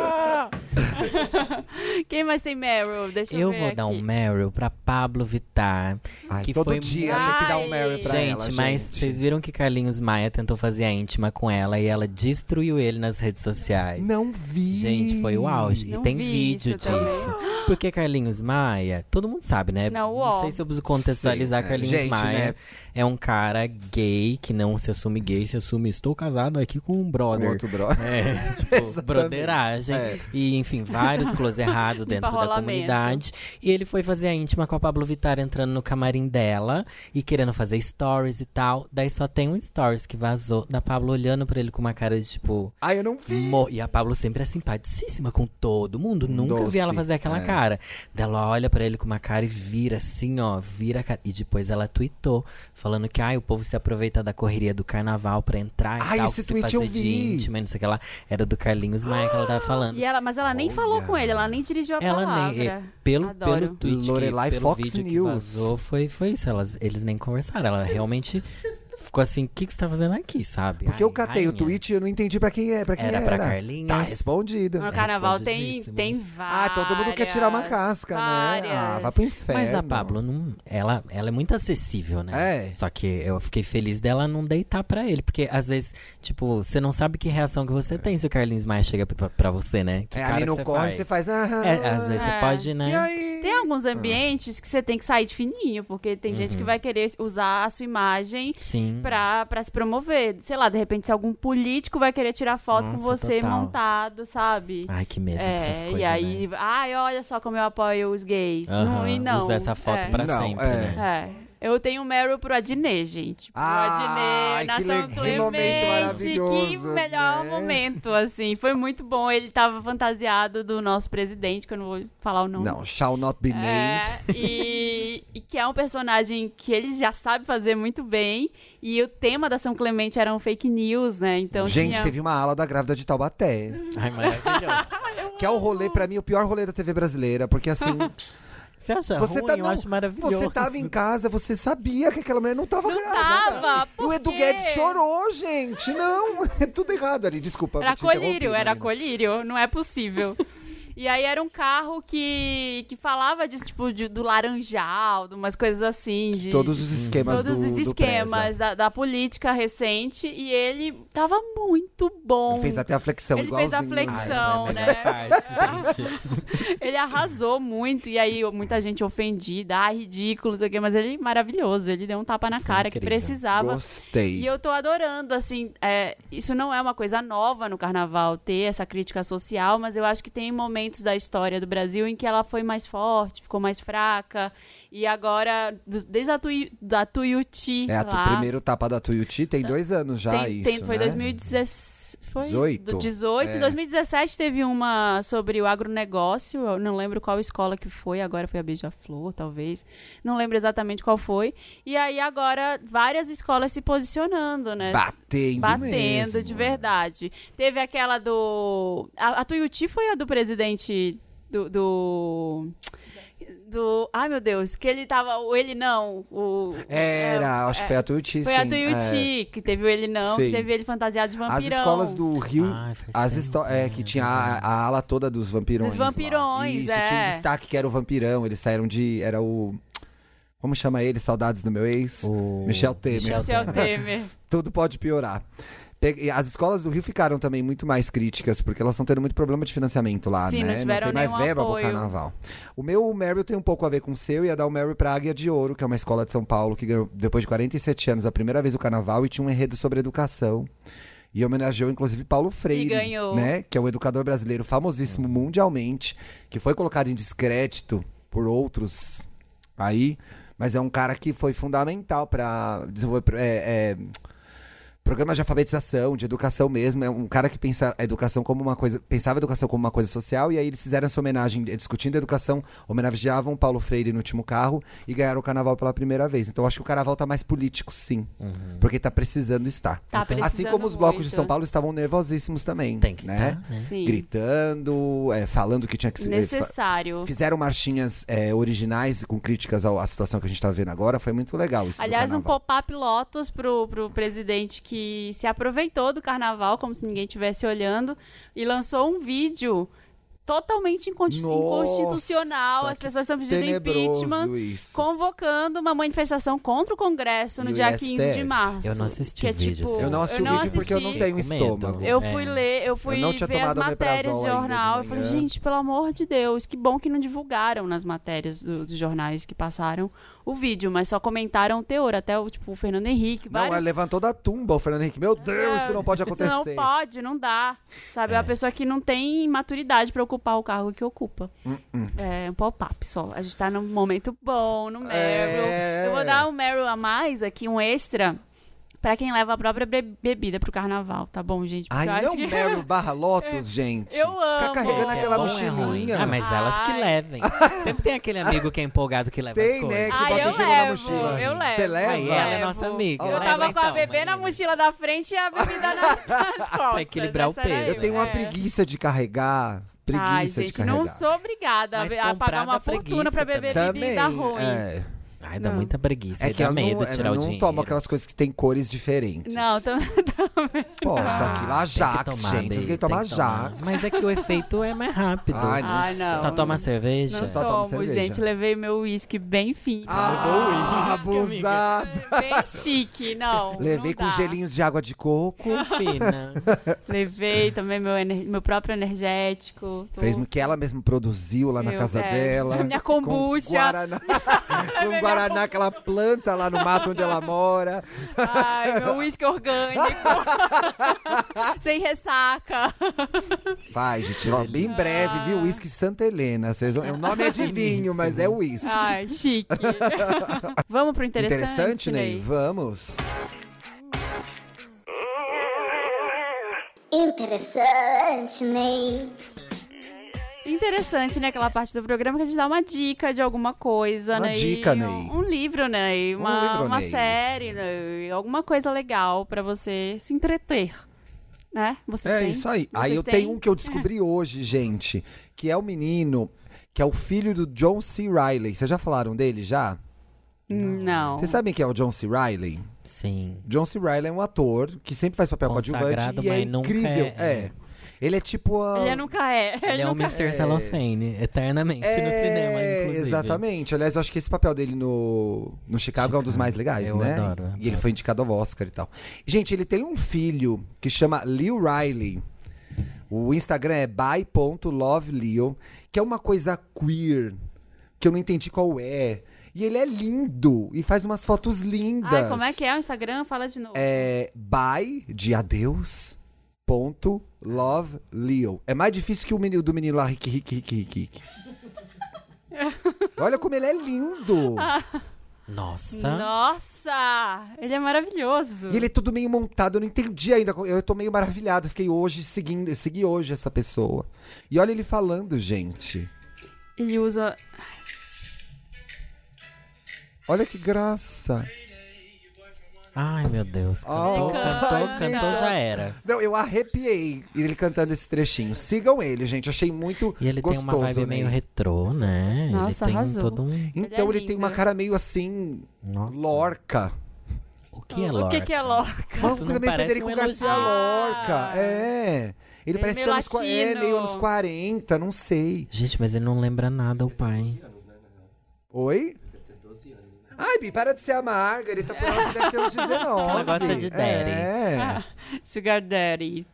Speaker 1: Quem mais tem Meryl? Deixa eu,
Speaker 3: Eu
Speaker 1: ver
Speaker 3: vou dar
Speaker 1: aqui.
Speaker 3: um Meryl pra Pablo Vittar.
Speaker 2: Ai,
Speaker 3: que
Speaker 2: todo
Speaker 3: foi
Speaker 2: dia tem que dar um
Speaker 1: Ai.
Speaker 2: Meryl pra
Speaker 3: gente,
Speaker 2: ela,
Speaker 3: mas
Speaker 2: gente.
Speaker 3: vocês viram que Carlinhos Maia tentou fazer a íntima com ela e ela destruiu ele nas redes sociais.
Speaker 2: Não vi.
Speaker 3: Gente, foi o auge.
Speaker 1: Não
Speaker 3: e tem
Speaker 1: vi
Speaker 3: vídeo
Speaker 1: isso também.
Speaker 3: disso. Porque Carlinhos Maia, todo mundo sabe, né?
Speaker 1: Não,
Speaker 3: não
Speaker 1: uó.
Speaker 3: sei se eu preciso contextualizar
Speaker 2: Sim, é.
Speaker 3: Carlinhos
Speaker 2: Gente,
Speaker 3: Maia.
Speaker 2: né?
Speaker 3: É um cara gay que não se assume gay, se assume estou casado aqui com um
Speaker 2: Com
Speaker 3: brother.
Speaker 2: outro <laughs> brother.
Speaker 3: É, tipo,
Speaker 2: Exatamente.
Speaker 3: broderagem.
Speaker 2: É.
Speaker 3: E, enfim,
Speaker 2: <laughs>
Speaker 3: vários close errados dentro da
Speaker 1: Enrolamento.
Speaker 3: comunidade. E ele foi fazer a íntima com a Pablo Vittar entrando no camarim dela e querendo fazer stories e tal. Daí só tem um stories que vazou da Pablo olhando pra ele com uma cara de tipo.
Speaker 2: Ai, eu não vi.
Speaker 3: Mo- E a Pablo sempre é simpaticíssima com todo mundo. Nunca
Speaker 2: Doce,
Speaker 3: vi ela fazer aquela
Speaker 2: é.
Speaker 3: cara. Daí ela olha pra ele com uma cara e vira assim, ó, vira a cara. E depois ela tweetou, falando que ai, o povo se aproveita da correria do carnaval pra entrar e
Speaker 2: Ai,
Speaker 3: tal,
Speaker 2: esse
Speaker 3: que se
Speaker 2: tweet eu
Speaker 3: fazer de
Speaker 2: vi.
Speaker 3: íntima, e não sei o que lá. Era do Carlinhos Maia que ela tava falando.
Speaker 1: Ah, E ela, mas ela nem
Speaker 2: Olha.
Speaker 1: falou com ele, ela nem dirigiu a
Speaker 3: um Ela
Speaker 1: palavra.
Speaker 3: nem. é, pelo,
Speaker 1: Adoro.
Speaker 3: pelo tweet,
Speaker 2: Lorelai
Speaker 3: que, pelo
Speaker 2: Fox
Speaker 3: vídeo
Speaker 2: News.
Speaker 3: que vazou, foi, foi isso. Elas, eles nem conversaram. Ela realmente ficou assim: o que, que você tá fazendo aqui, sabe?
Speaker 2: Porque
Speaker 3: Ai,
Speaker 2: eu catei o
Speaker 3: rainha.
Speaker 2: tweet e eu não entendi pra quem é, pra quem
Speaker 3: Era
Speaker 2: era.
Speaker 3: pra Carlinhos.
Speaker 2: Tá respondido.
Speaker 1: No carnaval tem,
Speaker 3: Respondidíssimo.
Speaker 1: tem
Speaker 2: Ah,
Speaker 1: várias.
Speaker 2: todo mundo quer tirar uma casca, né? Ah, vai pro inferno.
Speaker 3: Mas a Pablo, não, ela, ela é muito acessível, né?
Speaker 2: É.
Speaker 3: Só que eu fiquei feliz dela não deitar pra ele. Porque às vezes, tipo, você não sabe que reação que você tem se o Carlinhos Maia chega pra, pra você, né? Que
Speaker 2: É,
Speaker 3: cara
Speaker 2: ali
Speaker 3: que
Speaker 2: no
Speaker 3: você
Speaker 2: corre,
Speaker 3: faz.
Speaker 2: você faz. Ah,
Speaker 3: É, às vezes
Speaker 1: É.
Speaker 3: você pode,
Speaker 2: E
Speaker 3: né?
Speaker 2: aí?
Speaker 1: Tem alguns ambientes que você tem que sair de fininho, porque tem gente
Speaker 2: Uhum.
Speaker 1: que vai querer usar a sua imagem
Speaker 3: Sim.
Speaker 1: pra, pra se promover. Sei lá, de repente, se algum político vai querer tirar foto com
Speaker 3: Nossa,
Speaker 1: você
Speaker 3: total.
Speaker 1: montado, sabe?
Speaker 3: Ai, que medo dessas
Speaker 1: É,
Speaker 3: coisas.
Speaker 1: e aí,
Speaker 3: né?
Speaker 1: ai, olha só como eu apoio os gays. Não,
Speaker 3: Aham,
Speaker 1: e não.
Speaker 3: Usar essa foto
Speaker 1: é.
Speaker 3: pra
Speaker 2: Não,
Speaker 3: sempre,
Speaker 2: é.
Speaker 3: né?
Speaker 1: É. Eu tenho um Meryl pro Adnet, gente. Pro
Speaker 2: Ah, Ai,
Speaker 1: Adnet, na
Speaker 2: que
Speaker 1: São
Speaker 2: le- que momento
Speaker 1: Clemente. Que
Speaker 2: maravilhoso,
Speaker 1: melhor
Speaker 2: né?
Speaker 1: momento, assim. Foi muito bom. Ele tava fantasiado do nosso presidente, que eu não vou falar o nome.
Speaker 2: Não, shall not be
Speaker 1: É,
Speaker 2: named.
Speaker 1: e, e que é um personagem que ele já sabe fazer muito bem. E o tema da São Clemente eram fake news, né? Então
Speaker 2: Gente,
Speaker 1: tinha...
Speaker 2: teve uma ala da grávida de Taubaté.
Speaker 3: Ai, maravilhoso.
Speaker 2: Que é o rolê, pra mim, o pior rolê da TV brasileira. Porque assim,
Speaker 3: <laughs> Você acha
Speaker 2: Você
Speaker 3: ruim?
Speaker 2: tá-
Speaker 3: eu
Speaker 2: não,
Speaker 3: acho maravilhoso.
Speaker 2: você tava em casa, você sabia que aquela mulher não tava grávida.
Speaker 1: Tava,
Speaker 2: E o
Speaker 1: por
Speaker 2: Edu
Speaker 1: quê?
Speaker 2: Guedes chorou, gente. Não, <laughs> é tudo errado ali. Desculpa. eu
Speaker 1: Era
Speaker 2: te interrompi,
Speaker 1: colírio, era
Speaker 2: Marina.
Speaker 1: colírio, não é possível. E aí era um carro que, que falava disso, tipo, de- do laranjal, de umas coisas assim. De,
Speaker 2: Todos os esquemas
Speaker 1: todos
Speaker 2: do,
Speaker 1: os
Speaker 2: do
Speaker 1: esquemas da, da política recente. E ele tava muito
Speaker 2: Preza.
Speaker 1: bom.
Speaker 2: Ele fez até a flexão,
Speaker 1: Ele fez
Speaker 2: igualzinho.
Speaker 1: a
Speaker 3: Ai,
Speaker 1: flexão.
Speaker 3: foi a melhor
Speaker 1: né? <laughs>
Speaker 3: parte, gente.
Speaker 1: Ele arrasou muito, e aí muita gente ofendida, ah, ridículo, não sei o quê, mas ele maravilhoso, ele deu um tapa na
Speaker 3: Foi
Speaker 1: cara que
Speaker 3: incrível.
Speaker 1: precisava. E
Speaker 2: Gostei.
Speaker 1: eu tô adorando, assim, é, isso não é uma coisa nova no carnaval, ter essa crítica social, mas eu acho que tem momentos da história do Brasil em que ela foi mais forte, ficou mais fraca, e agora, do- desde a Tui, da Tuiuti
Speaker 2: É, a tu,
Speaker 1: lá, Tá.
Speaker 2: primeiro tapa da Tuiuti tem dois anos já,
Speaker 1: tem-
Speaker 2: isso,
Speaker 1: tem- foi
Speaker 2: né?
Speaker 1: 2016. Foi?
Speaker 2: 18.
Speaker 1: Do 18.
Speaker 2: É.
Speaker 1: 2017 teve uma sobre o agronegócio. Eu não lembro qual escola que foi. Agora foi a Beija-Flor, talvez. Não lembro exatamente qual foi. E aí agora várias escolas se posicionando, né?
Speaker 2: Batendo
Speaker 1: Batendo
Speaker 2: mesmo.
Speaker 1: de verdade. Teve aquela do. A, a Tuiuti foi a do presidente do. do... do- Ai, meu Deus, que ele tava. O ele não. O, é,
Speaker 2: Era, acho que foi a Tuiuti,
Speaker 1: foi
Speaker 2: sim.
Speaker 1: a Tuiuti, que teve o ele não,
Speaker 2: Sim.
Speaker 1: que teve ele fantasiado de
Speaker 2: É.
Speaker 1: vampirão.
Speaker 2: As escolas do Rio...
Speaker 3: Ai, faz
Speaker 2: As
Speaker 3: tempo,
Speaker 2: histó- é,
Speaker 3: né?
Speaker 2: que tinha a, a ala toda dos vampirões.
Speaker 1: Dos
Speaker 2: lá.
Speaker 1: vampirões,
Speaker 2: Isso, tinha um
Speaker 1: é.
Speaker 2: destaque que era o vampirão. Eles saíram de. Era o. Como chama ele? Saudades do meu ex?
Speaker 3: O-
Speaker 2: Michel Temer.
Speaker 3: Michel
Speaker 1: Michel
Speaker 2: né?
Speaker 1: Temer.
Speaker 2: Tudo pode piorar. Pegue- As escolas do Rio ficaram também muito mais críticas, porque elas estão tendo muito problema de financiamento lá,
Speaker 1: Sim,
Speaker 2: né?
Speaker 1: não tiveram
Speaker 2: tem mais
Speaker 1: nenhum
Speaker 2: verba
Speaker 1: apoio.
Speaker 2: pro carnaval. O meu Meryl tem um pouco a ver com o seu, ia dar o Meryl pra Águia de Ouro, que é uma escola de São Paulo que ganhou, depois de 47 anos, a primeira vez o carnaval e tinha um enredo sobre educação. E homenageou, inclusive, Paulo Freire,
Speaker 1: ganhou.
Speaker 2: né? Que é um educador brasileiro famosíssimo mundialmente, que foi colocado em descrédito por outros aí, mas é um cara que foi fundamental para desenvolver é, é, programas de alfabetização, de educação mesmo. É um cara que pensa a educação como uma coisa, pensava a educação como uma coisa social e aí eles fizeram essa homenagem eh, discutindo a educação, homenageavam Paulo Freire no último carro e ganharam o carnaval pela primeira vez. Então eu acho que o carnaval tá mais político, sim,
Speaker 3: Uhum.
Speaker 2: porque tá precisando estar.
Speaker 1: Tá
Speaker 2: assim
Speaker 1: precisando
Speaker 2: como os blocos
Speaker 1: muito.
Speaker 2: de São Paulo estavam nervosíssimos também,
Speaker 3: Tem que
Speaker 2: né?
Speaker 3: tá, né?
Speaker 1: Sim.
Speaker 2: Gritando, eh, falando que tinha que se eh, fa-
Speaker 1: Necessário.
Speaker 2: Fizeram marchinhas é, originais com críticas ao- à situação que a gente tá vendo agora. Foi muito legal isso. do
Speaker 1: Aliás, um
Speaker 2: carnaval.
Speaker 1: pop-up Lotus pro, pro presidente que se aproveitou do carnaval, como se ninguém estivesse olhando, e lançou um vídeo totalmente inconsti-
Speaker 2: Nossa,
Speaker 1: inconstitucional. As
Speaker 2: que
Speaker 1: pessoas estão pedindo
Speaker 2: tenebroso
Speaker 1: impeachment.
Speaker 2: isso.
Speaker 1: Convocando uma manifestação contra o Congresso no
Speaker 2: E o
Speaker 1: dia 15 de
Speaker 2: STF?
Speaker 1: março.
Speaker 3: Eu não assisti
Speaker 1: que é,
Speaker 3: o vídeo,
Speaker 1: tipo,
Speaker 3: assim.
Speaker 2: Eu não assisti o vídeo porque eu não
Speaker 1: assisti.
Speaker 2: tenho
Speaker 3: Fiquei com medo.
Speaker 2: estômago.
Speaker 1: Eu
Speaker 3: É.
Speaker 1: fui ler, eu fui
Speaker 2: Tipo, Eu não tinha
Speaker 1: ver as
Speaker 2: tomado
Speaker 1: matérias de
Speaker 2: omeprazol ainda de
Speaker 1: jornal. eu falei,
Speaker 2: manhã.
Speaker 1: gente, pelo amor de Deus, que bom que não divulgaram nas matérias do- dos jornais que passaram o vídeo, mas só comentaram o teor, até o tipo o Fernando Henrique,
Speaker 2: Não, ela
Speaker 1: vários.
Speaker 2: levantou da tumba o Fernando Henrique. Meu Deus,
Speaker 1: É,
Speaker 2: isso não pode
Speaker 1: Isso
Speaker 2: acontecer.
Speaker 1: não pode, não dá. Sabe, é uma pessoa que não tem maturidade pra ocupar o cargo que ocupa.
Speaker 2: Hum,
Speaker 1: É um pop-up só. A gente tá num momento bom, no Meryl.
Speaker 2: É.
Speaker 1: Eu vou dar um Meryl a mais aqui, um extra, pra quem leva a própria be- bebida pro carnaval, tá bom, gente? Porque
Speaker 2: Ai,
Speaker 1: eu acho
Speaker 2: não
Speaker 1: que- <laughs> É,
Speaker 2: Meryl barra Lotus, gente.
Speaker 1: Eu
Speaker 2: Tá
Speaker 1: amo.
Speaker 2: carregando
Speaker 1: Que é
Speaker 2: aquela
Speaker 3: bom, é ruim.
Speaker 2: mochilinha.
Speaker 3: ah, mas elas que
Speaker 1: Ai.
Speaker 3: levem. Sempre tem aquele amigo que é empolgado que leva as
Speaker 2: Tem,
Speaker 3: coisas.
Speaker 2: né? Que
Speaker 1: Ai,
Speaker 2: bota
Speaker 1: eu
Speaker 2: o gelo na
Speaker 1: levo,
Speaker 2: mochila.
Speaker 1: eu levo.
Speaker 2: Você
Speaker 3: Aí
Speaker 2: leva?
Speaker 3: ela é
Speaker 1: Levo.
Speaker 3: nossa amiga.
Speaker 1: Eu
Speaker 3: leva
Speaker 1: tava com a
Speaker 3: então,
Speaker 1: bebê na
Speaker 3: menina.
Speaker 1: mochila da frente e a bebida <laughs>
Speaker 3: <laughs>
Speaker 1: nas, nas costas.
Speaker 3: equilibrar o
Speaker 1: Essa era
Speaker 3: peso,
Speaker 1: eu.
Speaker 2: Eu tenho uma
Speaker 1: É.
Speaker 2: preguiça de carregar. Preguiça
Speaker 1: Ai,
Speaker 2: de
Speaker 1: gente,
Speaker 2: carregar.
Speaker 1: não sou obrigada a
Speaker 3: Mas
Speaker 1: be- a
Speaker 3: comprar
Speaker 1: pagar uma
Speaker 3: dá preguiça
Speaker 1: fortuna pra beber
Speaker 2: Também.
Speaker 1: bebida ruim.
Speaker 2: é.
Speaker 3: Ai, dá
Speaker 1: Não.
Speaker 3: muita preguiça.
Speaker 2: É
Speaker 3: e
Speaker 2: que
Speaker 3: dá
Speaker 2: ela
Speaker 3: medo
Speaker 2: não,
Speaker 3: de
Speaker 2: ela
Speaker 3: tirar o
Speaker 2: não
Speaker 3: dinheiro.
Speaker 2: toma aquelas coisas que tem cores diferentes.
Speaker 1: Não, também.
Speaker 2: Pô, isso
Speaker 3: Ah,
Speaker 2: aqui
Speaker 3: tem
Speaker 2: lá
Speaker 3: que
Speaker 2: Jax,
Speaker 3: tomar,
Speaker 2: gente. Vocês
Speaker 3: baby,
Speaker 2: querem
Speaker 3: tem
Speaker 2: tomar
Speaker 3: que tomar.
Speaker 2: Jax.
Speaker 3: Mas é que o efeito é mais rápido.
Speaker 2: Ai, não.
Speaker 1: Ai, Ah, não.
Speaker 3: Só toma cerveja.
Speaker 1: Não
Speaker 2: Só toma
Speaker 1: tomo,
Speaker 2: cerveja.
Speaker 1: gente. Levei meu uísque bem fino.
Speaker 2: Ah, abusado.
Speaker 1: Bem chique, não.
Speaker 2: Levei
Speaker 1: não
Speaker 2: com
Speaker 1: dá.
Speaker 2: gelinhos de água de coco.
Speaker 1: <laughs>
Speaker 3: Fina.
Speaker 1: Levei também meu, ener- meu próprio energético. tudo.
Speaker 2: Fez que ela mesma produziu lá na
Speaker 1: Eu-
Speaker 2: casa
Speaker 1: é,
Speaker 2: dela.
Speaker 1: <laughs> minha
Speaker 2: com
Speaker 1: kombucha. É
Speaker 2: Guaraná,
Speaker 1: <laughs>
Speaker 2: com guaraná que ela planta lá no mato onde ela mora.
Speaker 1: Ai,
Speaker 2: <laughs>
Speaker 1: meu uísque orgânico. Sem ressaca.
Speaker 2: Faz, gente. ó, Em breve, viu? Whisky Santa Helena. Vocês vão- O nome é de vinho, mas é whisky.
Speaker 1: Ai, chique. Vamos pro Ah, interessante,
Speaker 2: Ney?
Speaker 1: Ney?
Speaker 2: Vamos.
Speaker 6: Interessante, Ney.
Speaker 1: Interessante, né? Aquela parte do programa que a gente dá uma dica de alguma coisa,
Speaker 2: Uma
Speaker 1: né?
Speaker 2: dica,
Speaker 1: E
Speaker 2: Ney.
Speaker 1: Um, um livro, né? E
Speaker 2: Um
Speaker 1: Uma,
Speaker 2: livro,
Speaker 1: uma
Speaker 2: Ney. É.
Speaker 1: série, né? E Alguma coisa legal pra você se entreter. Né? Vocês
Speaker 2: é
Speaker 1: têm?
Speaker 2: isso aí.
Speaker 1: Vocês
Speaker 2: aí eu
Speaker 1: têm?
Speaker 2: tenho um que eu descobri hoje, gente, que é o menino que é o filho do John C. Riley. Vocês já falaram dele já?
Speaker 1: Não.
Speaker 2: Vocês sabem quem é o John C. Riley?
Speaker 3: Sim.
Speaker 2: John C. Riley é um ator que sempre faz papel coadjuvante
Speaker 3: Consagrado,
Speaker 2: e é
Speaker 3: mas nunca
Speaker 2: incrível.
Speaker 3: é-
Speaker 2: É. Ele é tipo a...
Speaker 1: Ele é nunca é.
Speaker 3: Ele é o Mr. Cellophane, eternamente É, no cinema, inclusive.
Speaker 2: É, Exatamente. Aliás, eu acho que esse papel dele no, no Chicago, é um dos mais legais,
Speaker 3: Eu
Speaker 2: né?
Speaker 3: adoro, eu
Speaker 2: E ele
Speaker 3: adoro.
Speaker 2: foi indicado ao Oscar e tal. Gente, ele tem um filho que chama Leo Riley. O Instagram é by.loveleo, que é uma coisa queer, que eu não entendi qual é. E ele é lindo e faz umas fotos lindas.
Speaker 1: Ai, como é que é o Instagram? Fala de novo.
Speaker 2: É by de adeus. Ponto love Leo. É mais difícil que o menino do menino lá, Rick, Rick, Rick, Rick,
Speaker 1: <laughs>
Speaker 2: Rick. Olha como ele é lindo.
Speaker 3: Nossa.
Speaker 1: Nossa! Ele é maravilhoso.
Speaker 2: E ele é tudo meio montado, eu não entendi ainda. Eu tô meio maravilhado. Fiquei hoje seguindo, segui hoje essa pessoa. E olha ele falando, gente.
Speaker 1: Ele usa.
Speaker 2: Olha que graça.
Speaker 3: Ai, meu Deus. Cantou,
Speaker 2: Oh.
Speaker 3: cantou,
Speaker 2: Ai,
Speaker 3: cantou,
Speaker 2: gente.
Speaker 3: já era.
Speaker 2: Não, eu arrepiei ele cantando esse trechinho. Sigam ele, gente. Achei muito
Speaker 3: E ele
Speaker 2: gostoso.
Speaker 3: tem uma vibe
Speaker 2: né?
Speaker 3: meio retrô, né?
Speaker 1: Nossa,
Speaker 3: ele tem
Speaker 1: arrasou.
Speaker 3: todo um.
Speaker 2: Então
Speaker 1: Ele é
Speaker 2: ele tem
Speaker 1: lindo.
Speaker 2: uma cara meio assim,
Speaker 3: Nossa.
Speaker 2: Lorca.
Speaker 3: O que é
Speaker 1: o
Speaker 3: Lorca?
Speaker 1: que, que é Lorca?
Speaker 2: Mas
Speaker 3: Isso
Speaker 2: uma
Speaker 3: não
Speaker 2: coisa meio
Speaker 3: parece
Speaker 2: Federico
Speaker 3: um elogio.
Speaker 2: Garcia
Speaker 1: Ah.
Speaker 2: Lorca. É. Ele
Speaker 1: Ele
Speaker 2: parece
Speaker 1: meio
Speaker 2: anos, qua- é,
Speaker 1: latino.
Speaker 2: meio anos 40, não sei.
Speaker 3: Gente, mas ele não lembra nada o pai.
Speaker 2: Oi? Ai, Bi, para de ser amarga. Ele tá falando que deve
Speaker 1: <laughs>
Speaker 2: ter uns 19.
Speaker 3: Ela gosta de daddy.
Speaker 2: É.
Speaker 1: <laughs> Sugar Daddy.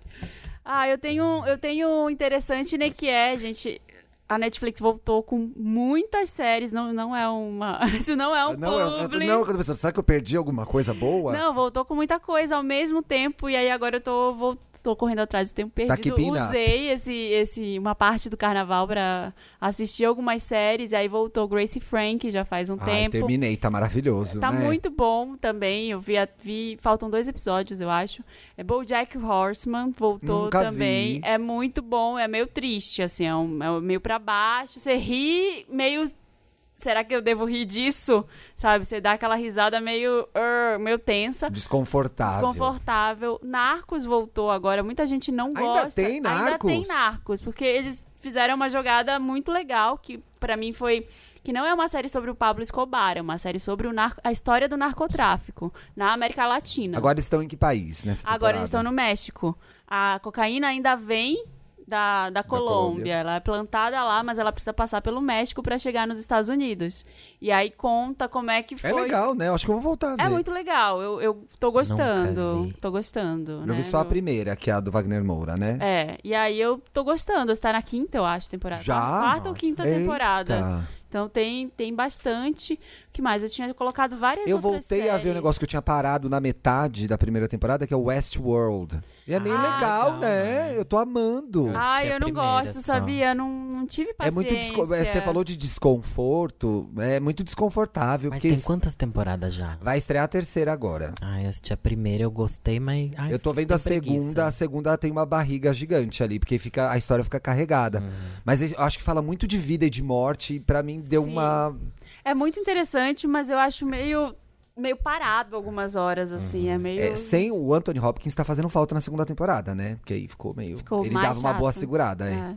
Speaker 1: Ah, eu tenho, eu tenho um interessante, né, que é, gente... A Netflix voltou com muitas séries, não, não é uma... <laughs> Isso não é um
Speaker 2: Não, eu, eu-
Speaker 1: publi.
Speaker 2: não, eu tô pensando, será que eu perdi alguma coisa boa?
Speaker 1: Não, voltou com muita coisa ao mesmo tempo. E aí agora eu tô, vou- tô correndo atrás do tempo perdido.
Speaker 2: keeping up.
Speaker 1: Usei esse, esse, uma parte do carnaval pra assistir algumas séries. E aí voltou Grace Frank, já faz um
Speaker 2: Ai,
Speaker 1: tempo.
Speaker 2: terminei, tá maravilhoso.
Speaker 1: Tá
Speaker 2: né?
Speaker 1: muito bom também. Eu vi, a- vi- faltam dois episódios, eu acho. É Bojack Horseman voltou
Speaker 2: Nunca
Speaker 1: também.
Speaker 2: vi.
Speaker 1: É muito bom, é meio triste, assim, é, um- é um meio pra baixo. Você ri meio. Será que eu devo rir disso? Sabe? Você dá aquela risada meio, "Ur", meio tensa.
Speaker 2: Desconfortável.
Speaker 1: Desconfortável. Narcos voltou agora. Muita gente não
Speaker 2: Ainda
Speaker 1: gosta.
Speaker 2: tem Narcos?
Speaker 1: Ainda tem Narcos, porque eles fizeram uma jogada muito legal que pra mim foi que não é uma série sobre o Pablo Escobar, é uma série sobre o narco- a história do narcotráfico na América Latina.
Speaker 2: Agora estão em que país, né?
Speaker 1: Agora eles estão no México. A cocaína ainda vem da, da, Colômbia.
Speaker 2: Colômbia.
Speaker 1: Ela é plantada lá, mas ela precisa passar pelo México pra chegar nos Estados Unidos. E aí conta como é que foi.
Speaker 2: É legal, né? Eu acho que eu vou voltar a ver.
Speaker 1: É muito legal. Eu, eu tô gostando.
Speaker 3: vi.
Speaker 1: Tô gostando.
Speaker 2: Eu
Speaker 1: né?
Speaker 2: vi só a
Speaker 1: Eu-
Speaker 2: primeira, que é a do Wagner Moura, né?
Speaker 1: É, e aí eu tô gostando. Está na quinta, eu acho, temporada. Tá
Speaker 2: Já?
Speaker 1: Quarta ou quinta temporada.
Speaker 2: Eita.
Speaker 1: Então tem, tem bastante. O que mais? Eu tinha colocado várias
Speaker 2: Eu
Speaker 1: outras
Speaker 2: voltei a ver um
Speaker 1: séries.
Speaker 2: negócio que eu tinha parado na metade da primeira temporada, que é o Westworld. E é meio
Speaker 1: Ah,
Speaker 2: legal,
Speaker 3: legal,
Speaker 2: né?
Speaker 3: né?
Speaker 2: Eu tô amando.
Speaker 3: Eu assisti
Speaker 1: Ai,
Speaker 3: a
Speaker 1: eu não
Speaker 3: primeira
Speaker 1: gosto,
Speaker 3: só.
Speaker 1: sabia? Não, não tive
Speaker 2: É
Speaker 1: Ah, paciência.
Speaker 2: muito desco- é, Você falou de desconforto, é muito desconfortável.
Speaker 3: Mas
Speaker 2: porque
Speaker 3: tem quantas temporadas já?
Speaker 2: Vai estrear a terceira agora.
Speaker 3: Ai, eu assisti a primeira, eu gostei, mas. Ai,
Speaker 2: eu tô
Speaker 3: fiquei
Speaker 2: vendo a
Speaker 3: com preguiça.
Speaker 2: segunda, a segunda tem uma barriga gigante ali, porque fica, a história fica carregada.
Speaker 3: Uhum.
Speaker 2: Mas eu acho que fala muito de vida e de morte, e pra mim deu uma.
Speaker 1: É muito interessante, mas eu acho meio meio parado algumas horas, assim. É meio.
Speaker 2: É, sem o Anthony Hopkins tá fazendo falta na segunda temporada, né? Porque aí ficou meio.
Speaker 1: Ficou
Speaker 2: ele
Speaker 1: mais
Speaker 2: dava uma boa
Speaker 1: chato.
Speaker 2: segurada, é.
Speaker 1: É.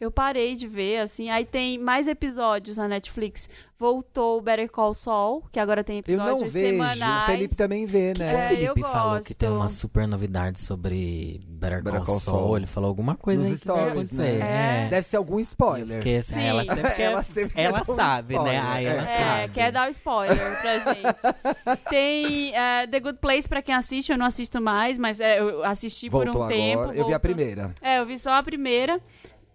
Speaker 1: Eu parei de ver, assim. Aí tem mais episódios na Netflix. Voltou o Better Call Saul, que agora tem
Speaker 2: Eu
Speaker 1: episódios
Speaker 2: não vejo.
Speaker 1: semanais.
Speaker 2: O Felipe também vê,
Speaker 1: que
Speaker 3: O
Speaker 1: é
Speaker 2: né?
Speaker 3: Felipe
Speaker 1: eu
Speaker 3: falou que tem
Speaker 1: gosto.
Speaker 3: uma super novidade sobre Better Call,
Speaker 2: Better Call
Speaker 3: Saul.
Speaker 2: Saul.
Speaker 3: Ele falou alguma coisa
Speaker 2: Nos
Speaker 3: aí que vai
Speaker 2: stories,
Speaker 3: acontecer.
Speaker 1: né?
Speaker 3: É.
Speaker 2: Deve ser algum
Speaker 3: Eu
Speaker 2: spoiler.
Speaker 3: fiquei assim,
Speaker 1: Sim.
Speaker 3: ela sempre
Speaker 2: <laughs>
Speaker 3: quer,
Speaker 2: Ela
Speaker 3: ela
Speaker 2: sempre quer dar um
Speaker 3: sabe, né?
Speaker 2: spoiler.
Speaker 3: Aí ela
Speaker 2: É.
Speaker 1: É,
Speaker 3: sabe.
Speaker 1: quer dar o spoiler pra
Speaker 2: <laughs>
Speaker 1: gente. Tem é, The Good Place pra quem assiste, eu não assisto mais, mas é, eu assisti por um
Speaker 2: Voltou
Speaker 1: tempo.
Speaker 2: agora. Eu vi a
Speaker 1: voltou.
Speaker 2: primeira.
Speaker 1: É, eu vi só a primeira.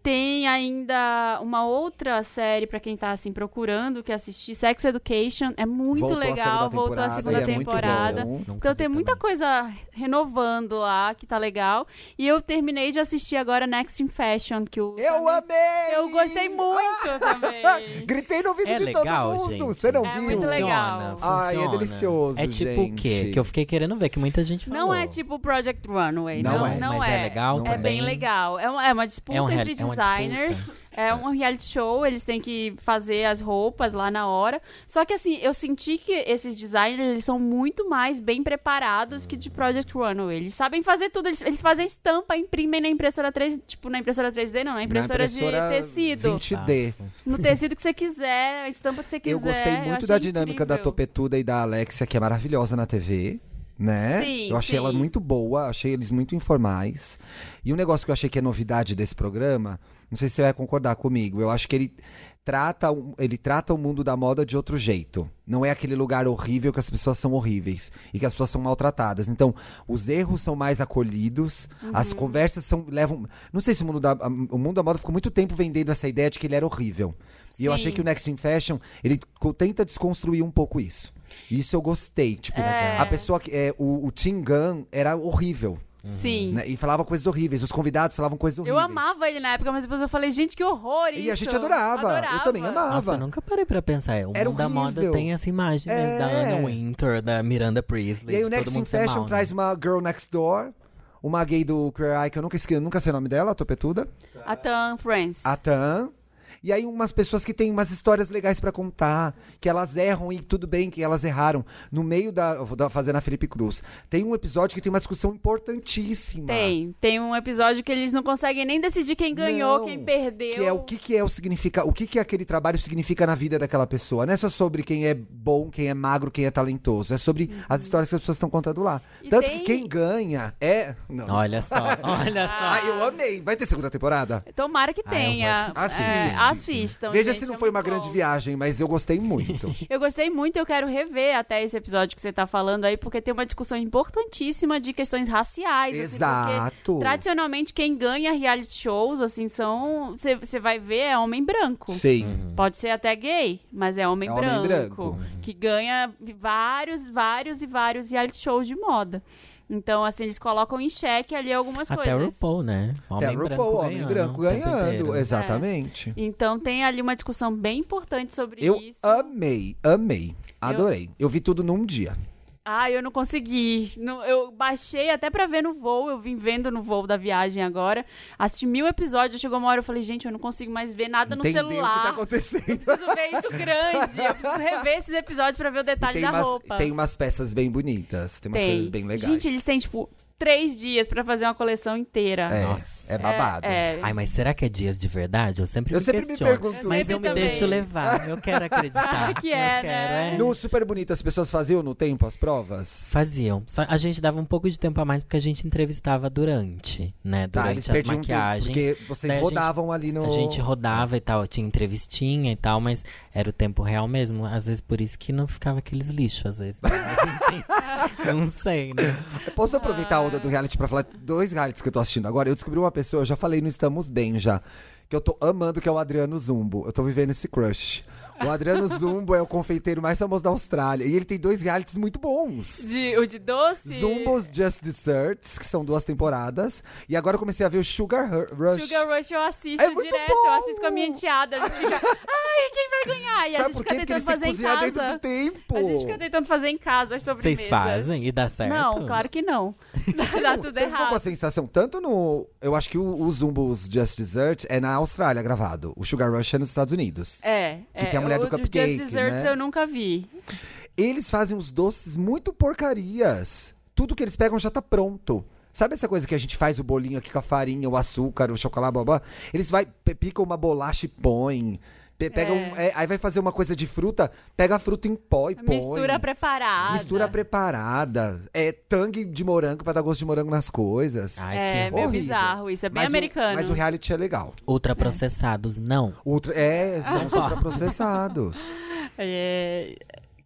Speaker 1: Tem ainda uma outra série pra quem tá assim procurando que assistir, Sex Education, é muito
Speaker 2: voltou
Speaker 1: legal,
Speaker 2: a segunda
Speaker 1: voltou a
Speaker 2: temporada,
Speaker 1: segunda
Speaker 2: e é muito
Speaker 1: temporada.
Speaker 2: bom.
Speaker 3: Nunca
Speaker 1: Então
Speaker 3: vi
Speaker 1: tem muita
Speaker 3: também.
Speaker 1: coisa renovando lá que tá legal. E eu terminei de assistir agora Next in Fashion, que o
Speaker 2: Eu amei!
Speaker 1: Eu gostei muito também.
Speaker 2: <laughs> Gritei no ouvido
Speaker 3: É
Speaker 2: de
Speaker 3: legal,
Speaker 2: todo mundo.
Speaker 3: gente.
Speaker 2: Você não
Speaker 1: É
Speaker 2: viu?
Speaker 1: muito legal.
Speaker 3: Funciona,
Speaker 2: Ai, é
Speaker 3: funciona.
Speaker 2: delicioso,
Speaker 3: É tipo o quê?
Speaker 2: gente.
Speaker 3: Que eu fiquei querendo ver, que muita gente falou.
Speaker 1: Não é tipo Project Runway,
Speaker 2: Não
Speaker 1: não,
Speaker 2: é.
Speaker 1: não
Speaker 3: Mas é legal
Speaker 1: É
Speaker 3: também.
Speaker 1: bem legal. É uma, é uma disputa
Speaker 3: É um reali-
Speaker 1: entre
Speaker 3: é uma disputa.
Speaker 1: designers. É um reality show, eles têm que fazer as roupas lá na hora. Só que assim, eu senti que esses designers, eles são muito mais bem preparados que de Project Runway. Eles sabem fazer tudo, eles, eles fazem estampa, imprimem na impressora 3D, tipo, na impressora 3D não, na impressora, de tecido.
Speaker 3: Tá,
Speaker 2: 20D.
Speaker 1: No tecido que você quiser, a estampa que você quiser.
Speaker 2: Eu gostei muito da
Speaker 1: achei
Speaker 2: dinâmica da
Speaker 1: incrível.
Speaker 2: Topetuda e da Alexia, que é maravilhosa na TV. Né?
Speaker 1: Sim,
Speaker 2: eu achei
Speaker 1: sim.
Speaker 2: ela muito boa, achei eles muito informais. E um negócio que eu achei que é novidade desse programa, não sei se você vai concordar comigo, eu acho que ele trata, o- ele trata o mundo da moda de outro jeito. Não é aquele lugar horrível que as pessoas são horríveis e que as pessoas são maltratadas. Então, os erros são mais acolhidos, as conversas são levam, não sei se o mundo da o mundo da moda ficou muito tempo vendendo essa ideia de que ele era horrível. E eu
Speaker 1: Sim.
Speaker 2: achei que o Next in Fashion, ele co- tenta desconstruir um pouco isso. Isso eu gostei, tipo, a pessoa que é o, o Tim Gunn era horrível.
Speaker 1: Sim.
Speaker 2: né? E falava coisas horríveis, os convidados falavam coisas horríveis.
Speaker 1: Eu amava ele na época, mas depois eu falei, gente, que horror isso.
Speaker 2: E a gente adorava. Eu também amava.
Speaker 3: Nossa, eu nunca parei pra pensar. O
Speaker 2: Era
Speaker 3: mundo da moda
Speaker 2: horrível.
Speaker 3: tem essa imagem mesmo da
Speaker 2: É.
Speaker 3: Anna Winter, da Miranda Priestley.
Speaker 2: E aí
Speaker 3: de
Speaker 2: o
Speaker 3: todo
Speaker 2: Next in
Speaker 3: mundo ser
Speaker 2: Fashion
Speaker 3: mal, né?
Speaker 2: traz uma girl next door, uma gay do Queer Eye, que eu nunca esqueci, eu nunca sei o nome dela, a topetuda,
Speaker 1: A Tan Friends.
Speaker 2: a Tan. E aí umas pessoas que têm umas histórias legais pra contar, que elas erram e tudo bem que elas erraram. No meio da, eu vou dar- fazer na Felipe Cruz, tem um episódio que tem uma discussão importantíssima.
Speaker 1: Tem. Tem um episódio que eles não conseguem nem decidir quem ganhou,
Speaker 2: Não,
Speaker 1: quem perdeu.
Speaker 2: Que é o que, que é o significa, o que, que aquele trabalho significa na vida daquela pessoa. Não é só sobre quem é bom, quem é magro, quem é talentoso. É sobre as histórias que as pessoas estão contando lá.
Speaker 1: Uhum. E
Speaker 2: Tanto
Speaker 1: tem-
Speaker 2: que quem ganha é. Não.
Speaker 1: <laughs>
Speaker 3: Olha só, olha
Speaker 2: Ah,
Speaker 3: só.
Speaker 2: eu amei. Vai ter segunda temporada?
Speaker 1: Tomara que
Speaker 3: Ah, eu vou
Speaker 1: tenha.
Speaker 2: assistir.
Speaker 1: É,
Speaker 2: Assiste.
Speaker 1: assistam.
Speaker 2: um Veja
Speaker 1: gente,
Speaker 2: se não
Speaker 1: é
Speaker 2: foi uma
Speaker 1: muito
Speaker 2: grande
Speaker 1: bom. assim,
Speaker 2: viagem, mas
Speaker 1: <laughs>
Speaker 2: eu gostei muito.
Speaker 1: Eu gostei muito, eu quero rever até esse episódio que você tá falando aí, porque tem uma discussão importantíssima de questões raciais. assim, porque
Speaker 2: Exato.
Speaker 1: tradicionalmente, quem ganha reality shows, assim, são. Você você vai ver, é homem branco.
Speaker 2: Sim.
Speaker 3: Uhum.
Speaker 1: Pode ser até gay, mas é homem,
Speaker 2: É homem
Speaker 1: branco,
Speaker 2: branco.
Speaker 1: Que ganha vários, vários e vários reality shows de moda. Então, assim, eles colocam em xeque ali algumas
Speaker 3: Até o
Speaker 1: coisas.
Speaker 3: RuPaul, né?
Speaker 2: Até RuPaul, homem branco
Speaker 3: o tempo
Speaker 2: ganhando.
Speaker 3: inteiro. É.
Speaker 2: Exatamente.
Speaker 1: Então tem ali uma discussão bem importante sobre
Speaker 2: Eu
Speaker 1: isso.
Speaker 2: amei, amei. Adorei. Eu vi tudo num dia.
Speaker 1: Ah, eu não consegui. Não- eu baixei até pra ver no voo, eu vim vendo no voo da viagem agora. Assisti mil episódios, chegou uma hora eu falei, gente, eu não consigo mais ver nada
Speaker 2: Entendeu
Speaker 1: no
Speaker 2: o que tá
Speaker 1: celular. eu
Speaker 2: acontecendo.
Speaker 1: preciso ver isso grande. Eu preciso rever esses episódios pra ver o detalhe
Speaker 2: Tem
Speaker 1: da
Speaker 2: umas,
Speaker 1: roupa.
Speaker 2: tem umas peças bem bonitas. Tem umas
Speaker 1: Tem.
Speaker 2: coisas bem legais.
Speaker 1: Gente, eles têm, tipo, três dias pra fazer uma coleção inteira.
Speaker 2: É,
Speaker 3: Nossa.
Speaker 2: é babado.
Speaker 1: É,
Speaker 3: Ai, mas será que é dias de verdade? Eu sempre
Speaker 2: Eu
Speaker 3: me
Speaker 2: sempre me
Speaker 3: questiono.
Speaker 2: pergunto
Speaker 3: Mas
Speaker 1: isso.
Speaker 3: eu me
Speaker 1: Sempre
Speaker 3: deixo
Speaker 1: também.
Speaker 3: levar.
Speaker 1: <laughs>
Speaker 3: Eu quero acreditar.
Speaker 1: Claro que é,
Speaker 3: eu quero,
Speaker 1: né?
Speaker 3: é.
Speaker 2: No Super Bonito, as pessoas faziam no tempo as provas?
Speaker 3: Faziam. Só a gente dava um pouco de tempo a mais porque a gente entrevistava durante, né? Durante as
Speaker 2: Tá, perdiam um tempo,
Speaker 3: maquiagens.
Speaker 2: porque vocês
Speaker 3: Daí a gente-
Speaker 2: rodavam ali no...
Speaker 3: A gente rodava e tal, tinha entrevistinha e tal, mas era o tempo real mesmo. Às vezes por isso que não ficava aqueles lixos, às vezes. né? Mas,
Speaker 1: <laughs>
Speaker 3: enfim, não sei, né?
Speaker 2: Posso aproveitar a onda do reality pra falar dois realities que eu tô assistindo agora? Eu descobri uma pessoa, eu já falei no Estamos Bem já, que eu tô amando, que é o Adriano Zumbo. Eu tô vivendo esse crush. O
Speaker 1: <laughs>
Speaker 2: Adriano Zumbo é o confeiteiro mais famoso da Austrália. E ele tem dois realities muito bons.
Speaker 1: De- o de doce.
Speaker 2: Zumbos Just Desserts, que são duas temporadas. E agora eu comecei a ver o Sugar Ru- Rush.
Speaker 1: Sugar Rush eu assisto
Speaker 2: É muito
Speaker 1: direto,
Speaker 2: bom!
Speaker 1: eu assisto com a minha enteada. A gente fica, ai, quem vai ganhar? E a gente
Speaker 2: Sabe por
Speaker 1: fica
Speaker 2: quê?
Speaker 1: tentando
Speaker 2: Porque eles têm que
Speaker 1: fazer em
Speaker 2: cozinhar dentro
Speaker 1: casa.
Speaker 2: do tempo.
Speaker 1: A gente fica tentando fazer em casa as sobremesas.
Speaker 3: Vocês fazem e dá certo?
Speaker 1: Não, claro que
Speaker 2: <laughs>
Speaker 1: não. Dá tudo
Speaker 2: Você ficou com a
Speaker 1: errado.
Speaker 2: sensação, tanto no. Eu acho que o, o Zumbos Just Dessert é na Austrália gravado. O Sugar Rush é nos Estados Unidos.
Speaker 1: É, é.
Speaker 2: tem uma mulher do
Speaker 1: o Just
Speaker 2: cupcake,
Speaker 1: Desserts
Speaker 2: né?
Speaker 1: eu nunca vi.
Speaker 2: Eles fazem uns doces muito porcarias. Tudo que eles pegam já tá pronto. Sabe essa coisa que a gente faz o bolinho aqui com a farinha, o açúcar, o chocolate, blá, blá? Eles vai, pe- picam uma bolacha e põem. Pe- pega um- é, aí vai fazer uma coisa de fruta, pega a fruta em pó e põe.
Speaker 1: Mistura preparada.
Speaker 2: Mistura preparada. É tangue de morango pra dar gosto de morango nas coisas.
Speaker 3: Ai,
Speaker 1: É,
Speaker 3: que
Speaker 1: meio
Speaker 2: horrível.
Speaker 1: bizarro isso. É bem
Speaker 2: Mas o-
Speaker 1: americano.
Speaker 2: mas o reality é legal.
Speaker 3: Ultraprocessados, não.
Speaker 2: Ultra, é, são
Speaker 1: <laughs>
Speaker 2: os ultraprocessados.
Speaker 1: É,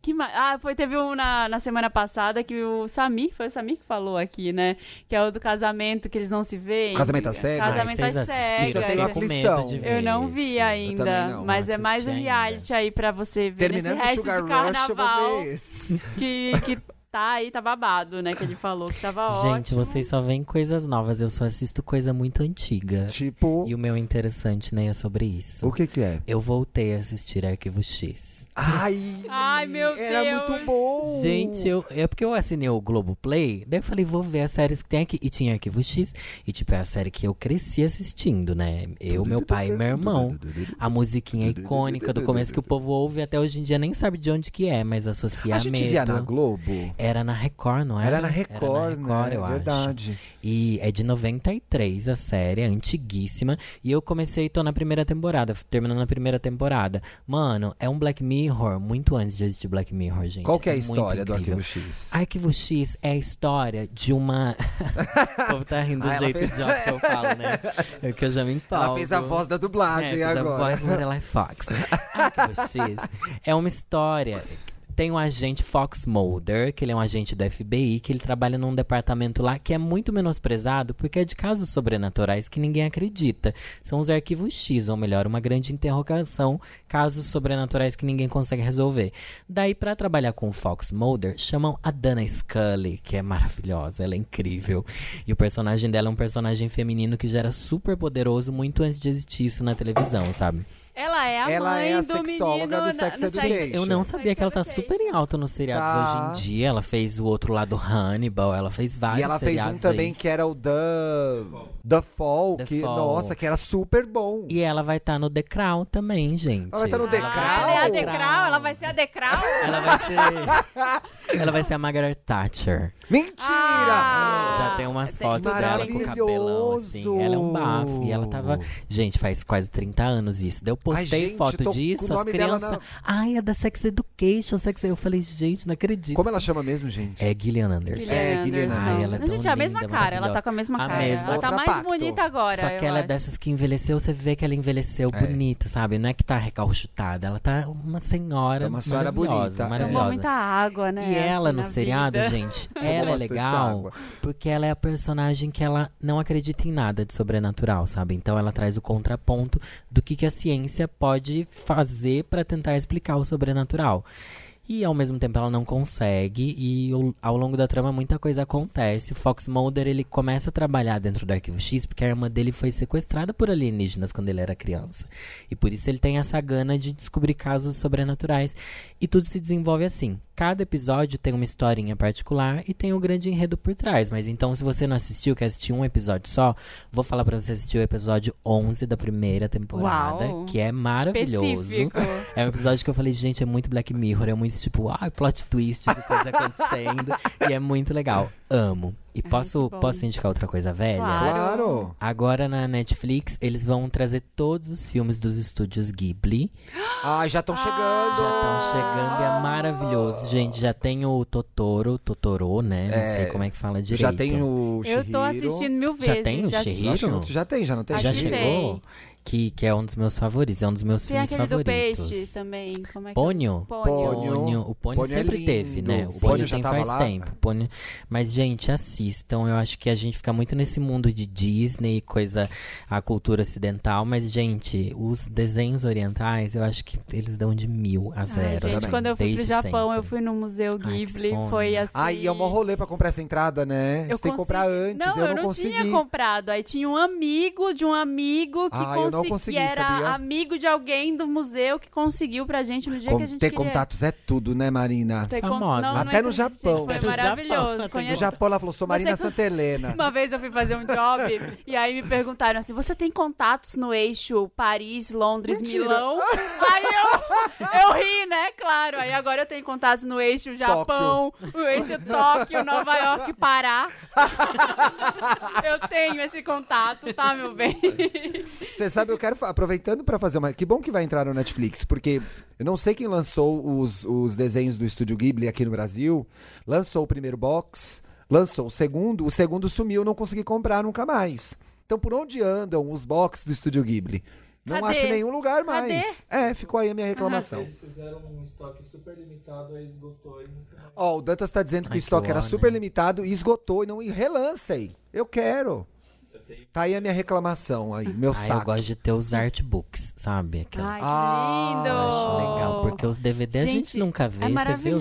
Speaker 1: que ma- Ah, foi, teve um na, na semana passada que o Samir, foi o Samir que falou aqui, né? Que é o do casamento que eles não se veem.
Speaker 2: Casamento às cegas?
Speaker 1: Casamento
Speaker 3: Ai,
Speaker 1: às
Speaker 3: vocês assistiram,
Speaker 2: É, Eu
Speaker 3: eu
Speaker 2: tenho
Speaker 1: cegas.
Speaker 3: fiquei com medo de ver.
Speaker 1: Eu não vi
Speaker 3: isso.
Speaker 1: ainda,
Speaker 2: também não,
Speaker 1: mas
Speaker 3: não
Speaker 1: é mais um
Speaker 3: assisti
Speaker 1: reality aí pra você ver
Speaker 2: Terminando
Speaker 1: nesse resto
Speaker 2: o Sugar
Speaker 1: de
Speaker 2: Rush, eu
Speaker 1: carnaval
Speaker 2: vou ver esse.
Speaker 1: que, que tá aí, tá babado, né? Que ele falou que tava
Speaker 3: Gente,
Speaker 1: ótimo.
Speaker 3: vocês só veem coisas novas, eu só assisto coisa muito antiga.
Speaker 2: Tipo,
Speaker 3: E o meu interessante, né, é sobre isso.
Speaker 2: o que que é?
Speaker 3: Eu voltei a assistir Arquivo X.
Speaker 2: Ai,
Speaker 1: Ai, meu
Speaker 2: era
Speaker 1: Deus.
Speaker 2: muito bom.
Speaker 3: Gente, eu, é porque eu assinei o Globoplay, daí eu falei, vou ver as séries que tem aqui. E tinha Arquivo X, e tipo, é a série que eu cresci assistindo, né? Eu, meu pai e meu irmão. A musiquinha icônica do começo que o povo ouve até hoje em dia nem sabe de onde que é, mas associa
Speaker 2: A gente via na Globo?
Speaker 3: Era na Record, não era?
Speaker 2: Era na Record, né?
Speaker 3: eu acho.
Speaker 2: Verdade.
Speaker 3: E é de 93 a série, é antiguíssima. E eu comecei, tô na primeira temporada, f- terminando a primeira temporada. Mano, é um Black Mirror, muito antes de existir Black Mirror, gente.
Speaker 2: Qual que é a
Speaker 3: muito
Speaker 2: história do
Speaker 3: incrível.
Speaker 2: Arquivo X?
Speaker 3: Arquivo X é a história de uma. <laughs> o povo tá rindo do
Speaker 2: Ah, ela
Speaker 3: jeito
Speaker 2: fez-
Speaker 3: de óbvio que eu falo,
Speaker 2: <laughs>
Speaker 3: né? É que eu já me empolgo.
Speaker 2: Ela fez a voz da
Speaker 3: É,
Speaker 2: dublagem
Speaker 3: fiz a
Speaker 2: agora.
Speaker 3: voz
Speaker 2: <laughs>
Speaker 3: Lorelai Fox. Arquivo X é uma história. Tem um agente Fox Mulder, que ele é um agente do FBI, que ele trabalha num departamento lá que é muito menosprezado porque é de casos sobrenaturais que ninguém acredita. São os arquivos X, ou melhor, uma grande interrogação, casos sobrenaturais que ninguém consegue resolver. Daí, pra trabalhar com o Fox Mulder, chamam a Dana Scully, que é maravilhosa, ela é incrível. E o personagem dela é um personagem feminino que já era super poderoso muito antes de existir isso na televisão, sabe?
Speaker 1: Ela é a
Speaker 2: Ela
Speaker 1: mãe
Speaker 2: é a
Speaker 1: do
Speaker 2: sexóloga
Speaker 1: menino
Speaker 2: do
Speaker 1: na-
Speaker 2: Sex
Speaker 1: no
Speaker 2: Education.
Speaker 1: Sex-
Speaker 3: Eu não sabia que ela tá super em alta nos seriados
Speaker 2: é Tá.
Speaker 3: hoje em dia. Ela fez o outro lado Hannibal, ela fez vários
Speaker 2: E ela fez um
Speaker 3: seriados
Speaker 2: também
Speaker 3: aí.
Speaker 2: que era o The, The Fall,
Speaker 3: The
Speaker 2: que,
Speaker 3: Fall.
Speaker 2: nossa, que era super bom.
Speaker 3: E ela vai estar no The Crown também, gente.
Speaker 2: Ela vai tá no The
Speaker 1: Ah,
Speaker 2: Crown?
Speaker 1: ela é a Decral? Ela vai ser a Decral?
Speaker 3: Ela vai ser. <laughs> ela vai ser a Margaret Thatcher.
Speaker 2: Mentira!
Speaker 1: Ah!
Speaker 3: Já tem umas
Speaker 1: tem
Speaker 3: fotos
Speaker 1: que
Speaker 3: dela com
Speaker 1: ver.
Speaker 3: o cabelão, assim. Ela é um bafo. E ela tava. Gente, faz quase 30 anos isso. Daí eu postei
Speaker 2: Ai, gente, tô
Speaker 3: foto
Speaker 2: com o
Speaker 3: disso, as
Speaker 2: nome dela
Speaker 3: crianças. Ai, é da Sex Education. Sex... Eu falei, gente, não acredito.
Speaker 2: Como ela chama mesmo, gente?
Speaker 3: É Guilherme Anderson.
Speaker 1: Guilherme
Speaker 2: <laughs> É, Guilherme
Speaker 1: Anderson.
Speaker 2: Ai,
Speaker 3: ela é
Speaker 1: Não,
Speaker 3: tão
Speaker 1: gente, é a mesma
Speaker 3: linda,
Speaker 1: cara. Ela tá com a mesma
Speaker 3: A
Speaker 1: cara. Ela
Speaker 3: mesma.
Speaker 1: tá
Speaker 2: Outra
Speaker 1: mais
Speaker 2: pacto.
Speaker 1: bonita agora.
Speaker 3: Só que
Speaker 1: eu
Speaker 3: ela é
Speaker 1: acho.
Speaker 3: dessas que envelheceu, você vê que ela envelheceu bonita, sabe? Não é que tá recalchutada, ela tá uma senhora
Speaker 2: Tá uma senhora
Speaker 3: maravilhosa,
Speaker 2: bonita, é.
Speaker 1: Tomou
Speaker 3: maravilhosa.
Speaker 1: muita água, né?
Speaker 3: E ela
Speaker 1: assim,
Speaker 3: no
Speaker 1: na
Speaker 3: seriado,
Speaker 1: vida. <laughs>
Speaker 3: gente, ela é
Speaker 2: bastante
Speaker 3: legal
Speaker 2: água.
Speaker 3: porque ela é a personagem que ela não acredita em nada de sobrenatural, sabe? Então ela traz o contraponto do que, que a ciência pode fazer pra tentar explicar o sobrenatural. E ao mesmo tempo ela não consegue, e o- ao longo da trama muita coisa acontece. O Fox Mulder ele começa a trabalhar dentro do Arquivo X porque a irmã dele foi sequestrada por alienígenas quando ele era criança. E por isso ele tem essa gana de descobrir casos sobrenaturais. E tudo se desenvolve assim. Cada episódio tem uma historinha particular e tem o grande enredo por trás. Mas então, se você não assistiu, quer assistir um episódio só, vou falar pra você assistir o episódio 11 da primeira temporada,
Speaker 1: Uau.
Speaker 3: que é maravilhoso.
Speaker 1: Específico.
Speaker 3: É um episódio que eu falei, gente, é muito Black Mirror, é muito tipo, ah, plot twists e
Speaker 1: <laughs>
Speaker 3: coisa acontecendo. e é muito legal. Amo. E posso,
Speaker 1: que bom.
Speaker 3: posso indicar outra coisa velha?
Speaker 1: Claro.
Speaker 2: Claro!
Speaker 3: Agora na Netflix, eles vão trazer todos os filmes dos estúdios Ghibli.
Speaker 2: Ai, Ah,
Speaker 1: Ah!
Speaker 2: já estão chegando!
Speaker 3: Já estão chegando e é maravilhoso. Gente, já tem o Totoro, Totoro, né? Não
Speaker 2: É,
Speaker 3: sei como é que fala direito.
Speaker 2: Já tem o Shihiro.
Speaker 1: Eu tô assistindo mil
Speaker 3: Já
Speaker 1: vezes.
Speaker 3: tem o
Speaker 2: Eu
Speaker 1: assisti.
Speaker 2: acho que não- Já tem, já não tem?
Speaker 1: Acho
Speaker 3: Já
Speaker 1: que
Speaker 2: Shihiro?
Speaker 3: chegou? Que, que é um dos meus favoritos, é um dos meus
Speaker 1: Tem
Speaker 3: filmes
Speaker 1: aquele do
Speaker 3: favoritos.
Speaker 1: peixe também. Como é que é?
Speaker 3: Pônio?
Speaker 1: Pônio.
Speaker 2: Pônio.
Speaker 3: Pônio. O Pônio,
Speaker 2: Pônio é
Speaker 3: sempre teve,
Speaker 2: lindo.
Speaker 3: né?
Speaker 2: Sim.
Speaker 3: O
Speaker 2: Pônio
Speaker 3: Pônio
Speaker 2: já
Speaker 3: tem
Speaker 2: tava
Speaker 3: faz
Speaker 2: lá?
Speaker 3: tempo. Pônio... Mas, gente, assistam. Eu acho que a gente fica muito nesse mundo de Disney e coisa, a cultura ocidental. Mas, gente, os desenhos orientais, eu acho que eles dão de mil a
Speaker 1: Ai,
Speaker 3: zero. assim,
Speaker 1: gente,
Speaker 2: também.
Speaker 1: quando eu fui pro
Speaker 3: desde
Speaker 1: Japão,
Speaker 3: sempre.
Speaker 1: eu fui no Museu
Speaker 3: que
Speaker 1: Ghibli.
Speaker 3: sonho.
Speaker 1: foi assim.
Speaker 2: Ai, e é um maior rolê pra comprar essa entrada, né? Você tem que comprar
Speaker 1: consegui-
Speaker 2: antes,
Speaker 1: não,
Speaker 2: eu não,
Speaker 1: não
Speaker 2: consegui.
Speaker 1: tinha comprado. Aí tinha um amigo de um amigo que
Speaker 2: Ah, eu não
Speaker 1: consegui-
Speaker 2: consegui,
Speaker 1: era
Speaker 2: sabia?
Speaker 1: amigo de alguém do museu que conseguiu pra gente no dia
Speaker 2: Com-
Speaker 1: que a gente
Speaker 2: ter
Speaker 1: queria.
Speaker 2: contatos é tudo, né, Marina?
Speaker 1: Ter con-
Speaker 3: Famosa.
Speaker 1: Não, não
Speaker 2: Até no
Speaker 1: entendi,
Speaker 2: Japão.
Speaker 1: gente, foi
Speaker 3: No
Speaker 1: maravilhoso.
Speaker 3: Japão.
Speaker 2: No
Speaker 1: Conhece-
Speaker 2: Japão, ela falou, sou Marina
Speaker 1: Você-
Speaker 2: Santelena.
Speaker 1: Uma vez eu fui fazer um job e aí me perguntaram assim: você tem contatos no eixo Paris, Londres, Milão? Aí eu. Eu ri, né? Claro. Aí agora eu tenho contatos no eixo Japão, no eixo Tóquio, Nova York, <laughs> Pará. eu tenho esse contato, tá, meu bem?
Speaker 2: Você sabe, eu quero. fa- Aproveitando pra fazer uma. Que bom que vai entrar no Netflix, porque eu não sei quem lançou os, os desenhos do Estúdio Ghibli aqui no Brasil. Lançou o primeiro box, lançou o segundo, o segundo sumiu, eu não consegui comprar nunca mais. Então, por onde andam os box do Estúdio Ghibli? Não
Speaker 1: Cadê?
Speaker 2: acho em nenhum lugar
Speaker 1: Cadê?
Speaker 2: mais. É, ficou aí a minha reclamação.
Speaker 5: Eles fizeram um estoque super limitado, aí esgotou e nunca mais.
Speaker 2: Ó, o Dantas tá dizendo que
Speaker 3: Ai,
Speaker 2: o estoque
Speaker 3: que
Speaker 2: era
Speaker 3: ó,
Speaker 2: super
Speaker 3: né?
Speaker 2: limitado e esgotou e não e relancem. Eu quero. Tá aí a minha reclamação aí, meu
Speaker 3: Ai, Ah, eu
Speaker 2: saco.
Speaker 3: gosto de ter os artbooks, sabe? Aquelas.
Speaker 1: Ai,
Speaker 2: Ah,
Speaker 1: que lindo!
Speaker 3: acho legal, porque os DVD a gente
Speaker 1: Gente,
Speaker 3: nunca vê.
Speaker 1: é
Speaker 3: Você vê os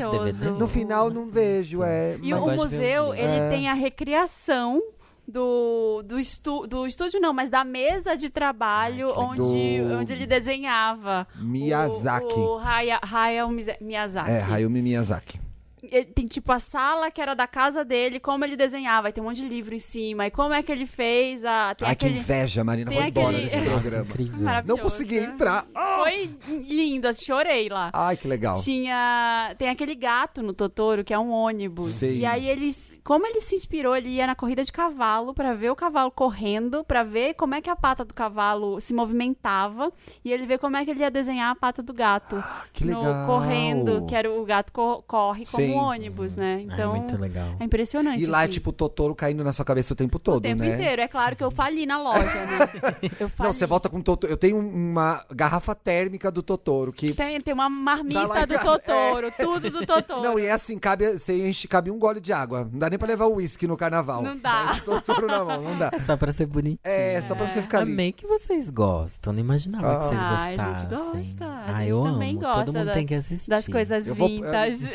Speaker 1: maravilhoso.
Speaker 3: DVD?
Speaker 2: No final não vejo, é.
Speaker 1: E
Speaker 3: Mas
Speaker 1: o
Speaker 3: gosto de ver os
Speaker 1: museu,
Speaker 3: livros.
Speaker 1: ele tem a recriação do, do, estu, do estúdio, não, mas da mesa de trabalho
Speaker 3: Ai, que
Speaker 1: onde,
Speaker 2: legal. Do-
Speaker 1: onde ele desenhava.
Speaker 2: Miyazaki.
Speaker 1: O, o Haya- Hayao Miza- Miyazaki.
Speaker 2: É, Hayumi Miyazaki.
Speaker 1: Ele tem tipo a sala que era da casa dele, como ele desenhava, aí tem um monte de livro em cima, e como é que ele fez a. Tem
Speaker 2: Ai, que
Speaker 1: aquele.
Speaker 2: inveja, Marina.
Speaker 1: tem
Speaker 2: Vou embora
Speaker 1: aquele-
Speaker 2: desse
Speaker 3: Nossa,
Speaker 2: programa.
Speaker 3: incrível.
Speaker 2: Não
Speaker 1: Maravilhoso. né?
Speaker 2: consegui então. entrar.
Speaker 1: Foi lindo, assim, chorei lá.
Speaker 2: Ai, que legal.
Speaker 1: Tinha. Tem aquele gato no Totoro, que é um ônibus.
Speaker 2: Sei.
Speaker 1: E aí ele. Como ele se inspirou, ele ia na corrida de cavalo pra ver o cavalo correndo, pra ver como é que a pata do cavalo se movimentava e ele vê como é que ele ia desenhar a pata do gato
Speaker 2: Ah, Que
Speaker 1: no
Speaker 2: legal.
Speaker 1: correndo, que é era o gato co- corre como
Speaker 2: Sim.
Speaker 1: um ônibus, né? Então
Speaker 3: Ai, muito legal.
Speaker 1: é impressionante.
Speaker 2: E lá,
Speaker 1: assim.
Speaker 2: tipo, o Totoro caindo na sua cabeça o tempo todo,
Speaker 1: o tempo
Speaker 2: né?
Speaker 1: inteiro. É claro que eu fali na loja,
Speaker 2: <laughs>
Speaker 1: né? Eu fali.
Speaker 2: Não, você volta com o Totoro. Eu tenho uma garrafa térmica do Totoro que.
Speaker 1: Tem, tem uma marmita
Speaker 2: Tá lá em
Speaker 1: do
Speaker 2: casa.
Speaker 1: Totoro, tudo do Totoro.
Speaker 2: <laughs> Não, e é assim, cabe, você enche, cabe um gole de água. Não dá nem pra levar o uísque no carnaval.
Speaker 1: Não dá.
Speaker 2: Vai com o Totoro na mão, não dá.
Speaker 3: Só pra ser bonitinho.
Speaker 2: É, só pra você ficar ali.
Speaker 3: Amei que vocês gostam. Não imaginava que vocês
Speaker 1: Ai, Ah, a gente
Speaker 3: gostassem.
Speaker 1: gosta, a
Speaker 3: Ai,
Speaker 1: gente
Speaker 3: eu
Speaker 1: também
Speaker 3: amo.
Speaker 1: gosta
Speaker 3: Todo mundo
Speaker 1: da-
Speaker 3: tem que assistir.
Speaker 1: Das coisas
Speaker 2: Eu vou- é,
Speaker 1: vintage.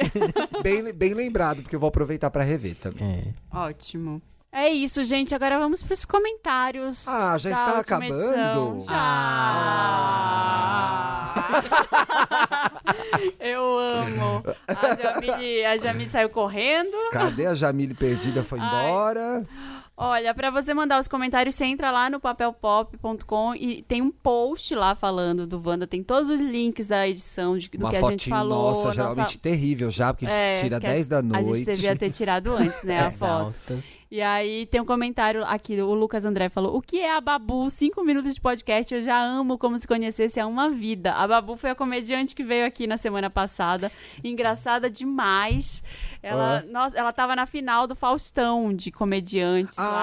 Speaker 2: Bem, bem lembrado, porque eu vou aproveitar pra rever também.
Speaker 3: É.
Speaker 1: Ótimo. É isso, gente. Agora vamos pros comentários.
Speaker 2: Ah, já
Speaker 1: da
Speaker 2: está
Speaker 1: última edição.
Speaker 2: acabando?
Speaker 1: Já. Eu amo. A Jamile, a Jamile saiu correndo.
Speaker 2: Cadê a Jamile perdida? Foi
Speaker 1: Ai.
Speaker 2: embora.
Speaker 1: Olha, pra você mandar os comentários, você entra lá no papelpop.com e tem um post lá falando do Wanda. Tem todos os links da edição de, do
Speaker 2: Uma
Speaker 1: que a gente
Speaker 2: fotinho
Speaker 1: falou.
Speaker 2: nossa,
Speaker 1: a
Speaker 2: geralmente terrível já, porque a gente
Speaker 1: É,
Speaker 2: tira
Speaker 1: que a-
Speaker 2: 10 da
Speaker 1: A
Speaker 2: noite. É,
Speaker 1: gente devia ter tirado antes,
Speaker 2: <laughs>
Speaker 1: né, a foto.
Speaker 3: Exaustas.
Speaker 1: E aí tem um comentário aqui, o Lucas André falou: O que é a Babu? Cinco minutos de podcast, eu já amo como se conhecesse há uma vida. A Babu foi a comediante que veio aqui na semana passada. Engraçada demais. Ela,
Speaker 2: Ah.
Speaker 1: nossa, ela tava na final do Faustão de comediantes lá.
Speaker 2: <laughs>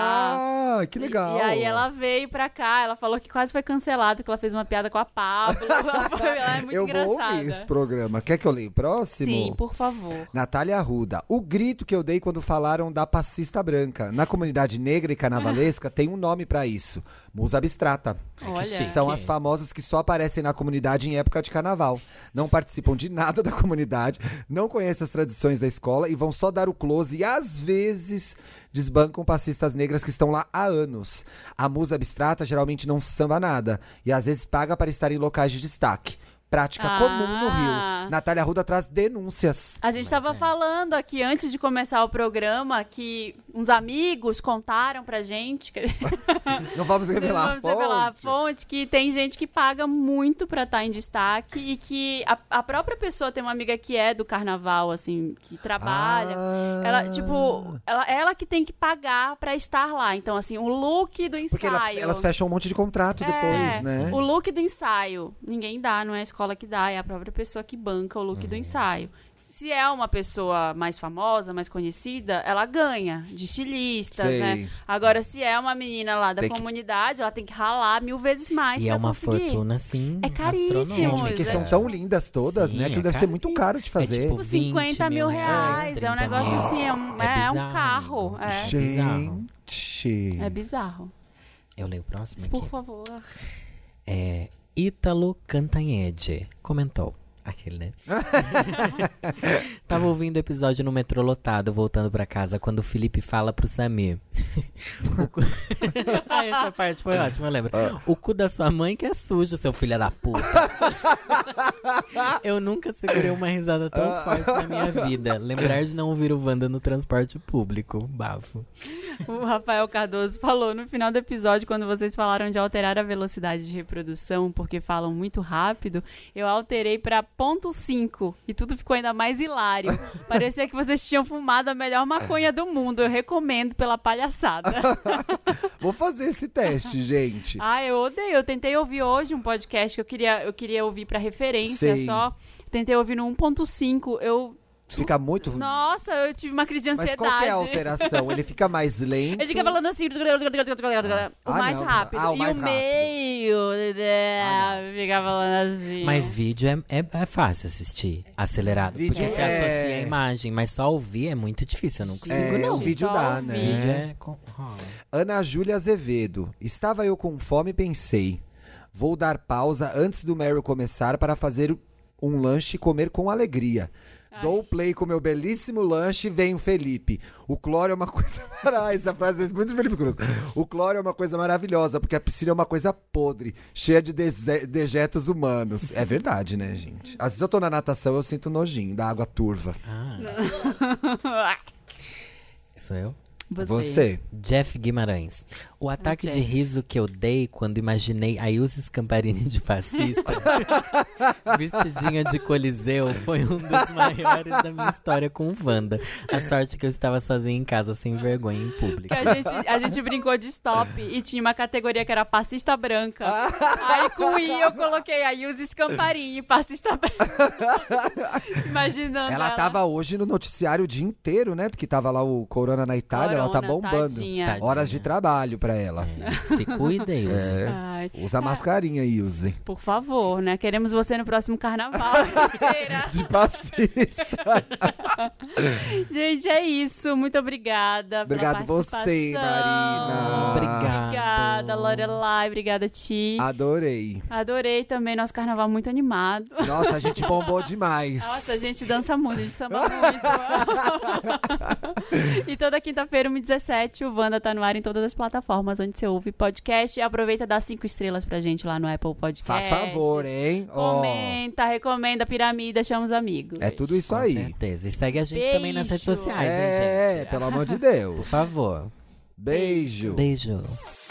Speaker 2: Ah, que legal.
Speaker 1: E aí ela veio pra cá, ela falou que quase foi cancelada, que ela fez uma piada com a Pablo. <laughs> ela é muito
Speaker 2: eu
Speaker 1: engraçada.
Speaker 2: vou ouvir esse programa. Quer que eu leia o próximo?
Speaker 1: Sim, por favor.
Speaker 2: Natália Arruda. O grito que eu dei quando falaram da passista branca. Na comunidade negra e carnavalesca tem um nome pra isso. Musa abstrata.
Speaker 1: Olha. chique.
Speaker 2: São as famosas que só aparecem na comunidade em época de carnaval. Não participam de nada da comunidade, não conhecem as tradições da escola e vão só dar o close e às vezes desbancam passistas negras que estão lá há anos. A musa abstrata geralmente não samba nada e às vezes paga para estar em locais de destaque. Prática
Speaker 1: Ah.
Speaker 2: comum no Rio. Natália Arruda traz denúncias.
Speaker 1: A gente
Speaker 2: é.
Speaker 1: estava falando aqui antes de começar o programa que uns amigos contaram pra gente, que
Speaker 2: Não vamos revelar
Speaker 1: <laughs> vamos
Speaker 2: a fonte.
Speaker 1: revelar a fonte, que tem gente que paga muito pra estar em destaque e que a, a própria pessoa tem uma amiga que é do carnaval, assim, que trabalha.
Speaker 2: Ah.
Speaker 1: Ela, tipo, ela, ela que tem que pagar pra estar lá. Então, assim, o look do
Speaker 2: Porque
Speaker 1: ensaio.
Speaker 2: ela- elas fecham um monte de contrato
Speaker 1: É,
Speaker 2: depois, né?
Speaker 1: O look do ensaio. Ninguém dá, não é a escola que dá, é a própria pessoa que banca o
Speaker 3: Uhum.
Speaker 1: look do ensaio. Se é uma pessoa mais famosa, mais conhecida, ela ganha de estilistas,
Speaker 2: Sei.
Speaker 1: né? Agora, se é uma menina lá da
Speaker 2: Tem que-
Speaker 1: comunidade, ela tem que ralar mil vezes mais
Speaker 3: E
Speaker 1: pra
Speaker 3: é uma
Speaker 1: conseguir.
Speaker 3: fortuna, assim.
Speaker 1: É caríssimo,
Speaker 3: astronômica.
Speaker 2: Porque
Speaker 1: Pois é.
Speaker 2: Tipo, são tão lindas todas,
Speaker 3: Sim,
Speaker 2: né? Aquilo
Speaker 3: é
Speaker 2: deve ser muito
Speaker 3: caríssimo.
Speaker 2: caro de fazer.
Speaker 3: É tipo
Speaker 1: Tipo,
Speaker 3: 20
Speaker 1: 50 mil
Speaker 3: mil
Speaker 1: reais.
Speaker 3: reais,
Speaker 1: é um
Speaker 3: 30
Speaker 1: negócio
Speaker 3: mil.
Speaker 1: assim, é um, é
Speaker 3: É
Speaker 1: um
Speaker 3: bizarro,
Speaker 1: carro.
Speaker 3: amigo.
Speaker 1: É,
Speaker 3: bizarro.
Speaker 2: Gente.
Speaker 1: é bizarro.
Speaker 3: Eu leio o próximo
Speaker 1: Por
Speaker 3: aqui.
Speaker 1: favor.
Speaker 3: É, Ítalo Cantanhede comentou. Aquele, <laughs> né? Tava ouvindo o episódio no metrô lotado, voltando pra casa, quando o Felipe fala pro Samir. O cu- <laughs> ah, essa parte foi ótima, eu lembro. O cu da sua mãe que é sujo, seu filho da puta. Eu nunca segurei uma risada tão forte na minha vida. Lembrar de não ouvir o Wanda no transporte público. Bafo.
Speaker 1: O Rafael Cardoso falou no final do episódio, quando vocês falaram de alterar a velocidade de reprodução, porque falam muito rápido, eu alterei pra ponto .5 e tudo ficou ainda mais hilário.
Speaker 2: <laughs>
Speaker 1: Parecia que vocês tinham fumado a melhor maconha do mundo. Eu recomendo pela
Speaker 2: <laughs>
Speaker 1: palhaçada. <laughs>
Speaker 2: Vou fazer esse teste, gente.
Speaker 1: ah, eu odeio. Eu tentei ouvir hoje um podcast que eu queria, eu queria ouvir pra referência
Speaker 2: Sim.
Speaker 1: só. Tentei ouvir no 1.5. Eu.
Speaker 2: Fica muito ruim.
Speaker 1: Nossa, eu tive uma crise de
Speaker 2: Hum. Mas
Speaker 1: ansiedade.
Speaker 2: qual que é a alteração? Ele fica mais lento.
Speaker 1: <laughs> Ele fica falando assim, o
Speaker 2: Ah,
Speaker 1: mais
Speaker 2: não.
Speaker 1: rápido.
Speaker 2: Ah, o
Speaker 1: e
Speaker 2: mais
Speaker 1: o
Speaker 2: rápido.
Speaker 1: meio, né,
Speaker 2: Ah,
Speaker 1: fica falando assim. <laughs>
Speaker 3: Mas vídeo é, é, é fácil assistir, acelerado.
Speaker 2: Vídeo
Speaker 3: porque se
Speaker 2: é-
Speaker 3: associa à imagem, mas só ouvir é muito difícil. Eu não consigo,
Speaker 2: É,
Speaker 3: não.
Speaker 2: o vídeo
Speaker 1: Só
Speaker 2: dá,
Speaker 1: o
Speaker 2: né?
Speaker 3: Vídeo é com- rola.
Speaker 2: Ana Júlia Azevedo. Estava eu com fome e pensei. Vou dar pausa antes do Meryl começar para fazer um lanche e comer com alegria. Dou play com meu belíssimo lanche e vem o Felipe. O cloro é uma <laughs> coisa. Caralho, Essa frase é muito do Felipe Cruz. O cloro é uma coisa maravilhosa, porque a piscina é uma coisa podre, cheia de dese- dejetos humanos. É verdade, né, gente? Às vezes eu tô na natação eu sinto nojinho da água turva.
Speaker 3: Ah, sou eu?
Speaker 2: Você.
Speaker 3: Jeff Guimarães. O ataque de
Speaker 1: Jeff.
Speaker 3: riso que eu dei quando imaginei a Ilse Scamparini
Speaker 2: <laughs>
Speaker 3: de passista, vestidinha de coliseu, foi um dos maiores da minha história com Wanda. A sorte que eu estava sozinha em casa, sem vergonha em público.
Speaker 1: Que a gente, a gente brincou de stop e tinha uma categoria que era passista
Speaker 2: <laughs>
Speaker 1: branca. Aí com I eu coloquei aí os escamparinhos, passista
Speaker 2: <laughs>
Speaker 1: branca. Imaginando ela.
Speaker 2: Ela tava hoje no noticiário o dia inteiro, né? Porque tava lá o Corona na Itália, ela tá
Speaker 1: Corona,
Speaker 2: bombando.
Speaker 1: tadinha. É.
Speaker 3: Tadinha.
Speaker 2: Horas de trabalho pra ela.
Speaker 3: Se cuida, Ilse.
Speaker 2: É,
Speaker 1: Ai,
Speaker 2: Usa a mascarinha e
Speaker 1: <laughs>
Speaker 2: use.
Speaker 1: por favor, né? Queremos você no próximo
Speaker 2: <laughs>
Speaker 1: carnaval. inteira.
Speaker 2: De passista.
Speaker 1: Gente, é isso. Muito obrigada.
Speaker 2: Obrigado
Speaker 1: pela
Speaker 2: você,
Speaker 1: participação.
Speaker 2: Marina.
Speaker 3: Obrigado.
Speaker 1: Obrigada, Lorelai. Obrigada, Ti.
Speaker 2: <laughs> Adorei.
Speaker 1: Adorei também nosso carnaval muito animado.
Speaker 2: Nossa, a gente bombou demais.
Speaker 1: Nossa, a gente dança muito, a gente samba
Speaker 2: <laughs>
Speaker 1: muito. e toda quinta-feira, 1h17, o Wanda tá no ar em todas as plataformas onde você ouve podcast. E aproveita e dá cinco estrelas pra gente lá no Apple Podcast.
Speaker 2: Faz favor, hein? Ó,
Speaker 1: Comenta, recomenda, piramida, chama os amigos.
Speaker 2: é tudo isso
Speaker 3: Com
Speaker 2: aí.
Speaker 3: certeza. E segue a gente também nas redes
Speaker 1: Beijo.
Speaker 3: sociais, hein, gente?
Speaker 2: É, pelo amor de Deus.
Speaker 3: Por favor.
Speaker 2: Beijo.
Speaker 3: Beijo.